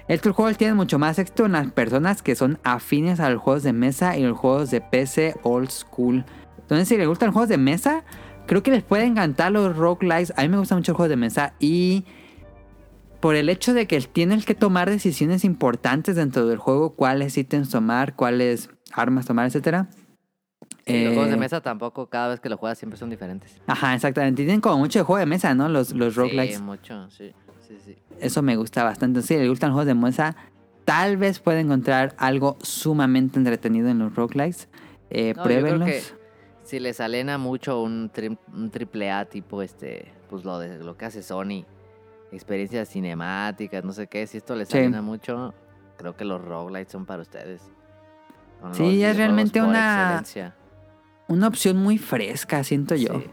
estos juegos tienen mucho más éxito en las personas que son afines a los juegos de mesa y los juegos de PC old school. Entonces, si les gustan los juegos de mesa, creo que les puede encantar los roguelikes. A mí me gustan mucho los juegos de mesa y por el hecho de que tienes que tomar decisiones importantes dentro del juego, cuáles ítems tomar, cuáles armas tomar, etcétera.
Sí, Los juegos de
Eh,
mesa tampoco, cada vez que lo juegas siempre son diferentes.
Ajá, exactamente. Tienen como mucho de juego de mesa, ¿no? Los, los roguelikes.
Sí, mucho, sí. Sí, sí.
Eso me gusta bastante. Si le gustan los juegos de mesa, tal vez pueda encontrar algo sumamente entretenido en los roguelikes. Eh,
No, yo creo
pruébenlos.
que si les alena mucho un, tri- un triple A tipo este, pues lo, de, lo que hace Sony, experiencias cinemáticas, no sé qué, si esto les
Sí.
alena mucho, creo que los roguelites son para ustedes. Son
Sí, es
los videojuegos
realmente
por
una-
excelencia.
Una opción muy fresca, siento yo.
Sí.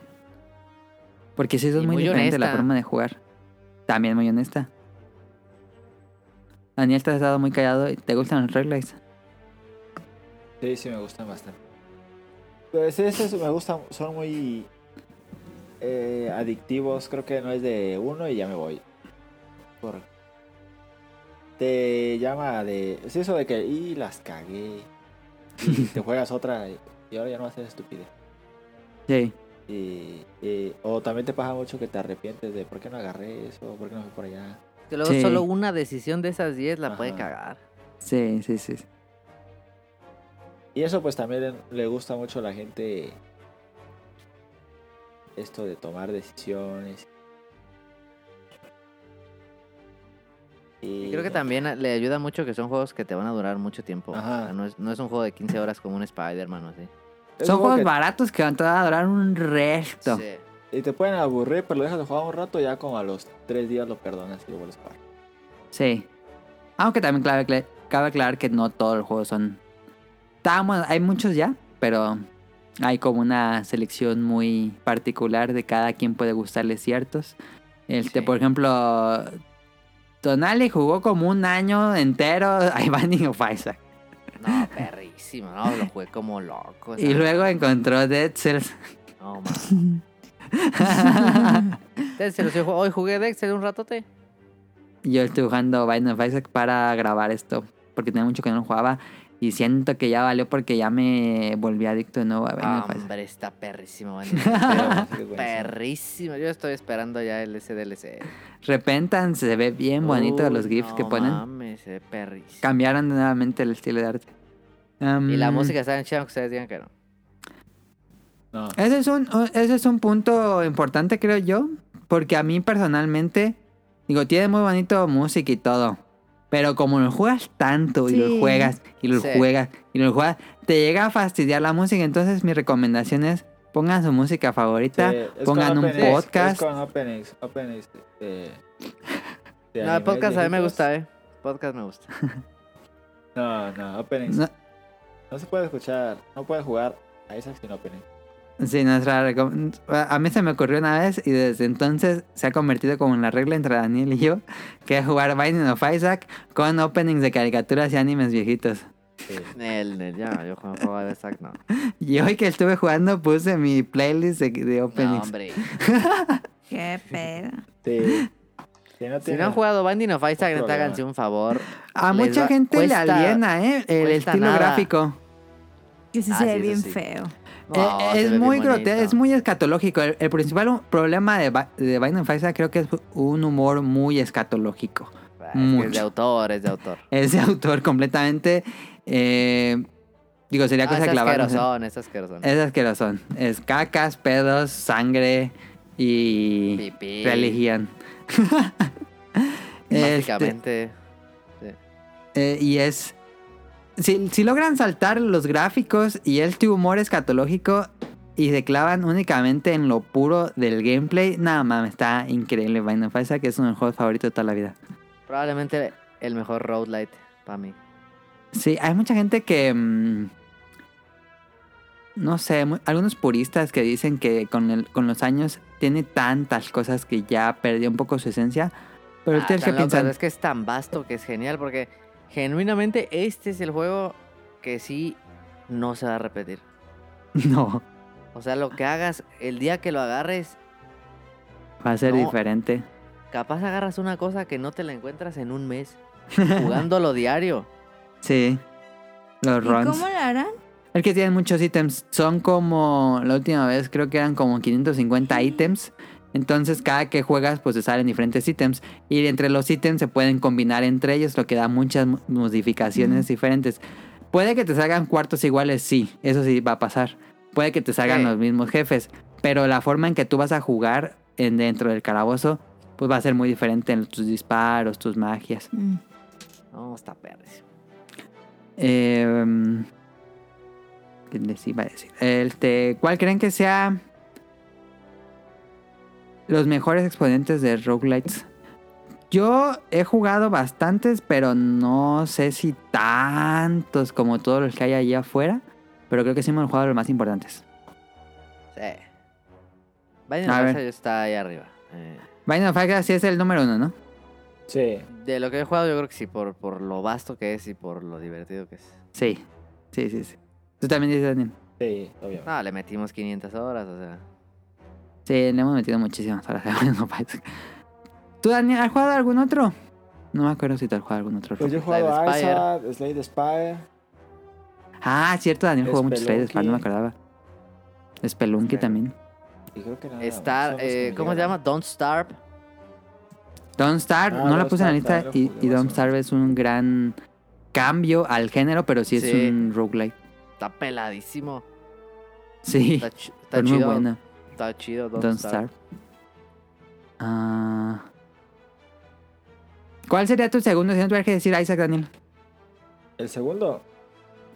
Porque sí, eso es
Y
muy,
muy
diferente la
honesta.
forma de jugar. También muy honesta. Daniel, te has estado muy callado. y ¿Te gustan los roguelikes?
Sí, sí, me gustan bastante. Pues esos me gustan, son muy eh, adictivos. Creo que no es de uno y ya me voy. Por... Te llama de. Es eso de que. Y las cagué. [LAUGHS] Y te juegas otra y y ahora ya no vas a ser estúpido.
Sí.
Y, y- o también te pasa mucho que te arrepientes de por qué no agarré eso, por qué no fui por allá.
Que luego
Sí.
solo una decisión de esas 10 la puede
Ajá.
cagar.
Sí, sí, sí.
Y eso pues también le gusta mucho a la gente esto de tomar decisiones.
Y
Y
creo que también a- le ayuda mucho que son juegos que te van a durar mucho tiempo.
Ajá.
O sea, no, es, no es un juego de 15 horas como un Spider-Man o así.
Es
Son
un juego
juegos baratos que van te van a durar un resto.
Sí.
que- y te pueden aburrir, pero lo dejas de jugar un rato y ya como a los tres días lo perdonas y lo vuelves a
[LAUGHS]
jugar.
Sí. Aunque también clave- cla- cabe aclarar que no todos los juegos son... tan buenos. hay muchos ya, pero hay como una selección muy particular de cada quien puede gustarle ciertos. Este,
Sí.
Por ejemplo, Tonali jugó como un año entero [LAUGHS] a Binding of Isaac.
No, perrísimo. No, lo jugué como loco. o sea,
Y luego encontró Dead Cells. [LAUGHS]
No, mames. Dexter, sí, ju- hoy jugué Dexter un ratote.
Yo estoy jugando Binding of Isaac para grabar esto, porque tenía mucho que no lo jugaba. Y siento que ya valió porque ya me volví adicto de nuevo a Binding of Isaac.
Hombre, está
[LAUGHS]
perrísimo. Andy.
Pero,
Pero
sí, es buenísimo.
perrísimo. Yo estoy esperando ya el SDLC.
Repentan se ve bien bonito los GIFs que ponen.
Mames, se ve perrísimo.
Cambiaron nuevamente el estilo de arte. Um,
Y la música está en chida, aunque ustedes digan que no.
No. eh,
Ese es, un, ese es un punto importante, creo yo. Porque a mí personalmente, digo, tiene muy bonito música y todo. Pero como lo juegas tanto y
Sí.
lo juegas y lo
Sí.
juegas y lo juegas, te llega a fastidiar la música. Entonces, mi recomendación es pongan su música favorita,
Sí, es
pongan
con
un
openings,
podcast.
Es con openings, openings de- de
No, el
animes
podcast a mí me
viejitos.
gusta, ¿eh? Podcast me gusta.
No, no, openings. No.
No,
se puede escuchar, no puede jugar a esa sin opening.
sí, nuestra recom- a mí se me ocurrió una vez y desde entonces se ha convertido como en la regla entre Daniel y yo, que es jugar Binding of Isaac con openings de caricaturas y animes viejitos.
Sí.
Nel, Nel, ya, yo juego juego de
[LAUGHS]
sac, no.
Y hoy que estuve jugando puse mi playlist de, de
No,
openings.
hombre.
Qué pedo.
Sí. Este, Si no,
Si
tiene-
no han jugado Binding of Isaac, neta,
Problema.
háganse un favor.
a
les
mucha
va-
gente
cuesta-
le aliena, ¿eh? El
cuesta
estilo
nada.
gráfico.
Que sí
Ah,
se
sí,
ve
eso
bien
sí.
feo.
No,
Eh,
se
es
ve bien
muy
bonito.
grote- es muy escatológico. El, el principal u- problema de, Ba- de Binding of Isaac creo que es un humor muy escatológico.
Ah, es que Es de
mucho.
autor, es de autor.
Es de autor completamente. eh, digo, sería
Ah,
cosa
es
clavada.
asquerosón, es asquerosón.
Esas que lo son. Es cacas, pedos, sangre y
Pipí.
religión. Este,
[LAUGHS] Básicamente.
Eh, y es. Si, si logran saltar los gráficos y este humor escatológico y se clavan únicamente en lo puro del gameplay, nada más, está increíble. Binding of Isaac es uno de mis juegos favoritos de toda la vida.
Probablemente el mejor road light para mí.
Sí, hay mucha gente que. mm, no sé, mu- algunos puristas que dicen que con, el- con los años tiene tantas cosas que ya perdió un poco su esencia. Pero
Ah,
ustedes qué
tan loco,
piensan.
Es que es tan vasto que es genial porque genuinamente este es el juego que sí no se va a repetir.
[LAUGHS] No,
O sea, lo que hagas, el día que lo agarres,
va a ser
No.
diferente.
capaz agarras una cosa que no te la encuentras en un
[LAUGHS]
mes jugándolo diario.
Sí. Los
¿Y
runs.
cómo lo harán?
Es que tienen muchos ítems. Son como, la última vez creo que eran como 550 ítems. Entonces cada que juegas pues te salen diferentes ítems. Y entre los ítems se pueden combinar entre ellos, lo que da muchas mo- modificaciones diferentes. Puede que te salgan cuartos iguales, sí, eso sí va a pasar. Puede que te salgan
Sí.
los mismos jefes. Pero la forma en que tú vas a jugar en, dentro del calabozo pues va a ser muy diferente en tus disparos, tus magias.
Mm.
No, está perrísimo.
Eh, ¿Qué les iba a decir? Este, ¿Cuál creen que sea los mejores exponentes de roguelites? Yo he jugado bastantes, pero no sé si tantos como todos los que hay allá afuera. Pero creo que sí hemos jugado los más importantes.
Sí. Binding
A
of
ver.
Isaac está ahí arriba. Eh,
Binding of Isaac sí es el número uno, ¿no?
Sí.
de lo que he jugado, yo creo que sí, por, por lo vasto que es y por lo divertido que es.
Sí. Sí, sí, sí. Tú también dices, Daniel.
Sí, obviamente.
No, le metimos 500 horas, o sea.
Sí, le hemos metido muchísimas horas a Binding of Isaac. ¿Tú, Daniel, has jugado algún otro? No me acuerdo si te has jugado algún otro.
Pues yo he
Slay
jugado a
the Spire.
Isaac, Slade Spire.
Ah, cierto, Daniel jugó mucho Slay the Spire, no me
Spelunky.
acordaba. Spelunky
Spelunky.
también.
Y creo que nada
Ah,
más, son
Star,
los que
eh,
me
¿cómo se
llegaron.
llama? Don't Starve.
Don't Star,
Ah,
no la
Don't
puse en la
Starve,
lista
también
y,
lo jugué
y
más o
Don't
menos.
Starve es un gran cambio al género, pero sí es
Sí.
un roguelike.
Está peladísimo.
Sí,
Está, chi- está
pero muy
chido.
buena.
Está chido Don't,
Don't
Starve.
Starve. Ah. ¿Cuál sería tu segundo si no tuvieras que decir Isaac, Daniel?
El segundo,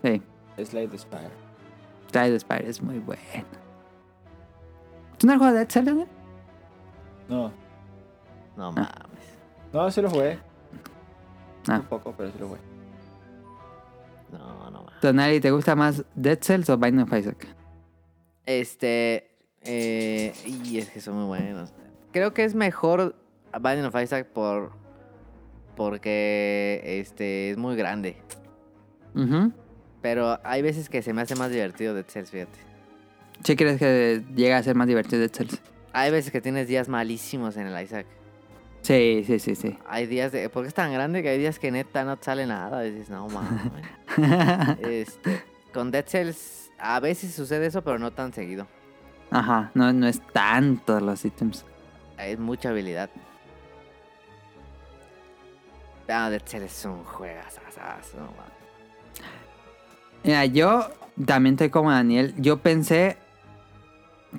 Sí,
Slade Spire.
Slay the Spire es muy bueno. ¿Tú no has jugado Dead Cell, Daniel?
No,
No mames.
no, sí lo jugué.
Ah.
Un poco, pero sí lo jugué.
No, no mames.
Tonali, ¿te gusta más Dead Cells o Binding of Isaac?
Este. Eh, y es que son muy buenos. Creo que es mejor Binding of Isaac por. Porque. Este. Es muy grande.
Ujú.
Pero hay veces que se me hace más divertido Dead Cells, fíjate.
¿Sí crees que llega a ser más divertido Dead Cells?
Hay veces que tienes días malísimos en el Isaac.
Sí, sí, sí, sí.
Hay días de. Porque es tan grande que hay días que neta no te sale nada. Y dices, no mames.
[LAUGHS]
Este, con Dead Cells a veces sucede eso, pero no tan seguido.
Ajá, no, no es tanto los ítems.
Es mucha habilidad. Ah, Dead Cells es un juegazazazo. no mames.
Mira, yo también estoy como Daniel. Yo pensé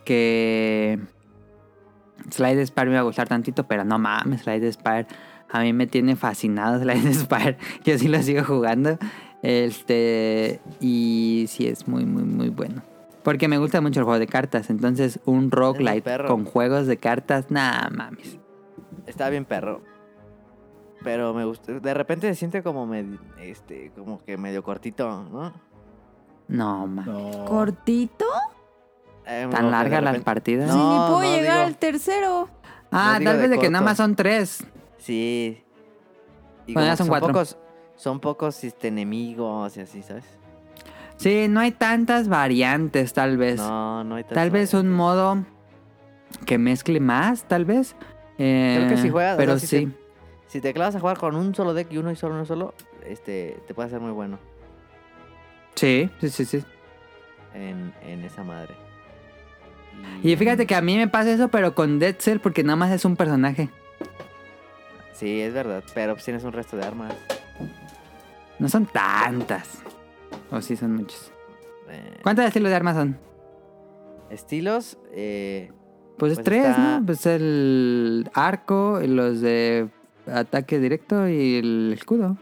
que Slide Spire me iba a gustar tantito, pero no mames, Slide Spire. A mí me tiene fascinado [LAUGHS] Slide Spire. Yo sí lo sigo jugando. Este. Y sí, es muy, muy, muy bueno. Porque me gusta mucho el juego de cartas. Entonces, un roguelite
perro.
con juegos de cartas, nada mames.
Está bien perro. Pero me gusta. De repente se siente como med- este, como que medio cortito, ¿no?
No mames.
No.
¿Cortito?
Eh, como que
Tan
de
largas las
repente-
partidas.
si ni
No,
puedo
no,
llegar
digo-
al tercero.
ah,
digo
tal
de
vez de que
corto.
nada más son tres.
Sí.
Bueno,
Y como
ya son
que son
cuatro.
pocos. Son pocos este, enemigos y así, ¿sabes?
Sí, no hay tantas variantes, tal vez.
no, no hay tanto-
Tal vez un modo que mezcle más, tal vez.
Creo que
Eh,
si juegas, o
Pero
sea, si
sí.
te- si te clavas a jugar con un solo deck y uno y solo uno solo, este, te puede hacer muy bueno
Sí, sí, sí, sí.
en, en esa madre.
Y fíjate que a mí me pasa eso, pero con Dead Cell, porque nada más es un personaje.
Sí, es verdad, pero pues tienes un resto de armas.
No son tantas. O sí, son muchas.
Eh,
¿Cuántos estilos de armas son?
estilos, eh,
Pues,
Pues
tres,
está-
¿no? Pues el arco, los de ataque directo y el escudo.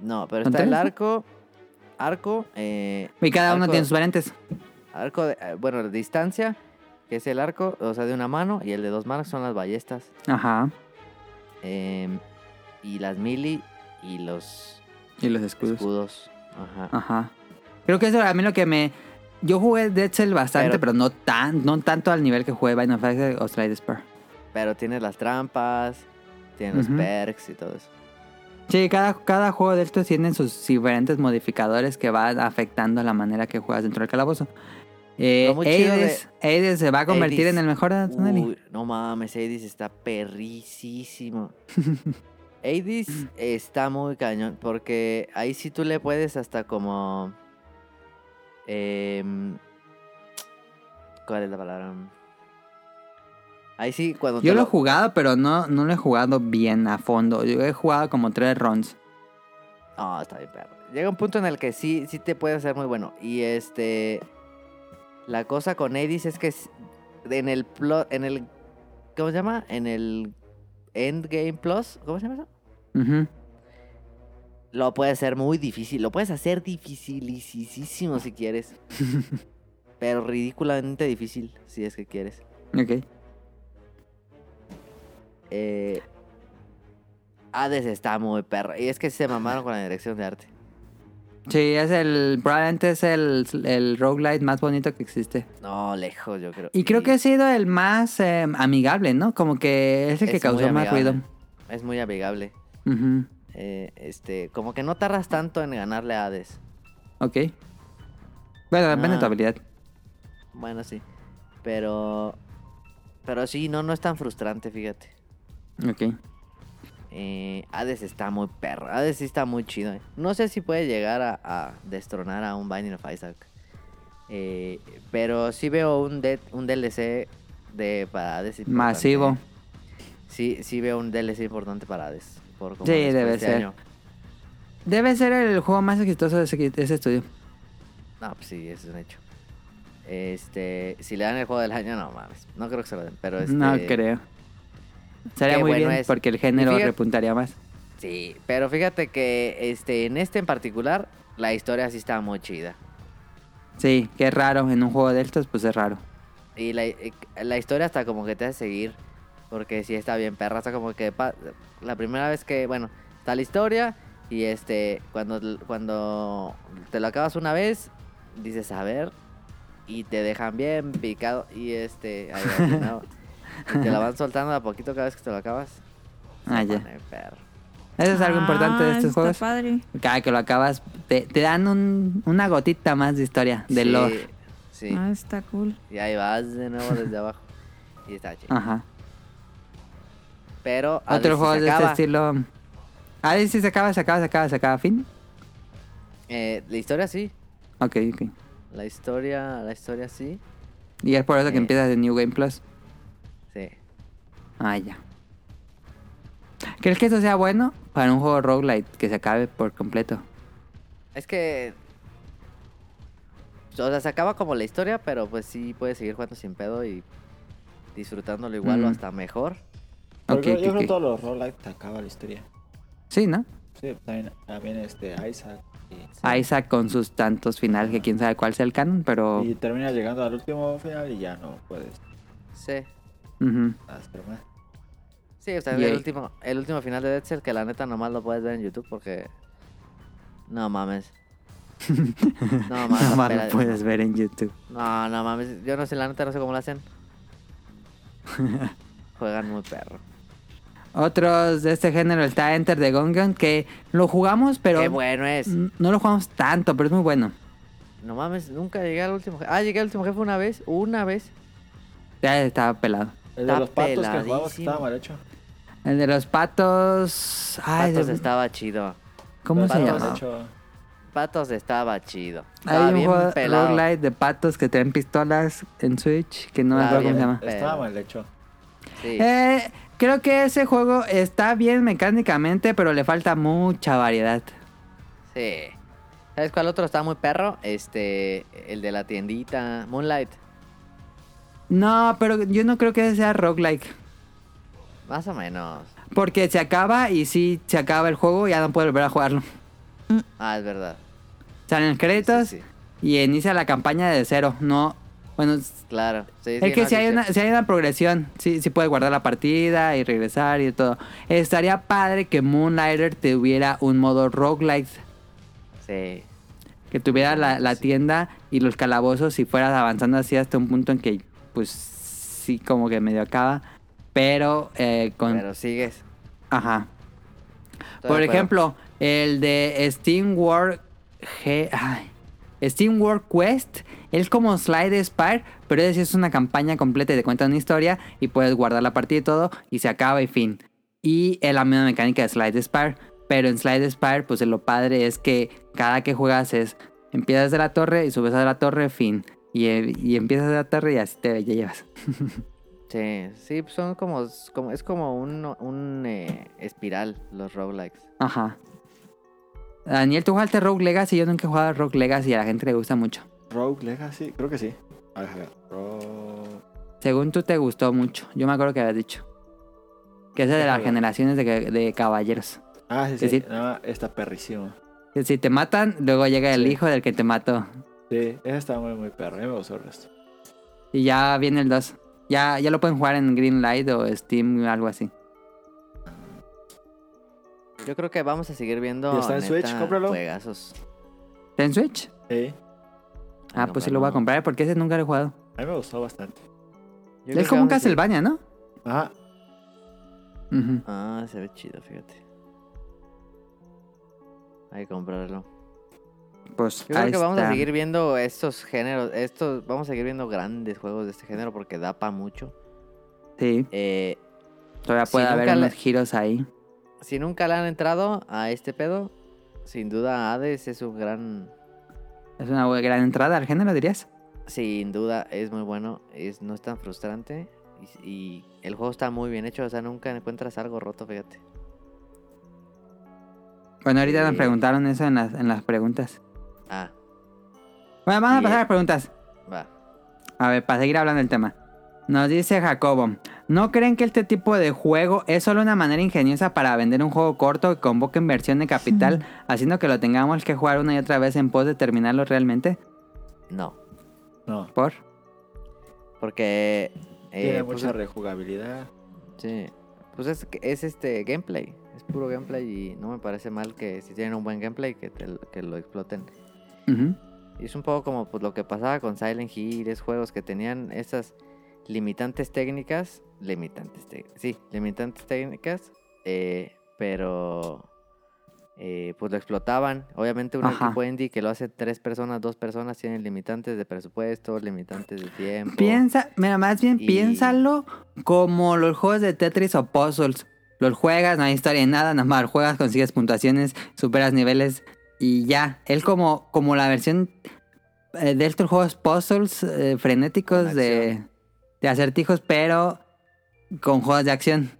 no, pero
¿Son
está el
tres?
arco, arco, eh,
Y cada uno
Arco-
tiene sus variantes.
arco, de- eh, bueno, de distancia, que es el arco, o sea, de una mano, y el de dos manos son las ballestas,
Ajá.
em, y las mili y los
Y los escudos.
escudos. Ajá.
Ajá. Creo que eso a mí lo que me. Yo jugué Dead Cell bastante, pero,
Pero-
no tan, no tanto al nivel que jugué Binding of Isaac o Slide Spur.
Pero tienes las trampas, tienes
Ujú.
los perks y todo eso.
Sí, cada, cada juego de estos tiene sus diferentes modificadores que van afectando la manera que juegas dentro del calabozo. Eh,
Lo muy chido de-
Hades, Hades se va a convertir
Hades.
en el mejor Tonali.
Uy, no mames, Hades está
[LAUGHS]
perricísimo. Hades está muy cañón, porque ahí sí tú le puedes hasta como... em, ¿Cuál es la palabra? Ahí sí, cuando te
Yo lo he jugado, pero no, no lo he jugado bien a fondo. Yo he jugado como tres rounds.
No, está bien, perro. Llega un punto en el que sí, sí te puede hacer muy bueno. Y este. La cosa con Edis es que s- en el plot. En el. ¿Cómo se llama? En el Endgame Plus. ¿Cómo se llama eso?
Ujú.
Lo puedes hacer muy difícil. Lo puedes hacer dificilísimo si quieres.
[LAUGHS]
Pero ridículamente difícil, si es que quieres.
Ok.
Eh, Hades está muy perro. Y es que se mamaron con la dirección de arte.
Sí, es el. Probablemente es el, el roguelite más bonito que existe.
No, lejos, yo creo.
Y creo que ha sido el más eh, amigable, ¿no? Como que es el que
Es
causó
muy
más ruido.
amigable. Es muy amigable.
Ujú,
Eh, este, como que no tardas tanto en ganarle a Hades.
Ok. Bueno, depende de tu
Ah.
habilidad.
Bueno, sí. Pero. Pero sí, no, no es tan frustrante, fíjate.
Ok.
Eh, Hades está muy perro. Hades sí está muy chido. eh. No sé si puede llegar a, a destronar a un Binding of Isaac. Eh, pero sí veo un, de- un DLC de para Hades. importante.
Masivo.
Sí, sí veo un DLC importante para Hades. Por como
Sí,
después
debe
de
ser.
año.
Debe ser el juego más exitoso de ese, de ese estudio.
No, pues sí, eso es un hecho. Este, si le dan el juego del año, no mames. No creo que se lo den, pero este.
No creo. Sería
qué
muy
bueno
bien
es.
porque el género
Y fíjate-
repuntaría más.
Sí, pero fíjate que este, en este en particular, la historia sí está muy chida.
Sí, que es raro. En un juego de estos, pues es raro.
Y la, eh, la historia hasta como que te hace seguir. Porque sí está bien, perra. Está como que pa- la primera vez que, bueno, está la historia. Y este, cuando, cuando te lo acabas una vez, dices a ver. Y te dejan bien picado. Y este, ahí va, de nuevo. Y te la van soltando de a poquito cada vez que te lo acabas.
Ah, ya.
Pone perro.
Eso es algo importante de
Ah,
estos
está
juegos.
padre.
Cada que lo acabas, te, te dan un- una gotita más de historia, de
Sí,
lore.
Sí.
Ah, está cool.
Y ahí vas de nuevo desde abajo. Y está chido.
Ajá.
Pero. a
Ah. Otro
veces
juego
se
de este
acaba.
estilo. A ver si se acaba, se acaba, se acaba, se acaba. Fin.
Eh, la historia sí.
Ok, ok.
La historia, la historia sí.
Y es por eso que
Eh.
empiezas de New Game Plus.
Sí.
Ah, ya. ¿Crees que esto sea bueno para un juego roguelite que se acabe por completo?
Es que O sea, se acaba como la historia, pero pues sí puedes seguir jugando sin pedo y disfrutándolo igual o
Mm.
hasta mejor.
Ok,
Pero creo- yo creo
ok,
que
ok.
todos los roguelike te acaba la historia.
Sí, ¿no?
Sí, también, también este Isaac. Y,
Isaac con sus tantos finales que quién sabe cuál sea el canon, pero...
y terminas llegando al último final y ya no puedes
Sí.
ujú.
hacer más.
Sí, o sea,
Y
el
ahí-
último, el último final de Dead Cell que la neta nomás lo puedes ver en YouTube porque... No
[LAUGHS]
mames. No mames.
Nada más
espera-
lo puedes ver en YouTube.
No, no mames. Yo no sé, la neta no sé cómo
[LAUGHS]
lo hacen. Juegan muy perro.
Otros de este género está Enter the Gungan, que lo jugamos, pero
Qué bueno es.
n- no lo jugamos tanto, pero es muy bueno.
No mames, nunca llegué al último jefe. Ah, llegué al último jefe una vez, una vez.
Ya estaba pelado.
El
Está
de los patos que jugamos que
peladísimo.
estaba mal hecho.
El de los patos... Ay,
Patos
de-
estaba chido.
¿Cómo
Los
se
patos
llama?
hecho-
Patos estaba chido. Estaba
Hay un
bien
juego
pelado.
roguelite de patos que traen pistolas en Switch, que no me
Ah,
acuerdo cómo se
bien.
llama.
Estaba
Pero-
mal hecho.
Sí.
Eh, creo que ese juego está bien mecánicamente, pero le falta mucha variedad.
sí. ¿Sabes cuál otro está muy perro? Este, el de la tiendita, Moonlight.
No, pero yo no creo que ese sea roguelike.
Más o menos.
Porque se acaba y si se acaba el juego, ya no puedes volver a jugarlo.
Ah, es verdad.
Salen créditos
Sí, sí,
y inicia la campaña de cero. No, bueno, es
Claro. Sí, sí,
es que
no,
si, hay
sí.
una, si hay una progresión, sí, sí puedes guardar la partida y regresar y todo. Estaría padre que Moonlighter tuviera un modo roguelike.
Sí.
que tuviera la, la tienda y los calabozos y fueras avanzando así hasta un punto en que pues sí como que medio acaba pero eh, con
Pero sigues.
ajá
Estoy
por
de acuerdo.
ejemplo el de Steam World G ay, Steam World Quest es como Slide Spire pero es, es una campaña completa y te cuenta una historia y puedes guardar la partida y todo y se acaba y fin y es la misma mecánica de Slide Spire. Pero en Slide Spire, pues lo padre es que cada que juegas es empiezas de la torre y subes a la torre, fin. Y, eh, y empiezas de la torre y así te ya llevas.
Sí, sí, pues son como, como- es como un, un eh, espiral los roguelikes.
Ajá. Daniel, tú jugaste Rogue Legacy. Yo nunca he jugado Rogue Legacy y a la gente le gusta mucho.
Rogue Legacy, creo que sí. A ver, a ver. Rogue...
Según tú, te gustó mucho. Yo me acuerdo que habías dicho. Que es de las
Déjalo.
generaciones de, ca- de caballeros.
Ah, sí,
Que
sí.
sí.
No, está perrísimo.
Que si te matan, luego llega el
Sí.
hijo del que te mató.
Sí, ese está muy, muy perro. A mí me gustó el resto.
Y ya viene el 2. Ya, ya lo pueden jugar en Greenlight o Steam o algo así.
Yo creo que vamos a seguir viendo.
¿Y está en Switch?
neta,
Cómpralo.
Juegazos.
¿Está en Switch?
Sí,
Ah,
No,
pues sí
pero
lo voy a
no.
comprar porque ese nunca lo he jugado.
a mí me gustó bastante. Ah,
Yo creo
es
que
como un
vamos a seguir-
Castlevania, ¿no?
Ajá.
Ujú.
Ah, se ve chido, fíjate. Hay que comprarlo.
Pues
Yo creo
ahí
que vamos a
está.
seguir viendo estos géneros. Estos, vamos a seguir viendo grandes juegos de este género porque da pa' mucho.
Sí,
Eh,
todavía
Si
puede haber
nunca le-
unos giros ahí.
si nunca le han entrado a este pedo, sin duda Hades es un gran.
Es una bu- gran entrada al género, dirías.
Sin duda es muy bueno. Es, no es tan frustrante. Y, y el juego está muy bien hecho. O sea, nunca encuentras algo roto, fíjate.
Bueno, ahorita nos
Sí.
preguntaron eso en las, en las preguntas.
Ah,
Bueno, vamos a
Y
pasar a
el-
las preguntas.
va.
A ver, para seguir hablando del tema. Nos dice Jacobo, ¿no creen que este tipo de juego es solo una manera ingeniosa para vender un juego corto que convoca inversión de capital, haciendo que lo tengamos que jugar una y otra vez en pos de terminarlo realmente?
No.
No.
¿Por?
Porque.
Tiene
eh, pues,
mucha rejugabilidad.
Sí. Pues es, que- es este gameplay. Es puro gameplay y no me parece mal que si tienen un buen gameplay que, te lo- que lo exploten.
Ujú.
Y es un poco como pues, lo que pasaba con Silent Hill, es juegos que tenían esas limitantes técnicas. Limitantes técnicas. Sí, limitantes técnicas. eh, pero. eh, pues lo explotaban. Obviamente, un
Ajá.
equipo indie que lo hace tres personas, dos personas, tienen limitantes de presupuesto, limitantes de tiempo.
Piensa, mira, más bien
Y-
piénsalo como los juegos de Tetris o Puzzles. Los juegas, no hay historia ni nada, nada más los juegas, consigues puntuaciones, superas niveles y ya. Él como, como la versión eh, de estos juegos puzzles eh, frenéticos
Con
de,
acción.
de acertijos, pero con juegos de acción.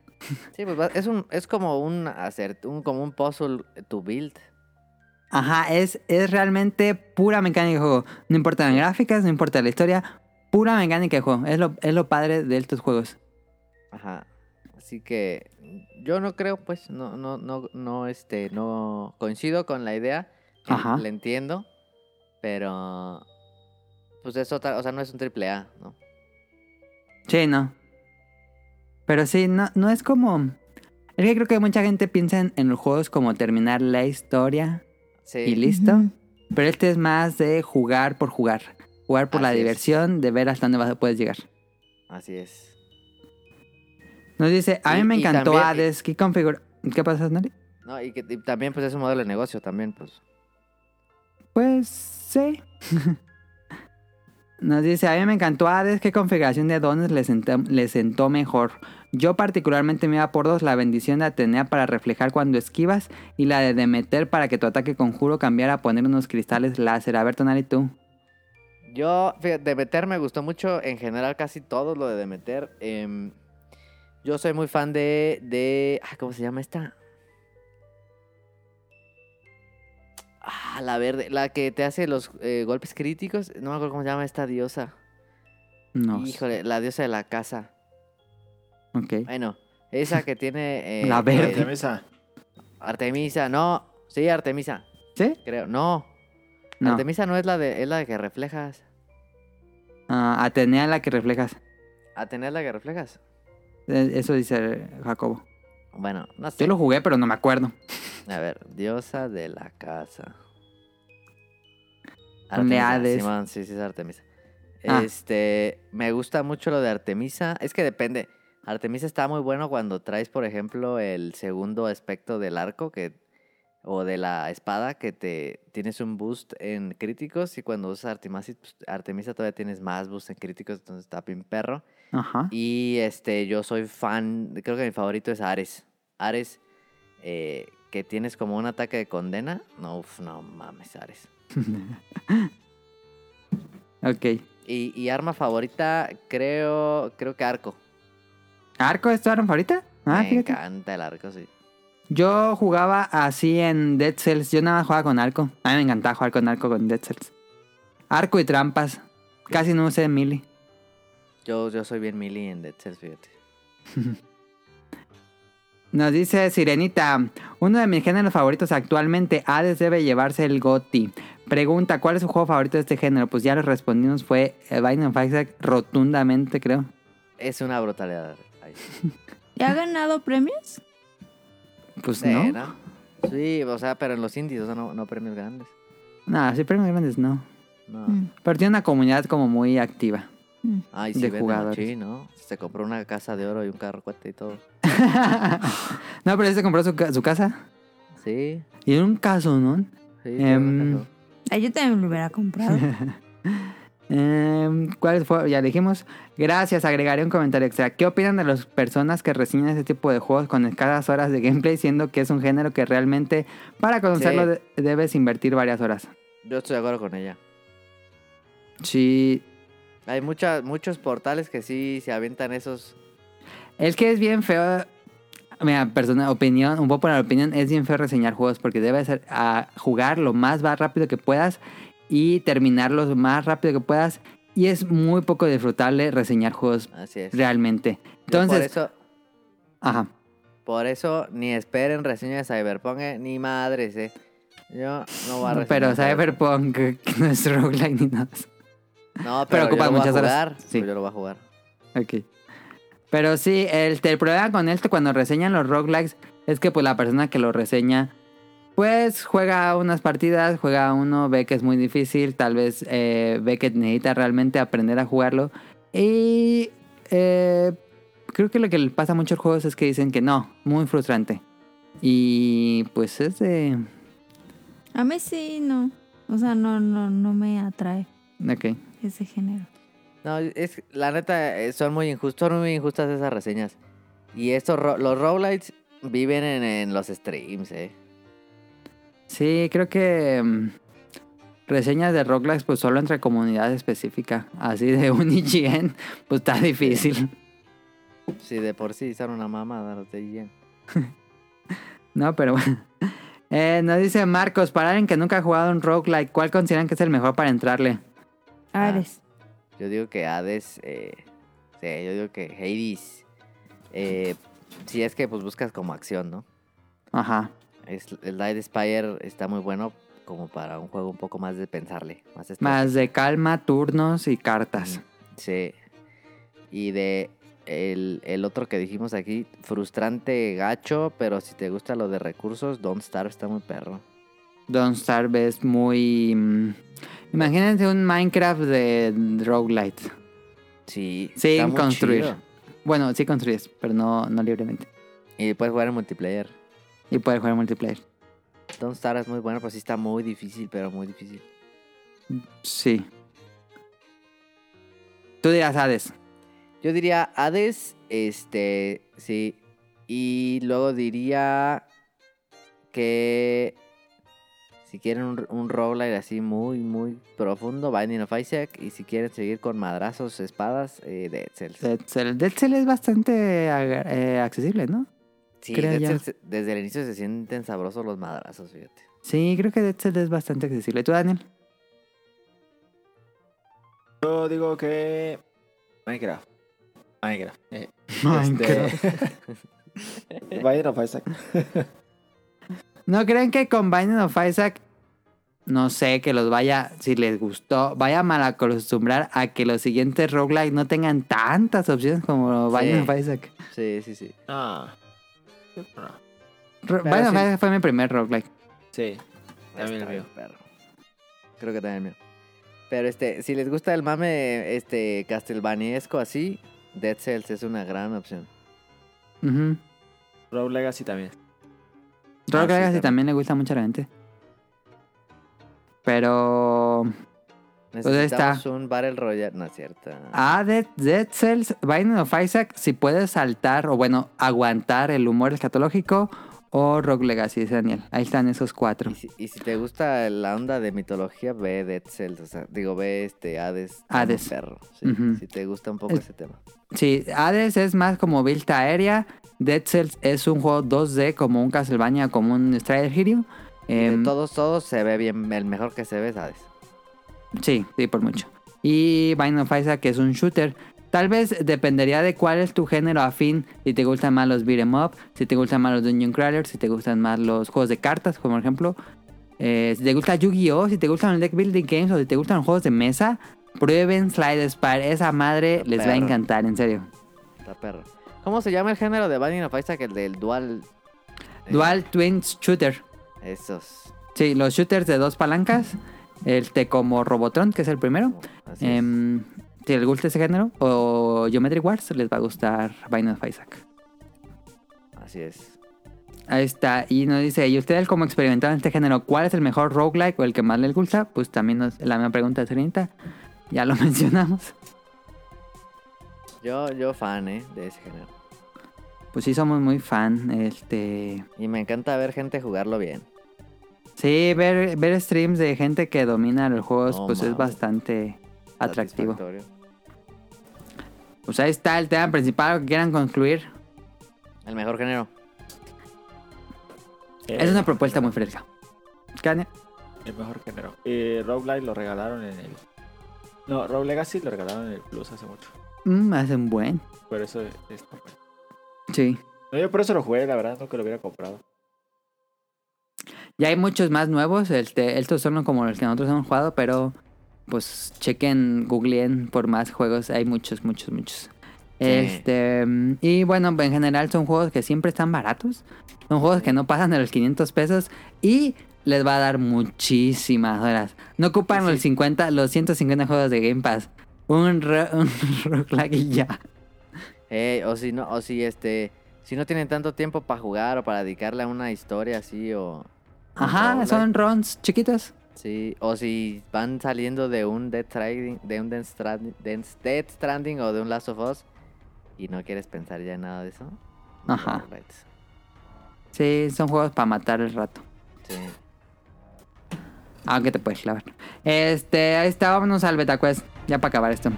Sí, pues va- es un, es como un hacer, un, como un puzzle to build.
Ajá, es, es realmente pura mecánica de juego. No importan las gráficas, no importa la historia, pura mecánica de juego. Es lo, es lo padre de estos juegos.
Ajá. Así que yo no creo, pues, no, no, no, no, este, no coincido con la idea.
Ajá.
La entiendo, pero pues es otra, o sea, no es un triple A, ¿no?
Sí, no. Pero sí, no, no es como. Es que creo que mucha gente piensa en, en los juegos como terminar la historia
Sí.
y listo.
Ujú.
Pero este es más de jugar por jugar. Jugar por la
Así es.
diversión, de ver hasta dónde vas, puedes llegar.
Así es.
Nos dice, a mí
Y-
me
y
encantó
también-
Hades, ¿qué configura? ¿Qué pasa, Nari?
No, y que y también pues es un modelo de negocio también, pues.
Pues sí. [LAUGHS] Nos dice, a mí me encantó Hades, ¿qué configuración de dones le sentó, le sentó mejor? Yo particularmente me iba por dos, la bendición de Atenea para reflejar cuando esquivas y la de Demeter para que tu ataque conjuro cambiara a poner unos cristales láser. A ver, Tonali, tú.
Yo, fíjate, Demeter me gustó mucho, en general casi todo lo de Demeter. Em, yo soy muy fan de, de, ah, ¿cómo se llama esta? Ah, la verde, la que te hace los eh, golpes críticos, no me acuerdo cómo se llama esta diosa.
No.
Híjole, la diosa de la casa.
Ok.
Bueno, esa
[LAUGHS]
que tiene... eh,
La verde.
eh, Artemisa, no. Sí, Artemisa,
¿Sí?
creo. No.
No.
Artemisa no es la de es la que reflejas.
Ah, Atenea la que reflejas.
Atenea es la que reflejas.
Eh, Eso dice Jacobo.
Bueno, no sé.
Yo lo jugué, pero no me acuerdo.
A ver, diosa de la casa.
Ponle
Artemisa,
Hades.
Simón, sí, sí, es Artemisa.
Ah.
Este, me gusta mucho lo de Artemisa. Es que depende. Artemisa está muy bueno cuando traes, por ejemplo, el segundo aspecto del arco que o de la espada que te tienes un boost en críticos y cuando usas Artemisa, pues, Artemisa todavía tienes más boost en críticos, entonces está bien perro.
Ajá.
Y este, yo soy fan, creo que mi favorito es Ares. Ares, eh, que tienes como un ataque de condena. No, uf, no mames, Ares.
Ok.
Y, y arma favorita, creo, creo que arco.
¿Arco es tu arma favorita? Ah,
Me
fíjate.
encanta el arco, sí.
Yo jugaba así en Dead Cells. Yo nada más jugaba con arco. A mí me encantaba jugar con arco con Dead Cells. Arco y trampas. Casi no usé melee.
Yo, yo soy bien melee en Dead Cells, fíjate.
Nos dice Sirenita, uno de mis géneros favoritos actualmente, Hades debe llevarse el GOTI. Pregunta, ¿cuál es su juego favorito de este género? Pues ya lo respondimos, fue eh, Binding of Isaac rotundamente, creo.
Es una brutalidad. Ay,
¿Y ha ganado premios?
Pues
sí,
no.
¿no? Sí, o sea, pero en los indies, o sea, no, no premios grandes.
No, sí, premios grandes no.
No.
Mm,
Pero tiene una comunidad como muy activa. [LAUGHS]
mm.
Ay, sí,
De
vende
jugadores.
machín, ¿no? Se compró una casa de oro y un carro cuate y todo.
no, pero ese compró su, ca- su casa.
Sí,
Y era un caso, ¿no?
sí. tiene una
Em,
casa.
Ay, yo también lo hubiera [LAUGHS] comprado.
Em, ¿Cuál fue? Ya dijimos. Gracias, agregaré un comentario extra. ¿Qué opinan de las personas que reseñan este tipo de juegos con escasas horas de gameplay, siendo que es un género que realmente para conocerlo
Sí.
de- debes invertir varias horas?
Yo estoy de acuerdo con ella.
Sí.
Hay muchas muchos portales que sí se avientan esos.
Es que es bien feo. Mira, persona, opinión, un poco por la opinión, es bien feo reseñar juegos porque debes ser- a jugar lo más va- rápido que puedas y terminarlos lo más rápido que puedas. Y es muy poco disfrutable reseñar juegos
Así es.
realmente.
Yo
Entonces,
por eso,
ajá.
por eso ni esperen reseña de Cyberpunk, eh, ni madres, eh. Yo no voy a reseñar.
Pero Cyberpunk [LAUGHS] que no es roguelike ni nada. de eso.
No,
pero
pero,
ocupa
yo lo voy a
muchas horas.
jugar.
Sí.
pero yo lo voy a jugar.
Ok. Pero sí, el, el problema con esto cuando reseñan los roguelikes es que pues la persona que lo reseña pues juega unas partidas, juega uno, ve que es muy difícil, tal vez eh, ve que necesita realmente aprender a jugarlo. Y eh, creo que lo que le pasa a muchos juegos es que dicen que no, muy frustrante. Y pues es de...
A mí sí, no. O sea, no, no, no me atrae
Ok.
ese género.
No, es la neta eh, son muy injustos, son muy injustas esas reseñas. Y estos ro- los roguelites viven en, en los streams, eh.
Sí, creo que mm, reseñas de roguelikes pues solo entre comunidad específica. Así de [LAUGHS] un IGN, pues está difícil.
Si de por sí son una mamada los de IGN.
No, pero bueno. Eh, nos dice Marcos, para alguien que nunca ha jugado un roguelike, ¿cuál consideran que es el mejor para entrarle?
Ares.
Yo digo que Hades. Eh, sí, yo digo que Hades. eh, si es que pues buscas como acción, ¿no?
Ajá.
Es, el Light Spire está muy bueno como para un juego un poco más de pensarle. Más,
Más de calma, turnos y cartas.
estrategia. Sí. Y de el, el otro que dijimos aquí, frustrante gacho, pero si te gusta lo de recursos, Don't Starve está muy perro.
Don't Starve es muy... mm, Imagínense un Minecraft de roguelite.
Sí,
Sin
está muy
construir.
chido.
Bueno, sí construyes, pero no, no libremente.
Y puedes jugar en multiplayer.
Y puedes jugar multiplayer.
Don't Starve es muy bueno, pero sí está muy difícil, pero muy difícil.
Sí. Tú dirás Hades.
Yo diría Hades, este, sí. Y luego diría que si quieren un, un roguelite así muy, muy profundo, Binding of Isaac. Y si quieren seguir con madrazos, espadas, eh, Dead Cells.
Dead Cell. Dead Cell es bastante ag- eh, accesible, ¿no?
sí,
creo
Dead
yo.
Cells, eh, desde el inicio se sienten sabrosos los madrazos, fíjate.
Sí, creo que Dead Cell es bastante accesible. ¿Tú, Daniel?
Yo digo que. Minecraft. Minecraft.
[LAUGHS]
Eh, Este... [LAUGHS] Binding of Isaac.
¿No creen que con Binding of Isaac, no sé, que los vaya, si les gustó, vaya a malacostumbrar a que los siguientes roguelike no tengan tantas opciones como Binding
Sí.
of Isaac?
Sí, sí, sí.
Ah.
Ro-
Pero
Binding of
sí.
Isaac fue mi primer roguelike.
Sí. También
Está
el
bien,
mío.
perro. Creo que también el mío. Pero este, si les gusta el mame este castelvaniesco así, Dead Cells es una gran opción.
Ujú.
Rogue Legacy también.
Rogue
Ah, sí,
Legacy
también.
también le gusta mucho a la gente. Pero... Pues ahí está.
Necesitamos un Battle Royale, no es cierto.
Ah, Dead, Dead Cells, Binding of Isaac, si puedes saltar o bueno, aguantar el humor escatológico o Rogue Legacy, dice Daniel. Ahí están esos cuatro.
Y si, y si te gusta la onda de mitología, ve Dead Cells, o sea, digo, ve este Hades. está muy
Hades.
Perro, sí,
Ujú.
Si te gusta un poco
Es-
ese tema.
Sí, Hades es más como vista aérea. Dead Cells es un juego 2D como un Castlevania, como un Strider Hero.
De
Em,
todos, todos se ve bien, el mejor que se ve es Hades.
Sí, sí, por mucho. Y Binding of Isaac, que es un shooter. Tal vez dependería de cuál es tu género afín. Si te gustan más los beat 'em up, si te gustan más los dungeon crawlers, si te gustan más los juegos de cartas, como por ejemplo. eh, si te gusta Yu-Gi-Oh!, si te gustan los deck building games o si te gustan los juegos de mesa, prueben Slide Spire. Esa madre les va a
Perro.
encantar, en serio.
Está perro. ¿Cómo se llama el género de Binding of Isaac? El del dual. eh,
Dual Twin Shooter.
Esos.
Sí, los shooters de dos palancas. Este como Robotron, que es el primero.
Así es.
Em, si les gusta ese género, o Geometry Wars, les va a gustar Binding of Isaac.
Así es.
Ahí está. Y nos dice, ¿y ustedes como experimentaron este género? ¿Cuál es el mejor roguelike o el que más les gusta? Pues también nos, la misma pregunta de Serenita. Ya lo [LAUGHS] mencionamos.
Yo, yo fan, ¿eh? De ese género.
Pues sí, somos muy fan. Este.
Y me encanta ver gente jugarlo bien.
Sí, ver, ver streams de gente que domina los juegos,
No
pues es
mames.
bastante atractivo.
Satisfactorio.
Pues ahí está el tema principal que quieran concluir.
El mejor género.
Es
Eh.
una propuesta muy fresca. ¿Qué, Daniel?
El mejor género. Eh, Rogue Light lo regalaron en el. No, Rogue Legacy lo regalaron en el Plus hace mucho.
Mm, hacen buen.
Por eso está bueno.
Sí.
No, yo por eso lo jugué, la verdad, no que lo hubiera comprado.
Ya hay muchos más nuevos. Este, estos son como los que nosotros hemos jugado, pero pues chequen, googleen por más juegos. Hay muchos, muchos, muchos. Este, y bueno, en general son juegos que siempre están baratos. Son juegos que no pasan de los 500 pesos y les va a dar muchísimas horas. No ocupan los 50, los 150 juegos de Game Pass. Un, ro- [LAUGHS] un roguelike y ya.
Eh, o si no, o si este. Si no tienen tanto tiempo para jugar o para dedicarle a una historia así o.
Ajá,
roguelike.
son runs chiquitos.
Sí, o si van saliendo de un Dead Stranding, de un Dead Stranding, Dead Stranding o de un Last of Us y no quieres pensar ya en nada de eso.
Ajá.
Roguelites.
Sí, son juegos para matar el rato.
Sí.
Aunque Ah, te puedes clavar. Este, ahí está, vámonos al BetaQuest. Ya para acabar esto.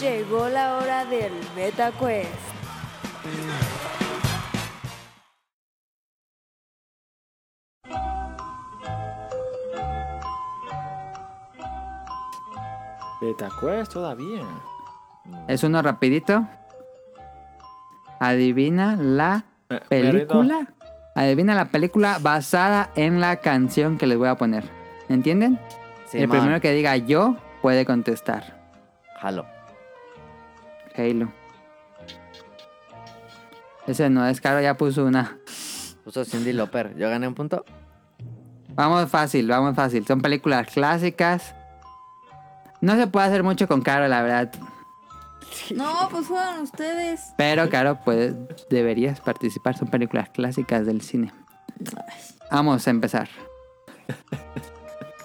Llegó la hora del Beta Quest.
Beta Quest todavía.
Es uno rapidito. Adivina la
Me- me
película. Adivina la película basada en la canción que les voy a poner. ¿Entienden? El
Simón.
primero que diga yo puede contestar.
Jalo.
Halo. Ese no es caro, ya puso una.
Puso Cindy Loper. Yo gané un punto.
Vamos fácil, vamos fácil. Son películas clásicas. No se puede hacer mucho con Caro, la verdad.
No, pues juegan ustedes.
Pero Caro, pues deberías participar. Son películas clásicas del cine. Vamos a empezar.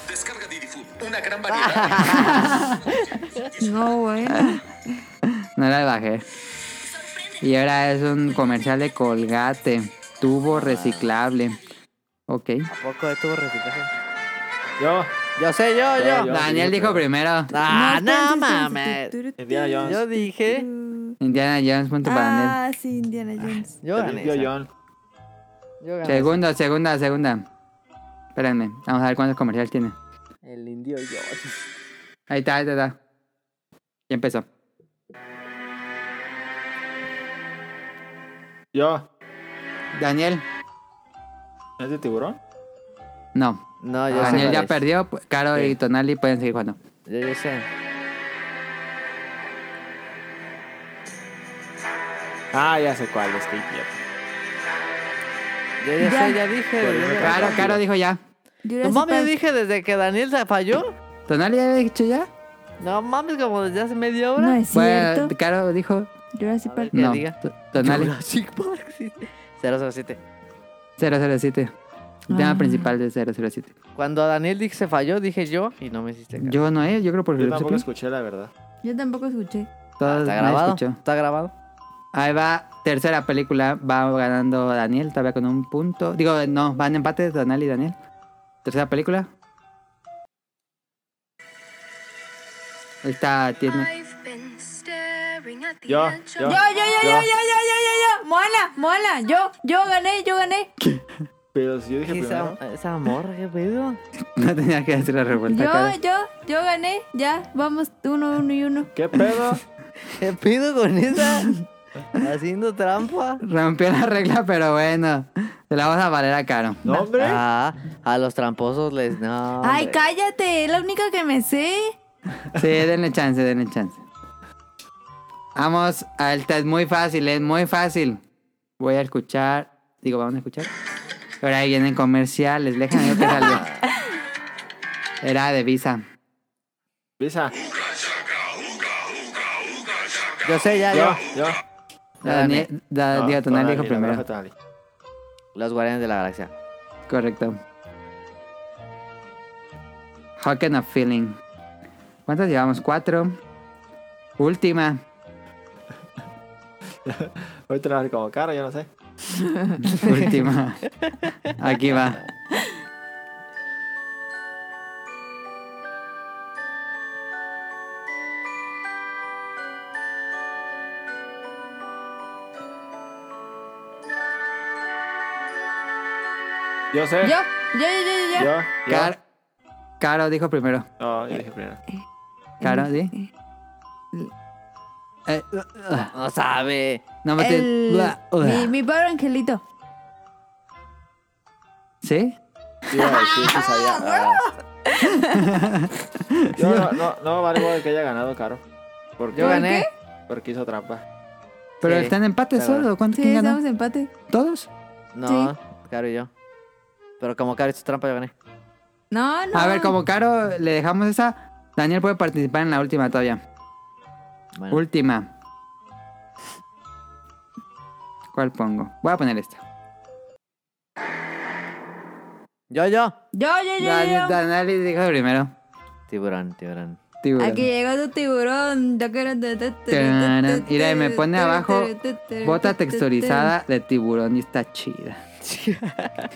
Descarga DidiFood, una gran
[LAUGHS]
variedad.
No, pues, güey.
No la bajé. Y ahora es un comercial de colgate. Tubo reciclable. Ok.
¿A poco estuvo reciclaje?
Yo,
Yo sé, yo,
Sí,
yo.
yo.
Daniel dijo primero.
Ah, no
espérense,
mames.
espérense.
Indiana Jones.
Yo dije.
Indiana Jones, punto para Daniel.
Ah, sí, Indiana Jones.
Yo gané.
Yo,
esa.
John.
Yo gané.
Segunda, segunda, segunda. Espérenme. Vamos a ver cuántos comerciales tiene.
esa. El indio yo.
Ahí está, ahí está, ahí está. Ya empezó.
Yo.
Daniel,
¿No ¿Es de tiburón?
no.
No, yo sé.
Ah, Daniel
cuál
ya
es.
perdió. Caro
Sí.
y Tonali pueden seguir jugando.
Yo, yo sé.
Ah, ya sé cuál es. qué idiota.
Yo ya,
Ya.
sé, ya dije.
Por
yo
el
ya-
rato.
Caro, Caro dijo ya.
No
Jurassic
mames,
Park.
dije desde que Daniel se falló.
¿Tonali ya había dicho ya?
No mames, como desde hace media hora.
No es
Bueno,
cierto.
Caro dijo.
Jurassic Park.
Que
No.
diga.
T- Tonali.
Jurassic Park, sí. 007.
007. El tema
Ah.
principal de 007.
Cuando Daniel dije se falló, dije yo y no me hiciste caso.
Yo no, eh, yo creo por
Yo
el
tampoco escuché la verdad.
Yo tampoco escuché.
Todos
Ah, Está
nadie
grabado.
escuchó.
Está grabado.
Ahí va, tercera película, va ganando Daniel, todavía con un punto. Digo, no, van empate Daniel y Daniel. Tercera película. Ahí está, tiene.
Yo, yo.
Yo, yo, yo, yo, yo, yo, yo, yo, yo. Moana, Moana. Yo, yo gané, yo gané.
Pero si yo dije
¿Qué
primero.
esa, esa morra, qué pedo.
[LAUGHS] No tenía que hacer la revuelta.
Yo,
cara.
yo, yo gané. Ya, vamos, uno, uno y uno.
¿Qué pedo?
¿Qué pedo con esa? Haciendo trampa.
[LAUGHS] Rompió la regla, pero bueno. Se la vamos a valer a Caro.
¿No, hombre?
Ah, a los tramposos les. No.
Ay,
hombre.
cállate, es la única que me sé.
Sí, denle chance, denle chance. Vamos, alta, es muy fácil, es muy fácil. Voy a escuchar, digo, vamos a escuchar. Pero ahí vienen comerciales, déjame ver qué salió. Era de Visa.
Visa.
Yo sé, ya,
Yo,
yo.
yo.
Daniel, da,
No,
digo, Ah, Tonali dijo
Tonali, la
primero.
verdad, Tonali.
Los Guardianes de la Galaxia.
Correcto. Hawking of Feeling. ¿Cuántas llevamos? Cuatro. Última. [LAUGHS]
Voy a trabajar como caro, yo no sé.
Última. Aquí va.
Yo sé.
Yo, yo, yo, yo, yo.
Yo, yo.
Car- Caro dijo primero.
No, yo dije primero.
Caro,
Este.
¿sí? Eh,
No sabe.
no uh, me
El-
te... Bla, bla.
mi, mi pobre angelito.
¿Sí?
Iba a decir que sabía. ah. Yo [LAUGHS] no, no, no valgo de que haya ganado caro. Porque,
Yo gané.
porque hizo trampa.
Pero
Sí,
están en empate
está
solo. ¿Cuánto
Sí,
quién ganó?
estamos en empate.
¿Todos?
No, Caro y yo. Pero como Caro hizo trampa, yo gané.
No, no.
A ver, como Caro le dejamos esa, Daniel puede participar en la última todavía.
Bueno,
Última. ¿Cuál pongo? Voy a poner esta.
yo, yo.
Yo, yo, yo,
Daniel,
yo.
Daniel dijo primero.
Tiburón, tiburón.
Tiburón.
Aquí llegó tu tiburón. Yo quiero.
Tarán. Mira, y me pone abajo Bota texturizada de tiburón y está chida.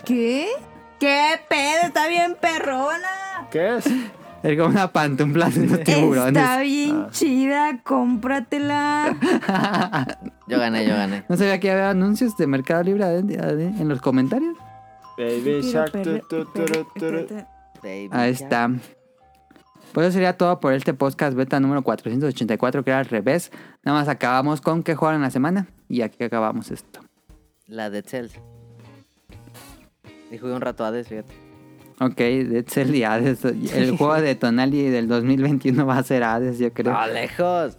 ¿Qué? ¿Qué pedo? Está bien perrona.
[LAUGHS]
¿Qué es?
Es como una pantufla de unos tiburones.
Está bien
Ah.
chida, cómpratela.
Yo gané, yo gané.
No sabía que había anuncios de Mercado Libre aden- aden- en los comentarios.
Baby Shark. tu, tu, tu, tu, tu, tu.
Ahí está. Pues eso sería todo por este podcast beta número 484, que era al revés. Nada más acabamos con qué jugaron la semana. Y aquí acabamos esto.
La de Cell. Y jugué un rato a Hades, fíjate.
Ok, Dead Cell y Hades. El juego de Tonali del 2021 va a ser Hades, yo creo.
¡No, lejos!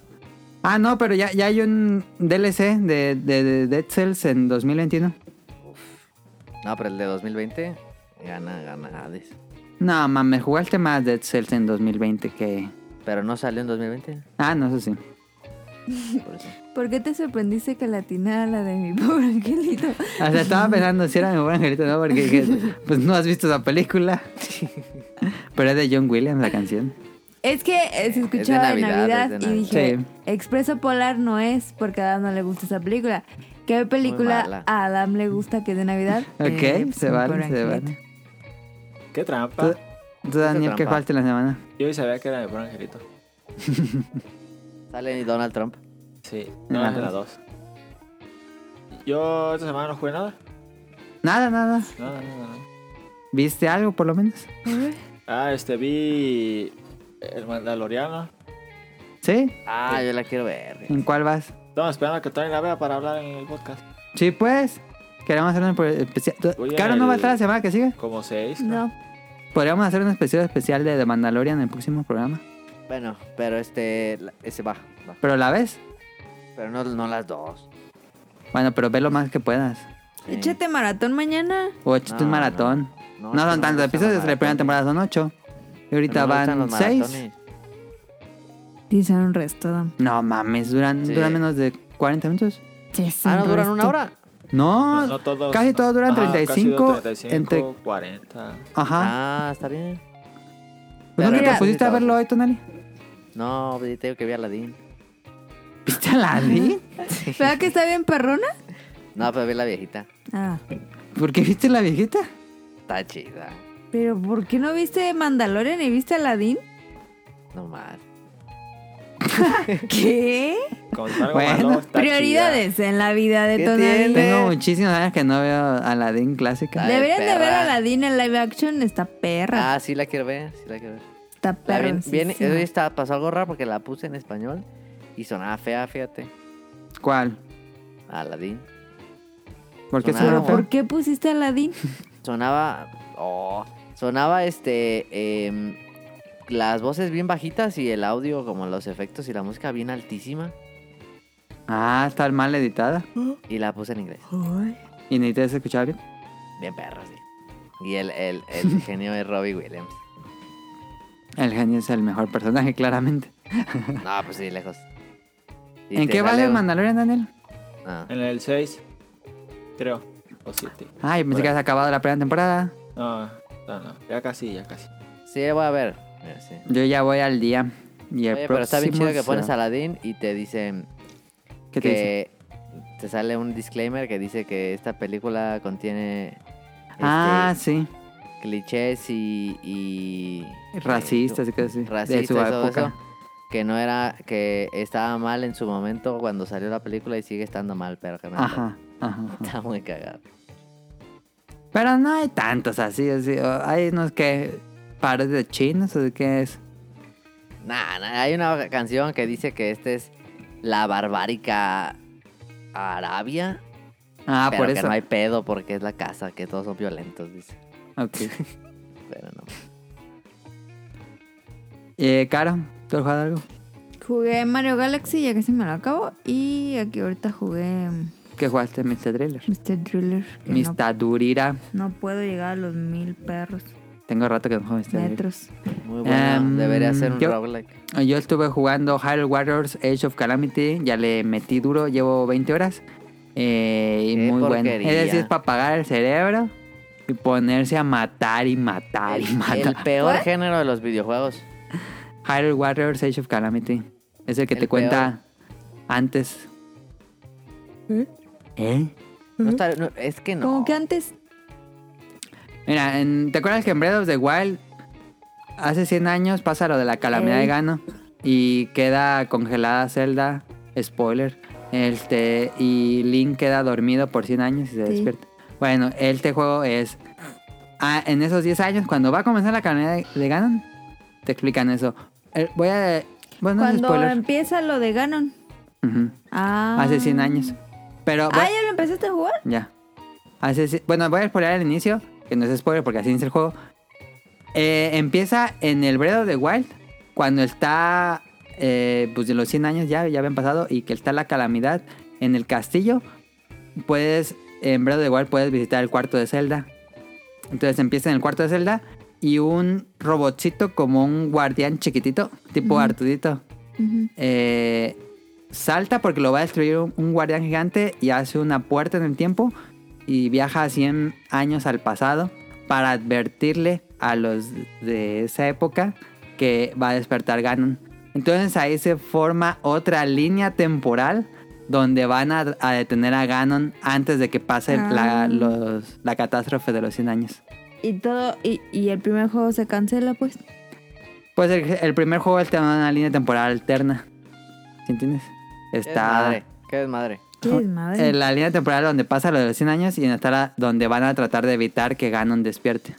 Ah, no, pero ya, ya hay un DLC de, de, de Dead Cells en 2021.
No, pero el de 2020 gana, gana Hades.
No, mames, jugaste más Dead Cells en 2020 que...
Pero no salió en 2020.
Ah, no, eso sí.
Por eso.
¿Por qué te sorprendiste que la atinara la de mi [LAUGHS] pobre angelito?
O sea, estaba pensando si era mi buen angelito, ¿no? Porque dije, pues no has visto esa película. [LAUGHS] Pero es de John Williams la canción.
Es que eh, se escuchaba
Es de
en
Navidad,
Navidad,
es de
y dije,
Navidad.
Expreso Polar no es porque a Adam no le gusta esa película. ¿Qué película
mala.
a Adam le gusta que es de Navidad?
[LAUGHS]
Ok,
Eh, pues,
se
mi
vale,
pobre
se
angelito.
vale.
Qué trampa.
Tú, Daniel, ¿qué
trampa.
falta en la semana?
Yo hoy sabía que era mi buen angelito.
Sale Donald Trump.
Sí,
Ah,
no, es de
dos.
la 2. Yo esta semana no jugué nada.
Nada, nada.
Nada, nada, nada.
¿Viste algo, por lo menos?
Ah, este vi. El Mandaloriano.
¿Sí?
Ah, yo la quiero ver.
¿En cuál vas?
Estamos esperando a que Tony la vea para hablar en el podcast.
Sí, pues. Queremos hacer un especial.
Voy en
Caro no va a
el-
estar la semana que sigue.
Como 6.
No,
Podríamos hacer un especial especial de The Mandalorian en el próximo programa.
Bueno, pero este, la- ese va, va.
¿Pero la ves?
Pero no, no las dos.
Bueno, pero ve lo más que puedas.
Sí.
échate maratón mañana.
O échate
No,
un maratón. No, son
no. No, es que no me
tantos
gustan
episodios,
los
la primera
maratones.
temporada son ocho. Y ahorita
No me
van
gustan los
seis.
maratones.
Dicen un resto, Adam.
No mames, duran,
Sí.
duran menos de 40 minutos.
Sí, es
Ah,
un
no duran una
resto.
hora.
No,
No todos.
casi todos duran
Ajá, casi
35,
duran 35
entre-
40.
ajá.
Ah, está bien.
¿Pues ¿No
pero
te
mira-
pusiste a verlo hoy, Tonali?
No, pues, tengo que ver Aladdin.
¿Viste a la vi?
¿Verdad que está bien perrona?
No, pero ver la viejita.
Ah,
¿Por qué viste la viejita?
Está chida.
pero ¿por qué no viste Mandalorian y
[LAUGHS]
viste Aladdin?
No más.
¿Qué?
Como si fuera algo
Bueno.
malo, está
Prioridades en la vida de
¿Qué
Tonali.
tiene?
Tengo muchísimos años que no veo a la Dean clásica.
Eh. Ay,
Deberían de ver
perra.
a Aladdin en live action. Está perra.
Ah, sí la quiero ver, sí la quiero ver.
está
La
perra.
vi- viene, hoy está, pasó algo raro porque la puse en español y sonaba fea, fíjate.
¿Cuál?
Aladdin.
¿Por qué
Sonaba
solo
¿Pero
Claro.
por qué pusiste a Aladdin?
Sonaba. Oh, sonaba este. em, las voces bien bajitas y el audio, como los efectos y la música bien altísima.
Ah, está mal editada.
Y la puse en inglés.
¿Y necesitas escuchar bien?
Bien perro, sí. Y el, el,
[LAUGHS]
el genio es Robbie Williams.
El genio es el mejor personaje, [LAUGHS] claramente.
No, pues sí, lejos. Y
¿En
te
qué
sale
vale el
un-
Mandalorian, Daniel?
Ah,
chida. En el 6. Creo. O 7.
Ay, pensé
Por
que
ahí.
has acabado la primera temporada.
No, no, no. Ya casi, ya casi.
Sí, voy a ver. Mira, sí.
Yo ya voy al día. Y el
Oye, pero está bien
próximo
chido que pones
será-
Aladdin y te dicen
¿Qué te dice?
que te sale un disclaimer que dice que esta película contiene este,
Ah, sí.
clichés y, y
Racistas y cosas así.
racistas
de su
y todo
época.
eso, que no era que estaba mal en su momento cuando salió la película y sigue estando mal, pero que no
Ajá, ajá, ajá.
está muy cagado.
Pero no hay tantos así, así. o Hay unos que pares de chinos o de qué es.
Nah, nah, hay una canción que dice que este es la barbárica Arabia,
Ah,
pero
por
que
eso.
no hay pedo porque es la casa, que todos son violentos, dice.
Ok.
Pero no.
Eh, Caro, ¿tú has jugado algo?
Jugué Mario Galaxy, ya casi me lo acabo. Y aquí ahorita jugué mm,
¿Qué jugaste, Mr. Driller?
Mr. Driller. que no,
Mr. Durira.
no puedo llegar a los mil perros.
Tengo rato que no juego Mr. Driller.
Metros.
Muy bueno,
Em,
debería ser un
yo-
roguelike.
Yo estuve jugando Hyrule Warriors Age of Calamity. Ya le metí duro, llevo 20 horas. Eh, y
Qué
muy bueno.
porquería.
Es decir, es para apagar el cerebro y ponerse a matar y matar y
El,
matar.
el peor género de los videojuegos.
Hyrule Warriors Age of Calamity. Es el que
El
te cuenta antes. ¿Eh?
No está- no, es que no.
Como que antes.
Mira, en- ¿te acuerdas que en Breath of the Wild hace 100 años pasa lo de la calamidad
Ey.
de Gano y queda congelada Zelda, spoiler, este y Link queda dormido por 100 años y se
Sí.
despierta. Bueno, este juego es ah, en esos 10 años cuando va a comenzar la calamidad de, de Ganon, te explican eso. Eh, voy a bueno, no es
Cuando em-
spoiler.
empieza lo de Ganon.
Ujú.
Ah.
Hace 100 años. Pero
Ah, ya lo empezaste a jugar.
ya. Hace si- bueno, voy a spoiler al inicio, que no es spoiler porque así inicia el juego. Eh, empieza en el Breath of the Wild, cuando está, eh, pues de los 100 años ya, ya habían pasado, y que está la calamidad en el castillo. Puedes, en Breath of the Wild puedes visitar el cuarto de Zelda. Entonces empieza en el cuarto de Zelda y un robotcito como un guardián chiquitito, tipo
Ujú.
Artudito,
Ujú.
eh, salta porque lo va a destruir un, un guardián gigante y hace una puerta en el tiempo y viaja 100 años al pasado para advertirle a los de esa época que va a despertar Ganon. Entonces ahí se forma otra línea temporal donde van a, a detener a Ganon antes de que pase
Ah.
la, los- la catástrofe de los 100 años.
Y todo. Y, y el primer juego se cancela, pues.
Pues el, el primer juego es una línea temporal alterna. ¿Sí entiendes?
Qué
Está...
desmadre, qué desmadre.
Qué desmadre.
En eh, la línea temporal donde pasa lo de los 100 años y en esta la- donde van a tratar de evitar que Ganon despierte.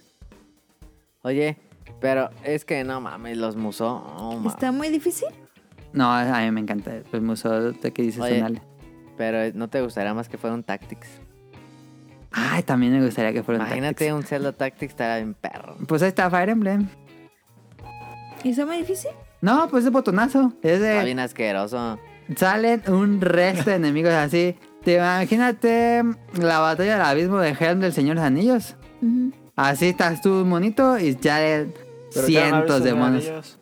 Oye, pero es que no mames, los musó. no mames.
Está muy difícil.
No, a mí me encanta el museo de que dices,
Oye.
Tonali.
Pero no te gustaría más que fuera un Tactics.
Ay, también me gustaría que fuera un
Imagínate
Tactics.
un Zelda Tactics estaría bien perro.
Pues ahí está Fire Emblem.
Está muy difícil.
No, pues es botonazo. Es de-
Está bien asqueroso.
Salen un resto de enemigos así. Te imagínate la batalla del abismo de Helm del Señor de los Anillos.
Ujú.
Así estás tú monito y ya de
Pero ya no
cientos
abres
de
los
monos.
anillos.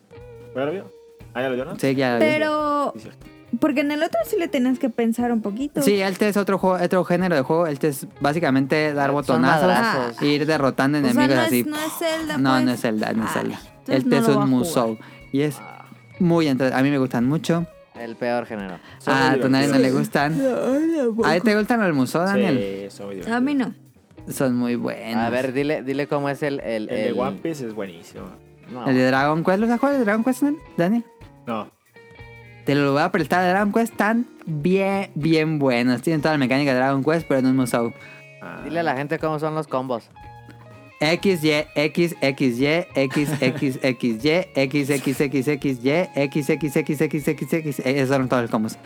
¿Ya lo vio? Ah, ya lo vio, ¿no?
Sí, ya lo vi.
Pero.
Sí, sí.
Porque en el otro sí le tenías que pensar un poquito.
Sí, este es otro juego, otro género de juego. Este es básicamente dar
Son
botonazos
madrazos.
e ir derrotando
O sea,
enemigos
no es-
así.
no es Zelda,
No,
pues.
no es Zelda, no es
Ay,
Zelda.
entonces
Este
no
es
lo voy
un
a
musou. Y es muy entre- A mí me gustan mucho.
El peor género.
Son muy
A Tonali no le
divertidos.
gustan.
No,
¿A ti te gustan los musou, Daniel?
Sí, son muy
A mí
divertidos.
no.
Son muy buenos.
A ver, dile, dile cómo es el. El,
El de
el-
One Piece es buenísimo.
no.
El de Dragon Quest, ¿los has jugado el de Dragon Quest, Daniel?
No,
Te lo voy a prestar. El Dragon Quest están bien, bien buenos. Tienen toda la mecánica de Dragon Quest, pero en un musou.
Dile a la gente cómo son los
[LAUGHS]
combos.
X, Y, X, X, Y, X, X, X, Y, X, X, X, X, Y, X, X, X, X, X, X. Eh, Esos son todos los combos.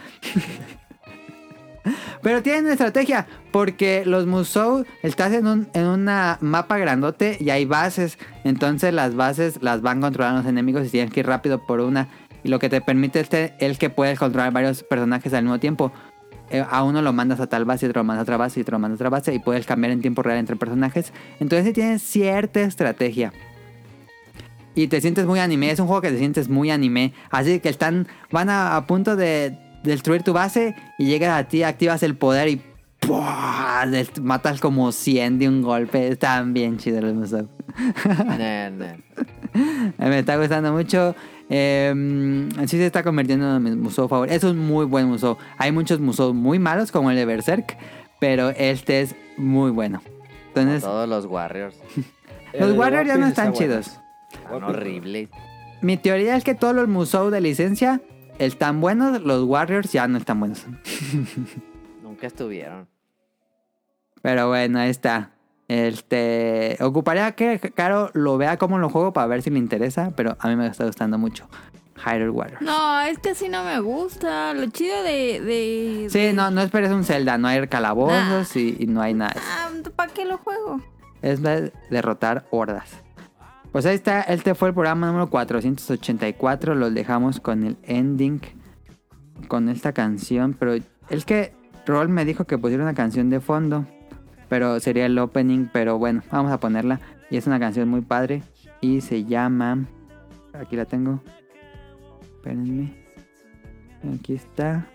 Pero tienen una estrategia, porque los Musou estás en un en una mapa grandote y hay bases. Entonces las bases las van controlando los enemigos y tienes que ir rápido por una. Y lo que te permite este, es que puedes controlar varios personajes al mismo tiempo. Eh, A uno lo mandas a tal base, y otro lo mandas a otra base, y otro lo mandas a otra base, y puedes cambiar en tiempo real entre personajes. Entonces sí tienes cierta estrategia. Y te sientes muy anime, es un juego que te sientes muy anime. Así que están, van a, a punto de destruir tu base y llegas a ti, activas el poder y ¡pua! Des- matas como 100 de un golpe. Están bien chidos los musou.
No, no.
Eh, Me está gustando mucho. Eh, sí se está convirtiendo en mi musou favorito. Es un muy buen musou. Hay muchos museos muy malos como el de Berserk, pero este es muy bueno. Entonces,
Todos los Warriors.
Los Warriors ya no están chidos.
Son horribles.
mi teoría es que todos los musou de licencia están buenos, los Warriors ya no están buenos.
Nunca estuvieron.
Pero bueno, ahí está. Este, ocuparía que Caro lo vea como lo juego para ver si le interesa, pero a mí me está gustando mucho. Hyrule Warriors.
No, es que así no me gusta. Lo chido de. de
Sí,
de-
no, no esperes un Zelda, no hay calabozos y, y no hay nada.
Ah, ¿Para qué lo juego?
Es de- derrotar hordas. Pues ahí está, este fue el programa número 484. Los dejamos con el ending, con esta canción. Pero es que Roll me dijo que pusiera una canción de fondo, pero sería el opening. Pero bueno, vamos a ponerla. Y es una canción muy padre y se llama. Aquí la tengo. Espérenme. Aquí está.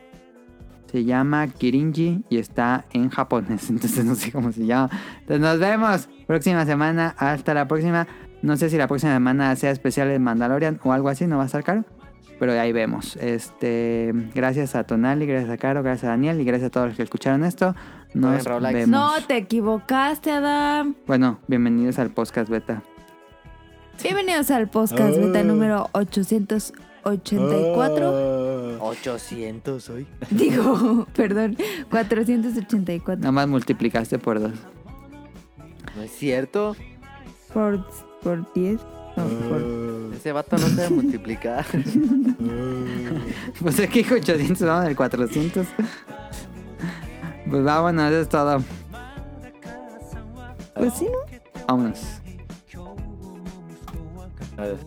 Se llama Kirinji y está en japonés. [LAUGHS] Entonces no sé cómo se llama. Entonces nos vemos próxima semana. Hasta la próxima. No sé si la próxima semana sea especial en Mandalorian o algo así. No va a estar caro. Pero ahí vemos. Este, gracias a Tonali, gracias a Caro, gracias a Daniel y gracias a todos los que escucharon esto. Nos
Oigan, Raúl, like.
vemos.
No, te equivocaste, Adam.
Bueno, bienvenidos al podcast beta.
Bienvenidos al podcast beta número
Ah.
884.
800 hoy.
Digo, [LAUGHS] perdón, 484.
Nomás multiplicaste por dos. [LAUGHS]
¿No es cierto?
Por, por 10. No, por...
Pues,
Ese vato no sabe multiplicar.
Pues aquí con 800 vamos al 400. [LAUGHS] Pues vámonos, eso es todo.
Pues sí, ¿no?
Vámonos.
Adiós.